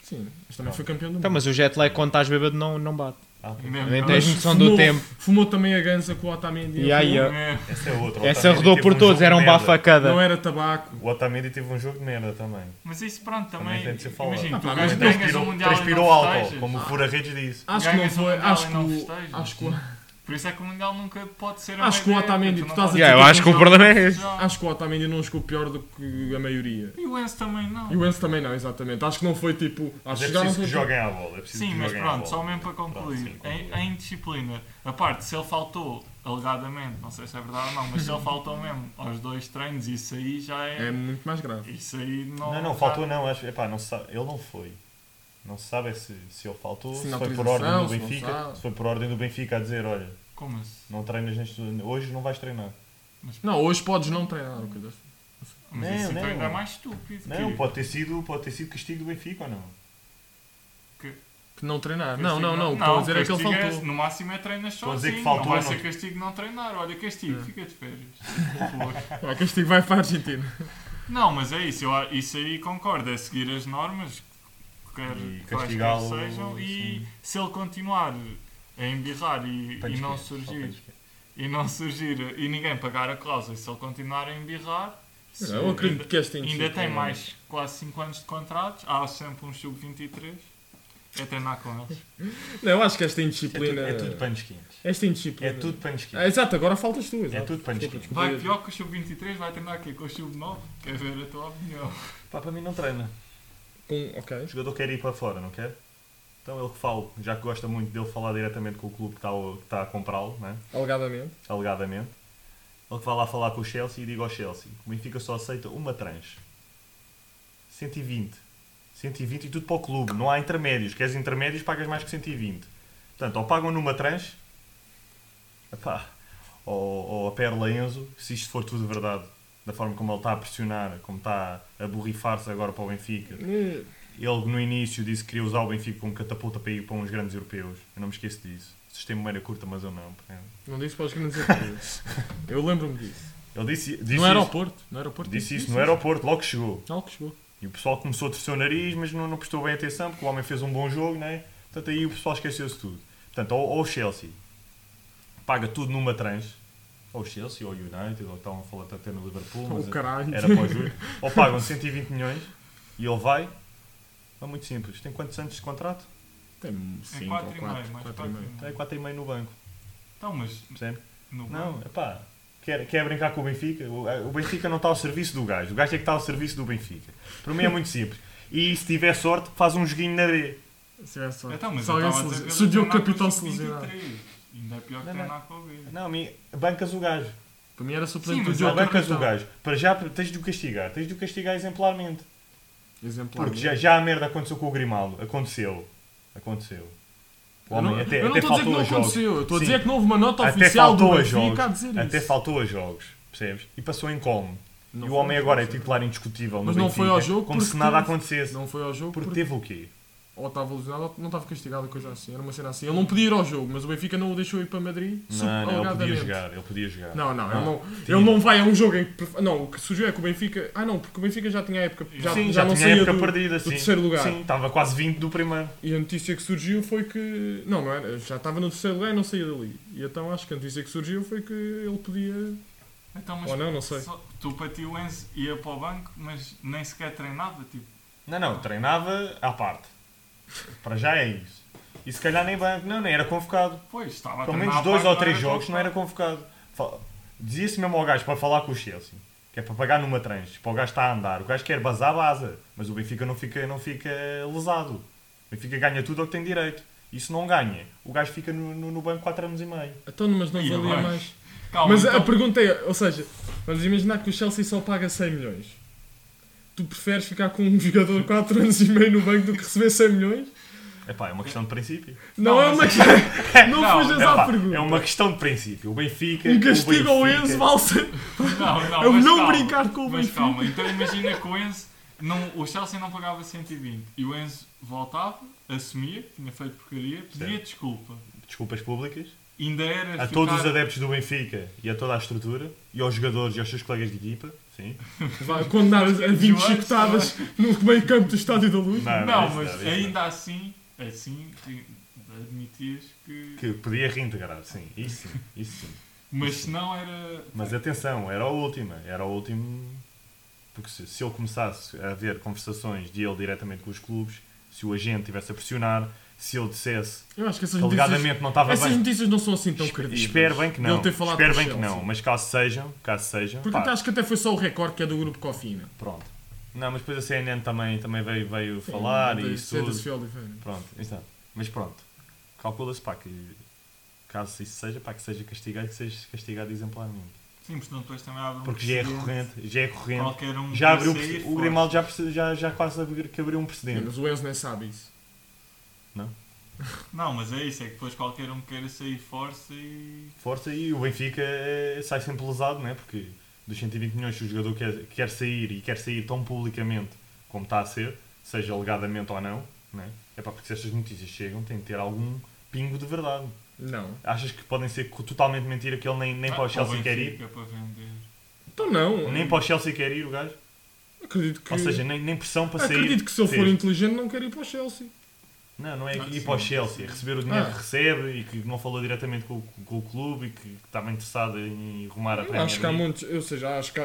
Sim, mas também foi campeão do mundo. Então, mas o jet lag quando estás bêbado não, não bate. Ah, pô, Mesmo, Nem não- tens noção do Fumou- tempo. Fumou também a gansa com o Otamendi. E aí, ó, É, essa é outra. o essa Otamendi rodou teve por um todos, jogo era de um merda. bafo a cada. Não era tabaco. O Otamendi teve um jogo de merda também. Mas isso, pronto, Também também... tem de ser falado. Imagina, Ah, tu pá, ganhas mas Transpirou, um mundial e não Ah. transpirou álcool, festejas. como o Fura Redes disse. Ah, Acho que não Ganhas um foi. mundial Acho e que, não o- festejas. acho, que, o- Por isso é que o mundial nunca pode ser a Acho que o ideia, Otamendi, tu não tu estás a podes- Yeah, eu dizer acho que que o problema é esse. Já. acho que o Otamendi não jogou pior do que a maioria. E o Enzo também não. E o Enzo também não, exatamente. Acho que não foi tipo. Mas Acho é que já não preciso foi. que joguem à bola. É preciso Sim, que mas joguem à bola. pronto, só mesmo para sim, concluir. concluir. A, a indisciplina, a parte, se ele faltou, alegadamente, não sei se é verdade ou não, mas se ele faltou mesmo aos dois treinos, isso aí já é. É muito mais grave. Isso aí não. Não, não, faltou não. Acho, epá, não se sabe, ele não foi. Não se sabe é se, se ele faltou, Se se, na foi por autorização, ordem do se não Benfica, sabe. se foi por ordem do Benfica a dizer, olha, Como assim? não treinas neste, hoje não vais treinar. Não, hoje podes não treinar. assim. o que Deus. Mas Não, isso então não. ainda é mais estúpido. tipo. Não, que- pode ter sido, pode ter sido castigo do Benfica ou não. Que não treinar. castigo Não, não, não. O que estou a dizer é que ele castigo faltou. no máximo é treinas só. Estou a dizer que assim, faltou, Não vai não. ser castigo não treinar. Olha, É. castigo, fica de férias. Pô. Ah, castigo vai para a Argentina. não, mas é isso. Eu, a- isso aí concordo. É seguir as normas, quer, E quais que castigá-lo, sejam. E se ele continuar a embirrar e, Pães e não quentes, só surgir pães quentes. e não surgir e ninguém pagar a cláusula, e se ele continuar a embirrar, se- É, Eu acredito que é assim, este ainda, ainda tem mais quase 5 anos de contratos, há sempre um sub-23, é treinar com eles. Não, eu acho que esta É tudo, indisciplina. é tudo panos quentes. Esta indisciplina. É tudo panos Ah, quentes. exato, agora faltas tu. Exato. É tudo panos Desculpa, quentes. desculpa. Vai pior que o sub-23, vai treinar aqui com o sub-9, quer ver a tua opinião. Pá, para mim não treina. Com- ok. O jogador quer ir para fora, não quer? Então ele que fala, já que gosta muito dele falar diretamente com o clube que está, a- que está a comprá-lo, né? Alegadamente. alegadamente. Ele que vai lá falar com o Chelsea e diga ao Chelsea que o Benfica só aceita uma trans. 120. 120 e tudo para o clube, não há intermédios. Queres intermédios, pagas mais que 120. Portanto, ou pagam numa trans, epá, ou, ou a Perla Enzo, se isto for tudo verdade, da forma como ele está a pressionar, como está a borrifar-se agora para o Benfica, Eh, ele no início disse que queria usar o Benfica como catapulta para ir para uns grandes europeus. Eu não me esqueço disso. Vocês têm memória curta, mas eu não. é- portanto. Não disse para os grandes europeus. Eu lembro-me disso. Ele disse, disse No isso, aeroporto. No aeroporto. disse isso no aeroporto, logo que chegou. Algo que chegou. E o pessoal começou a torcer o nariz, mas não, não prestou bem atenção, porque o homem fez um bom jogo, né? Portanto, aí o pessoal esqueceu-se tudo. Portanto, ou, ou o Chelsea paga tudo numa trans, ou o Chelsea, ou o United, ou estavam a falar até no Liverpool, mas Oh, caralho. era para o juro. ou pagam 120 milhões e ele vai. É muito simples. Tem quantos anos de contrato? Tem 5 É ou 4. 4,5, mais 4,5. Tem 4,5 no banco, Então, mas percebe? no Uhum. Não, epá, quer, quer brincar com o Benfica? O, o Benfica não está ao serviço do gajo, o gajo é que está ao serviço do Benfica. Para mim é muito simples. E se tiver sorte, faz um joguinho na B. Se tivesse sorte. Então, mas se eu alguém estava a se lesi- dizer que se o ele Diogo treinar com Capitão os se lesionar. 23. Ainda é pior que Não, treinar com o B. Não, mi- bancas o gajo. Para mim era Sim, suplente do mas é Diogo há bancas o Capitão. gajo. Para já tens de o castigar, tens de o castigar exemplarmente. Exemplar. Porque já, já a merda aconteceu com o Grimaldo. Aconteceu. Aconteceu. O Eu não- homem até, eu não até estou a dizer faltou que não a jogos. aconteceu. Eu estou a Sim. dizer que não houve uma nota Até oficial do faltou a Benfica a jogos. dizer Até isso. faltou a jogos, percebes? E passou em como. Não e o foi homem ao agora é jogo. titular indiscutível no Mas não foi Benfica, ao jogo como se porque nada teve- acontecesse. Não foi ao jogo Porque porque teve o quê? ou estava lesionado ou não estava castigado, coisa assim. Era uma cena assim. Ele não podia ir ao jogo, mas o Benfica não o deixou ir para Madrid. Não, não, ele podia alegadamente. jogar, ele podia jogar. Não, não, ele Não, não, tinha. ele não vai a um jogo em que. pref- Não, o que surgiu é que o Benfica. Ah, não, porque o Benfica já tinha a época. Já, sim, já, já, não tinha a saía época do, perdida, do sim. terceiro lugar. Sim, estava quase 20 do primeiro. E a notícia que surgiu foi que. Não, não era. Já estava no terceiro lugar e não saía dali. E então acho que a notícia que surgiu foi que ele podia. Então, Ou não, não sei. só- tu para ti o Enzo ia para o banco, mas nem sequer treinava, tipo. Não, não, treinava à parte. Para já é isso. E se calhar nem banco, não, nem era convocado. Pois, estava a Pelo treinar menos à dois parte, ou três jogos convocado. não era convocado. Fa- Dizia-se mesmo ao gajo para falar com o Chelsea, que é para pagar numa trans, para o gajo está a andar. O gajo quer bazar, baza. Mas o Benfica não fica, não fica lesado. O Benfica ganha tudo ao que tem direito. E se não ganha, o gajo fica no, no, no banco 4 anos e meio. Então, mas não Ia valia bem. mais. Calma, Mas a então, pergunta é: ou seja, vamos imaginar que o Chelsea só paga 100 milhões. Tu preferes ficar com um jogador 4 anos e meio no banco do que receber 100 milhões? Epá, é uma questão de princípio. Não, Não, é mas uma é- questão. Não, Não, fujas Epá, à pergunta. é uma questão de princípio. O Benfica. Um o castigo ao é Benfica- Enzo vale 100. não, não, Eu mas não calma, brincar com o Mas Benfica. calma, então imagina que o Enzo. Não, o Chelsea não pagava 120 e o Enzo voltava, assumia, tinha feito porcaria, pedia Certo. desculpa. Desculpas públicas. Ainda era a ficar- todos os adeptos do Benfica e a toda a estrutura, e aos jogadores e aos seus colegas de equipa, sim. Vai condenar a 20 João, chicotadas no meio campo do Estádio da Luz. Não, isso mas isso ainda assim, assim, ti- admitias que. Que podia reintegrar, sim, isso sim, isso sim. Mas se não era. Mas atenção, era a última, era a última. Porque se, se ele começasse a haver conversações de ele diretamente com os clubes, se o agente estivesse a pressionar, se ele dissesse Eu acho que essas que notícias. alegadamente não estava Essas bem. notícias não são assim tão credíveis. Espero bem que não. Ele ter falado Espero com o bem que não, Chelsea. mas caso sejam, caso sejam, Porque pá, até acho que até foi só o recorde que é do grupo Cofina. pronto. Não, mas depois a CNN também, também veio, veio falar e isso tudo. Senta-se Oliveira. Pronto, exato. Mas pronto, calcula-se pá, que caso isso seja, pá, que seja castigado, que seja castigado exemplarmente. Sim, porque não depois também abre um Porque já é precedente. recorrente, já é recorrente. Qualquer um Já podia abriu, sair o fora. Grimaldo já, perce- já, já quase abri- que abriu um Sim, precedente. Mas o Enzo nem sabe isso. Não, mas é isso, é que depois qualquer um queira sair força e. Força e o Benfica eh, sai sempre lesado, não é? Porque dos 120 milhões, se o jogador quer, quer sair e quer sair tão publicamente como está a ser, seja alegadamente ou não, não é? É pá, porque se estas notícias chegam, tem que ter algum pingo de verdade. Não. Achas que podem ser co- totalmente mentira que ele nem, nem para o Chelsea quer ir? Ah, Benfica Para vender. Então não. Nem para o Chelsea quer ir o gajo? Acredito que. Ou seja, nem, nem pressão para sair. acredito que se ele for Sim. inteligente não quer ir para o Chelsea. Não, não é Ah, ir sim, para o Chelsea, é sim. receber o dinheiro Ah. que recebe e que não falou diretamente com, o- com o clube e que estava interessado em arrumar a Premier Acho que há League. muitos, ou seja, acho que, há,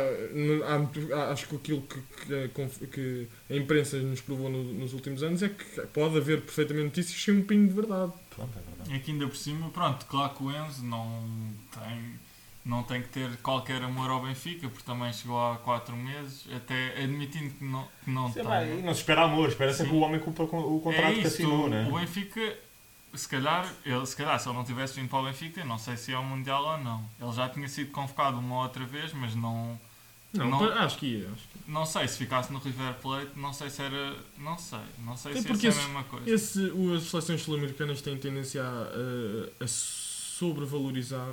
no- há- acho que aquilo que, que, conf- que a imprensa nos provou no- nos últimos anos é que pode haver perfeitamente notícias sem um pingo de verdade. Pronto, é verdade. E aqui ainda por cima, pronto, claro que o Enzo não tem, não tem que ter qualquer amor ao Benfica, porque também chegou há 4 meses, até admitindo que não, que não Sei tem. lá, e não se espera amor, espera sempre Sim. o homem cumpra o o É contrato que isso, assinou, né? o Benfica, se calhar, ele, se calhar, se ele não tivesse vindo para o Benfica, eu não sei se é o Mundial ou não. Ele já tinha sido convocado uma outra vez, mas não, Não, Não. pa- acho que ia. Acho que... não sei se ficasse no River Plate, não sei se era, não sei, não sei Sim, se porque isso é esses- a mesma coisa. Esse, o- as seleções sul-americanas têm tendência a, a- a sobrevalorizar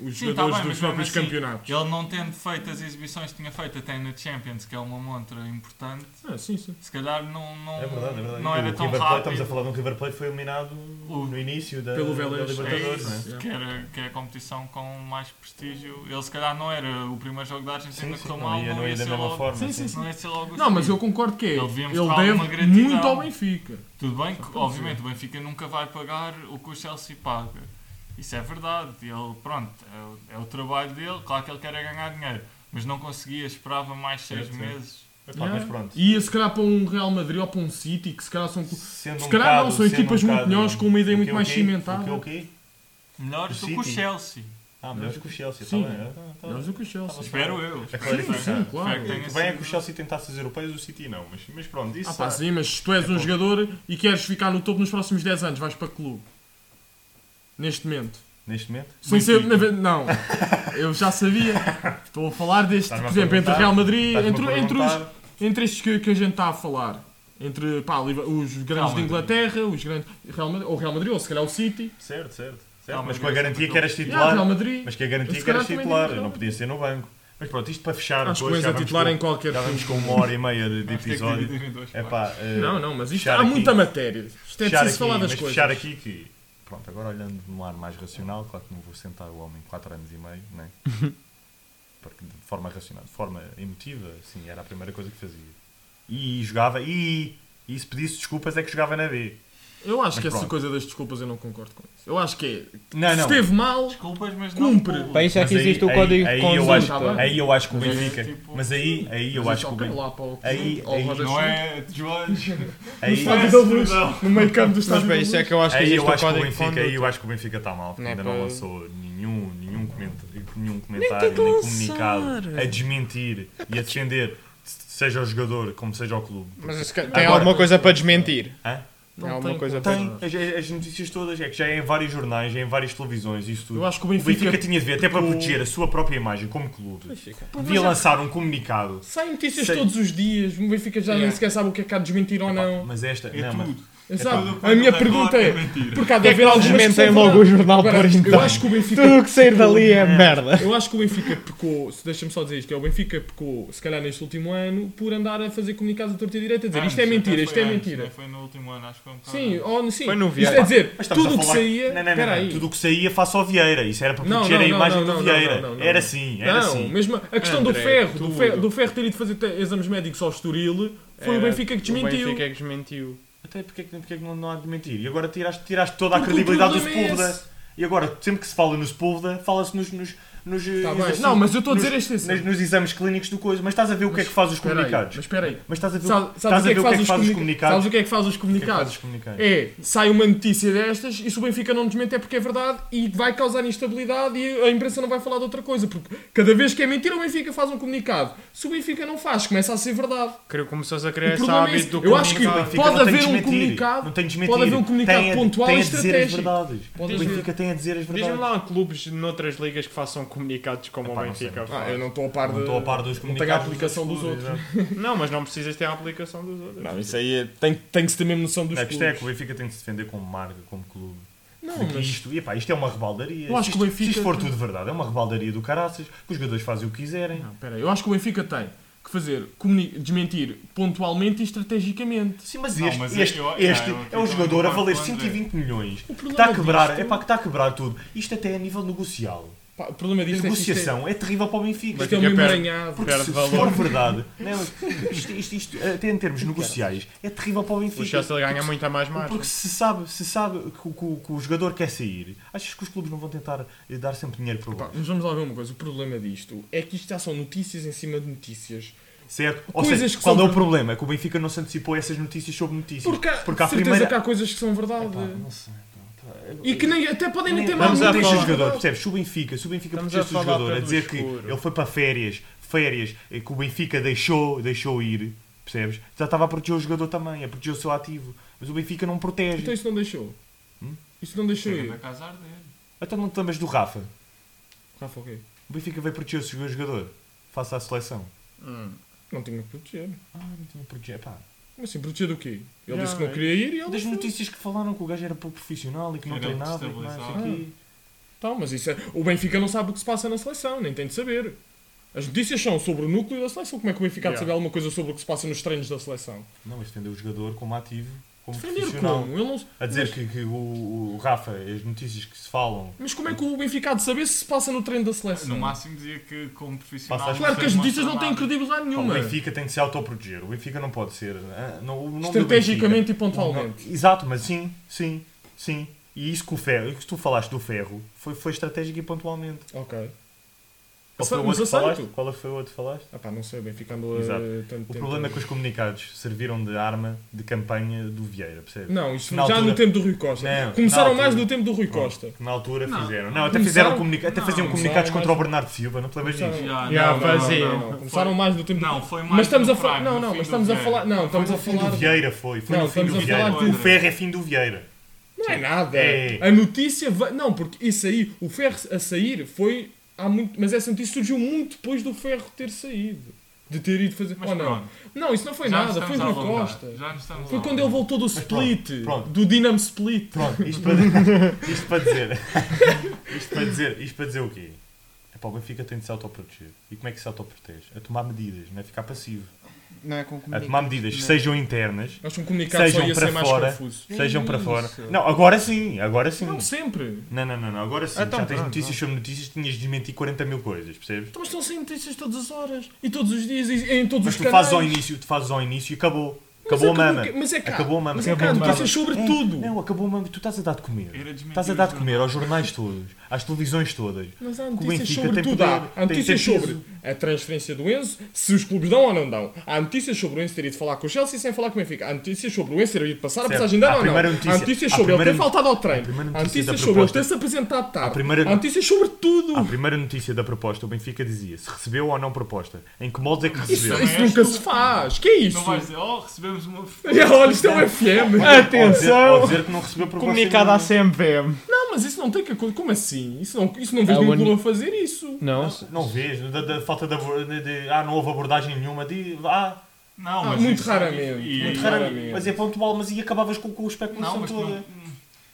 os Sim, tá jogadores bem, dos mas próprios mesmo assim, campeonatos. Ele não tendo feito as exibições que tinha feito até na Champions, que é uma montra importante, Ah, sim, sim. se calhar não, não, É verdade, é verdade. não E era o tão River Plate, estamos a rápido falar de um River Plate que foi eliminado no início da, Pelo da Vélez. É Libertadores, isso, não é? né? que, era, que é a competição com mais prestígio. Ele se calhar não era o primeiro jogo da Sim, Argentina que sim, correu não mal, ia, não ia da ser mesma logo, forma. Sim, sim. sim, não ia ser logo assim. o Não, mas eu seguinte. concordo que é. Ele Ele, devia mostrar alguma deve gratidão. muito ao Benfica. Tudo bem que, para obviamente, o Benfica nunca vai pagar o que o Chelsea paga. Isso é verdade. Ele, pronto, é o- é, o trabalho dele. Claro que ele quer é ganhar dinheiro, mas não conseguia, esperava mais seis Certo, certo. meses. Epá, Yeah. Mas pronto. E É. ia se calhar para um Real Madrid ou para um City, que se calhar são. Sendo um Se calhar não, bocado- são sendo equipas muito bocado- melhores, com uma o quê, ideia muito o mais quê? cimentada. O quê, o quê? Melhor O do que o City. Chelsea. Ah, melhores que o Chelsea, está Sim. bem. é, tá- É tá- Melhores do que o Chelsea. Espero eu. A clarificar. Sim, claro. Espero que tenha O que bem é que sido- o Chelsea tentasse os europeus, o City não. Mas, mas pronto, isso. Ah pá, ah, sim, mas se tu és É um bom. jogador e queres ficar no topo nos próximos 10 anos, vais para que clube? Neste momento. Neste momento. Sem ser, Benfica. na ve- não, eu já sabia. Estou a falar deste, Estás-me por a exemplo, entre perguntar? Real Madrid, Estás-me a entre, entre, os, perguntar? entre estes que, que a gente está a falar. Entre pá, Liva- os grandes de Madrid. Inglaterra, os grandes, Real Madrid, ou Real Madrid, ou se calhar o City. Certo, certo. certo. Calma, mas com eu a sei garantia que que eras é Yeah, Real titular. Madrid. Mas que a Eu se garantia que calhar eras também titular. digo Não que podia ser no banco. Mas pronto, isto para fechar Acho que depois, és já a vamos titular com- em qualquer Já vamos filme. com uma hora e meia de, de Vamos ter que episódio. dividir em duas É partes. pá, eh, Não, não, mas isto há fechar aqui- muita matéria. Isto é fechar preciso aqui, falar das mas coisas. fechar aqui que. Pronto, agora olhando num ar mais racional, claro que não vou sentar o homem 4 anos e meio, né? Porque de forma racional, de forma emotiva, sim, era a primeira coisa que fazia. E jogava, e, e se pedisse desculpas é que jogava na B. Eu acho Mas que essa pronto. coisa das desculpas eu não concordo com isso. Eu acho que é. Não, se não. esteve mal, Desculpas, mas Cumpre. não. Para Bem, isso é Mas que existe o código de aí eu acho, conduta. aí eu acho que o Mas é Benfica. tipo- Mas aí, aí eu mas acho que o ok, Benfica. lá para o- Aí- ao aí Rodas não Sul. é de joelhos. Aí, Não é Estádio da Luz, Não. no meio campo do Mas estádio. para da isso é Luz. que eu acho que aí existe eu o acho que o código de Benfica, aí eu conduta. acho que o Benfica está mal, porque Não é ainda não para- lançou nenhum, nenhum, comenta, nenhum comentário, nem, comunicado a desmentir e a defender, seja o jogador como seja o clube. Mas esse ca- tem Agora- alguma coisa para desmentir? Hã? Tem é alguma tem coisa para Tem as, as- as notícias todas, é que já é em vários jornais, é em várias televisões, isso tudo. Eu acho que o o Benfica, Benfica. tipo, tinha de ver, até para proteger a sua própria imagem como clube, é devia lançar um comunicado. Saem notícias Sei. todos os dias, o Benfica já nem sequer sabe o que é que há de desmentir ou não. Mas esta. É não, mas- tudo. Exato. tudo a minha agora pergunta é é: mentira. porque há de Que é que haver não algumas desmentem responsabilidades. logo o jornal por Agora, Eu então? acho que o Benfica. Tudo o que sair dali é merda. Eu acho que o Benfica pecou, se- deixa-me só dizer isto, é o Benfica pecou, se calhar neste último ano, por andar a fazer comunicados à torta e direita, a Ah, dizer isto é Antes, mentira, até isto foi é antes, mentira. até Foi no último ano, acho que foi um bocado Sim, antes. ou, sim. Foi no isto Vieira. é dizer, né? Mas estamos tudo a o que falar- saía, Não, não, não, espera não. aí. Tudo o que saía face ao Vieira. Isso era para Não, proteger não, a não, imagem não, não, do não, Vieira. não, não, não. era assim, era Não, assim. mesmo a questão do André, ferro, do tudo. ferro, do ferro ter ido fazer te- exames médicos ao Estoril, foi o Era- Benfica que O desmentiu. Benfica é que desmentiu. Até porque, é que- porque é que não, não há de mentir? E agora tiraste, tiraste toda a Porque o credibilidade do problema é Sepúlveda. esse. e agora, sempre que se fala no Sepúlveda, fala-se nos. nos, nos eh, Tá exames- bem. Não, mas eu estou a dizer nos- este Nos, exemplo. nos exames clínicos do coisa. Mas estás a ver o que é que faz os Espera aí, comunicados. Mas espera aí. Mas estás a ver, Sabe- estás Sabes o que é que a ver faz os os comunica- comunicados. sabes o que é que faz os O que é que faz os comunicados? comunicados? É, sai uma notícia destas e se o Benfica não desmente é porque é verdade e vai causar instabilidade e a imprensa não vai falar de outra coisa, porque cada vez que é mentira o Benfica faz um comunicado. Se o Benfica não faz, começa a ser verdade. Creio que começou-se a O criar esse problema é hábito esse. do Eu acho que comunicar. Benfica pode não tem haver de um desmentir. comunicado- não tem de pode haver um comunicado tem, a- pontual tem e a dizer as estratégico. verdades. Pode o haver. Benfica tem a dizer as Diz-me verdades. lá clubes noutras ligas que façam comunicados como Epá, o não sei, Benfica. não faz. Ah, eu não estou a par de... Ah, Não estou a par dos não tenho a comunicados. aplicação dos outros. exato. Não, mas não precisas ter a aplicação dos outros. Não, isso aí é- tem, tem que se ter mesmo noção dos Não, que isto é clubes. que o Benfica tem de se defender como marca, como clube. Não, Porque mas- isto, epá, isto é uma rebaldaria. Eu acho se, que o isto, se isto Benfica- for tudo verdade, é uma rebaldaria do caraças. que Os jogadores fazem o que quiserem. Não, pera aí. Eu acho que o Benfica tem que fazer, comuni- desmentir pontualmente e estrategicamente. Sim, mas Não, este, mas este, eu- eu- este eu- eu- é um eu- jogador a eu- eu- valer eu- eu- 120 milhões. Que O problema está a quebrar, disto- epá, que está a quebrar tudo. Isto até é a nível negocial. Pá, o problema A disto é que isto é- negociação é terrível para o Benfica. isto é um Benfica perde. emaranhado. Porque perde se, se valor. for verdade, não, isto, isto, isto, até em termos negociais, é terrível para o O Benfica. Chelsea ganha muito a mais margem. Porque se sabe, se sabe que, o- que o- que o jogador quer sair, achas que os clubes não vão tentar eh, dar sempre dinheiro para o Pá, mas vamos lá ver uma coisa. O problema disto é que isto já são notícias em cima de notícias. Certo? Ou Coisas seja, que qual são é o ver- problema? É que o Benfica não se antecipou a essas notícias sobre notícias. Porque há, Porque à certeza primeira. que há coisas que são verdade. Pá, não sei, pá, pá, e que nem, até podem nem ter mais Vamos a não deixa o falar- jogador, Então, percebes? Se o Benfica, se o Benfica Estamos protegesse a o falar jogador a pelo dizer que escuro. ele foi para férias, férias, eh, que o Benfica deixou, deixou ir, percebes? Já estava a proteger o jogador também, a proteger o seu ativo. Mas o Benfica não protege. Então isso não deixou. Hum? Isso não é deixou Chega da ir. casa a arder. Até Então não te lembras do Rafa. Rafa, ok. O Benfica veio proteger o seu jogador face à seleção. Hum. Não tinha que proteger. Ah, não tinha proteger, pá. Mas assim, proteger do quê? Já, Ele disse que não é. queria ir e ele Das disse notícias que falaram que o gajo era pouco profissional e que não Era treinava e que não sei o desestabilizado. quê. Tá, mas isso é... O Benfica não sabe o que se passa na seleção, nem tem de saber. As notícias são sobre o núcleo da seleção. Como é que o Benfica há de Yeah. saber alguma coisa sobre o que se passa nos treinos da seleção? Não, mas defender o jogador como ativo, como Defender profissional. como? Ele não... A dizer que, que o, o Rafa, as notícias que se falam. Mas como é que o Benfica há de saber se se passa no treino da seleção? No máximo dizia que como profissional... Passa as- Claro que as fez uma notícias não têm chamada. credibilidade Pá, o nenhuma. Benfica tem de se autoproteger. O Benfica não pode ser. ah, Não, o nome do Estrategicamente e Benfica- pontualmente. Não, exato, mas sim, sim, sim. E isso que o ferro, que tu falaste do ferro foi, foi estratégico e pontualmente. Ok. Qual foi o Mas outro que aceito. falaste? Qual foi o outro que falaste? Ah pá, não sei, o Benfica andou a... Exato. tanto O tempo problema a- é que os comunicados serviram de arma de campanha do Vieira, percebes? Não, isto é Na já altura- no tempo do Rui Costa. Não, Começaram na mais altura- no tempo do Rui Pronto, Costa. que na altura Não. fizeram. Não, até, fizeram Começaram- comunica até não, faziam começaram comunicados contra o mais- Bernardo Silva, não te lembras disso? Começaram- Já, Já, não, fazia. não, não, não. Começaram mais no tempo do Não, foi mais Mas estamos no a falar... Prime, Não, no não, mas fim do estamos a Vieira. falar... Não, estamos Foi assim. a no fim falar... do Vieira, foi. Foi Não, no fim estamos do a Vieira. falar de- O ferro é fim do Vieira. Não é nada. É. A notícia... va- Não, porque isso aí... O Ferro a sair foi... Há muito... Mas essa notícia surgiu muito depois do Ferro ter saído. De ter ido fazer... Mas Ou Oh, não? pronto. Não, isso não foi Já nada. estamos Foi a o Rui voltar. Costa. Já nos estamos Foi a quando voltar. ele voltou do pronto, Split. pronto. Do Dinamo Split. Pronto, isto para, isto para dizer. Isto para dizer, isto para dizer o quê? Epá, o Benfica tem de se autoproteger. E como é que se autoprotege? A tomar medidas, não é ficar passivo. Não é com A tomar medidas que sejam internas, Acho que um comunicado Sejam só ia para ser mais fora. confuso. sejam para fora. isso? Não, agora sim, agora sim. Não, sempre. Não, não, não, não, agora sim. Então, Já tens pronto, notícias sobre notícias, tinhas de mentir 40 mil coisas, percebes? Então, Mas estão sem notícias todas as horas. E todos os dias. E em todos Mas os tu canais. fazes ao início, tu fazes ao início e acabou. Mas Acabou a mama. que- Mas é cá. Acabou a mama. Mas é cá. Acabou a mama. Notícias sobre É, tudo. Não, acabou a mama. Tu estás a dar de comer. Era desmentir Estás a dar é os de comer aos jornais todos, às televisões todas. Mas há Que o notícias Benfica tem sobre tudo. poder, Há, há tem- notícias tem sobre peso. a transferência do Enzo, se os clubes dão ou não dão. Há notícias sobre o Enzo ter ido falar com o Chelsea sem falar com o Benfica. Há notícias sobre o Enzo ter ido passar a Certo. passagem de Há a ano ou não. primeira notícia. Há notícias Há a sobre ele ter primeira not- faltado ao a treino. primeira Há notícia da notícias sobre ele proposta. ter se apresentado tarde. primeira- Há notícias sobre tudo. À primeira notícia da proposta, o Benfica dizia se recebeu ou não proposta. Em que modos é que Isso, recebeu? Também isso és nunca tu. se faz. Que é isso? Não vais dizer, oh, recebemos uma. Olha, isto é um FM. Ou dizer, ou Atenção! dizer que não recebeu proposta. Comunicado à nenhuma. CMVM. Não, mas isso não tem que acontecer. Como assim? Isso não, isso não vejo É nenhum o clube a fazer isso. Não, Não vês, da, da falta de, abor- de, de- Ah, não houve abordagem nenhuma. De, ah, Não, Ah, mas muito isso- raramente, e- muito e- raramente. mas é pontual, mas e acabavas com, com a Não, especulação mas toda. não,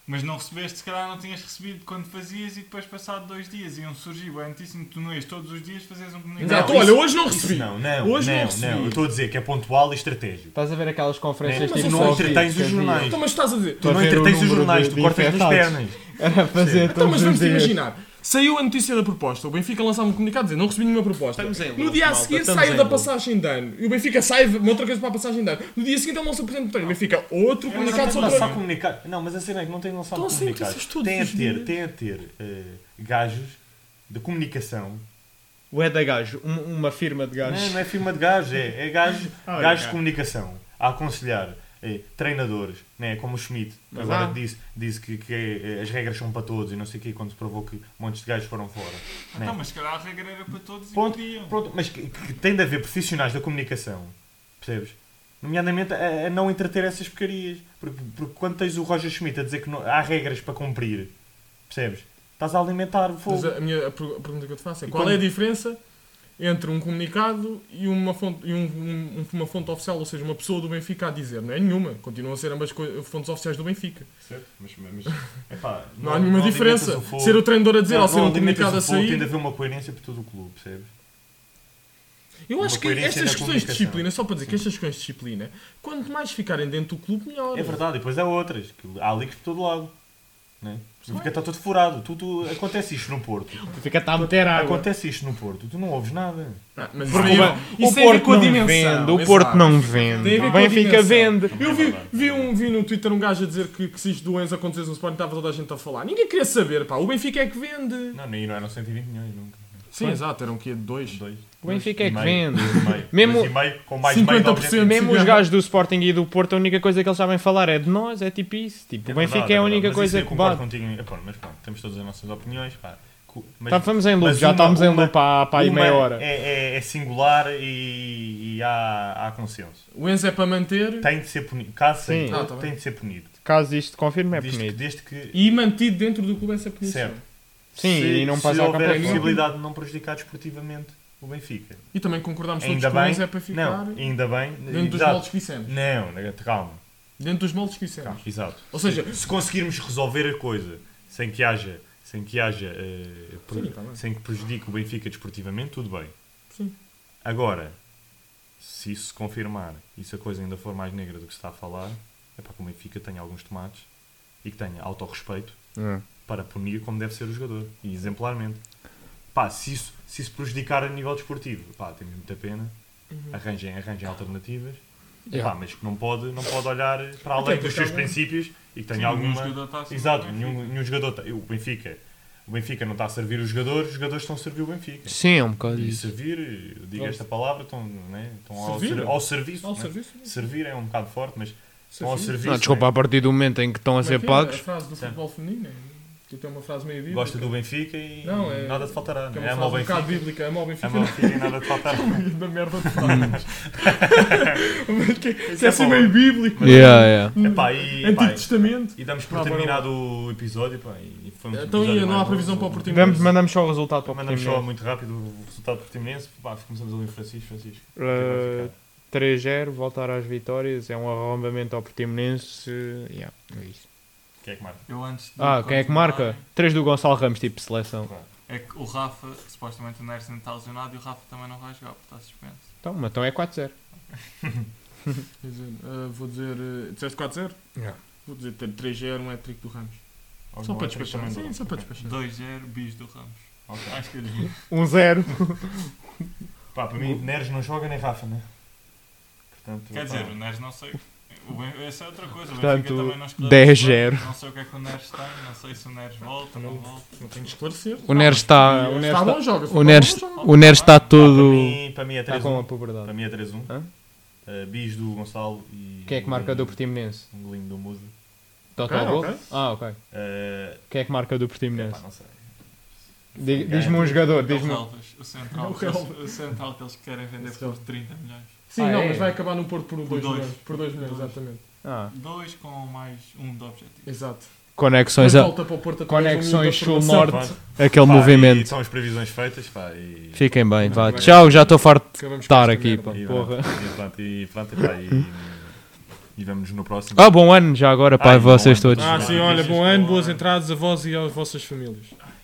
mas não recebeste, se calhar não tinhas recebido quando fazias e depois passado dois dias iam surgir o antíssimo, tu não ias todos os dias fazeres um comunicado. Exato, isso- olha, hoje não Isso recebi. não, não, Hoje não não, recebi. não. Eu estou a dizer que é pontual e estratégico. estás a ver aquelas conferências Não, mas tipo não só entretens os vídeos que havia. jornais. Então, mas estás a dizer. Tu não a ver o entretens os número jornais, de- tu de cortas nas infectados. pernas. Era fazer Então, mas todos os vamos dias. imaginar. Saiu a notícia da proposta, o Benfica lançava um comunicado dizendo não recebi nenhuma proposta. Estamos em no loop, dia a malta, seguir estamos saiu em da loop. passagem de ano. E o Benfica sai, uma outra coisa para a passagem de ano. No dia seguinte ele não se apresenta no treino. O Benfica, outro Mas comunicado não tem sobre lançar o comunicado. Não, mas a cena é que não tem lançado Estão a ser comunicado. notícias todos Tem a os ter, dias. tem a ter eh, gajos de comunicação. O é da gajo, um- uma firma de Não, gajos. não é firma de gajos, é, é gajos, Ah, gajos ok. de comunicação a aconselhar eh, treinadores, né, como o Schmidt, agora há. disse, disse que, que, eh, as regras são para todos e não sei o quê, quando se provou que montes de gajos foram fora. né. Então, mas se calhar a regra era para todos Ponto, e podiam. pronto, mas que, que tem de haver profissionais da comunicação, percebes? Nomeadamente a, a não entreter essas porcarias. Porque, porque quando tens o Roger Schmidt a dizer que não- há regras para cumprir, percebes? Estás a alimentar o Mas fogo. é- a, a minha a per- a pergunta que eu te faço é E qual quando- é a diferença entre um comunicado e, uma fonte, e um- um- uma fonte oficial, ou seja, uma pessoa do Benfica a dizer? Não é nenhuma. Continuam a ser ambas coi- fontes oficiais do Benfica. Certo, mas, mas- epá, Não, há nenhuma alimentas diferença. o fogo. ser o treinador a dizer Não, ou ser não um comunicado a alimentas o fogo, Tem sair. de haver uma coerência por todo o clube, percebes? Eu uma acho que coerência estas na questões de comunicação. disciplina, só para dizer que estas questões de disciplina, quanto mais ficarem dentro do clube, melhor. É verdade, e depois há outras. Que há leaks por todo lado. Né? Fica está todo furado. Tu, tu- acontece isto no Porto. Fica a meter água. Acontece isto no Porto. Tu não ouves nada. Ah, mas Porque isso, o, isso tem a ver Porto com a não dimensão. vende, o exato. Porto não Tem vende, a ver o com a Benfica dimensão. vende. Eu vi, vi, um, vi no Twitter um gajo a dizer que, que se isto do Enzo acontecesse no Sporting, estava toda a gente a falar. Ninguém queria saber, pá. O Benfica é que vende. Não, e não eram 120 milhões nunca. Sim, exato. Eram o quê? Dois? um Dois. O Benfica é E que meio, vende. dois e meio, Mesmo- dois e meio, com mais 50% meio de objetivo. Mesmo os Sim. gajos do Sporting e do Porto, a única coisa que eles sabem falar é de nós, é tipo isso. Tipo, o Benfica verdade, é a verdade, única mas coisa isso eu que concordo bate. Contigo. em- pá, mas pronto, temos todas as nossas opiniões. Pá. Cu- Mas, Tá, estamos em loop, mas já uma- estamos em uma- loop há, há aí uma meia hora. É, é- é singular e, e há, há consenso. O Enzo é para manter Tem de ser punido. Caso Sim. seja, Ah, tá bem. tem de ser punido. Caso isto confirme, é desde, que- punido. desde que e mantido dentro do clube essa punição. Certo. Sim, se, e não se passar ao houver a campeonato. possibilidade de não prejudicar desportivamente o Benfica. E também concordamos todos Ainda que o bem, Enzo é para ficar não, ainda bem, dentro dos exato. moldes que dissemos. Não, não, calma, Dentro dos moldes que dissemos. calma, exato. Ou seja, Se conseguirmos resolver a coisa sem que haja, sem que haja, eh, pre- Sim, tá bem. sem que prejudique o Benfica desportivamente, tudo bem. Sim. Agora, se isso se confirmar e se a coisa ainda for mais negra do que se está a falar, é para que o Benfica tenha alguns tomates e que tenha autorrespeito Hum. para punir como deve ser o jogador e exemplarmente. Pá, se isso, se isso prejudicar a nível desportivo, pá, temos muita pena. Arranjem, arranjem alternativas. Yeah. Pá, mas que não pode, não pode olhar para além Até dos porque seus há um- princípios e que Sim, tenha nenhum alguma. jogador está a servir Exato, o Benfica. nenhum, nenhum jogador. tá- O Benfica, o Benfica não está a servir os jogadores, os jogadores estão a servir o Benfica. Sim, é um bocado E isso. servir, eu digo esta palavra, estão, né, estão ao, Servir? ser- ao serviço. ao né? serviço. Servir é um bocado forte, mas estão ao serviço. Não, desculpa, né? a partir do momento em que estão a Como é ser que é pagos, A frase do Certo. futebol feminino. Tu tens uma frase meio bíblica. né? Gosta do Benfica e Não, é- nada te faltará. Que né? é Ama uma o frase um Benfica. bocado bíblica. É mau Benfica. Ama o Benfica e nada te faltará. da merda de frase. Mas que- Isso que é é assim bom. meio bíblico. é Yeah, yeah. Epá, e, epá, Antigo Testamento. e damos Vá, por bora terminado o episódio. Pá, e foi um Então episódio ia, não há mais previsão longo. para o Portimonense. Damos- mandamos só o resultado para o Mandamos só muito Portimonense. rápido o resultado pertinente. Pá, começamos ali o Francisco. Francisco. o que é que vai Uh, ficar? 3-0, voltar às vitórias, é um arrombamento ao Portimonense. uh, yeah, é isso. Quem é que marca? Eu antes de Ah, quem é que continuar, marca? 3 do Gonçalo Ramos, tipo seleção. Pá, É que o Rafa, supostamente o Nerson está lesionado e o Rafa também não vai jogar porque está suspenso. Então, mas então é 4-0. Quer dizer, ah, vou dizer. ah, disseste 4-0? Yeah. Vou dizer 3-0, um hat-trick do Ramos. Algum Só para outro despachar. também Sim, do- só para despachar. 2-0, bis do Ramos. Ok. Acho que é eles vão. 1-0. Pá, para mim, Neres não joga nem Rafa, né? Portanto, Quer pá, dizer, o Neres não sei. O Ben- Essa é outra coisa. o Portanto, Benfica também não esclarece 10-0. bem. Não sei o que é que o Neres tem, não sei se o Neres volta, não volta. Não tenho que esclarecer. O Neres está. O Se Neres está está. bom, joga. Se O não Neres, está bom, joga. o Neres está pá, para, todo. mim, para mim é Está Ah, com a 3-1. puberdade. Para mim é 3-1. Hã? Uh, bis do Gonçalo e. Quem é que um marca do golinho- Portimonense? Um golinho do Mudo. Total Ok, gol? ok. Ah, ok. Uh, Quem é que marca do epá, Portimonense? não sei. Di- Ganha Diz-me um tudo. jogador, É o diz-me. Relvas, o central, É o que eles- Relvas. o central que eles querem vender Esse por Relvas. 30 milhões. Sim, Ah, não, é? mas vai acabar no Porto por Por 2 dois. milhões. Por 2 milhões, Dois. exatamente. Ah. Dois com mais um de objetivo. Exato. Conexões, Mas a, volta para o Porto através de um Então, conexões da formação. Sul-Norte, Pronto. aquele Pá, movimento. e São as previsões feitas, pá. E, Fiquem bem, vá. Não, Tchau, já estou farto de Acabamos com estar esta aqui, merda. pá. e Porra. pronto, e pronto, e pronto, e, pá, e, e vamos no próximo. Ah, bom ano já agora, pá, Ai, bom vocês ano. todos. Ah, Boas sim, olha, notícias, bom ano, boa boas ano. entradas a vós e às vossas famílias.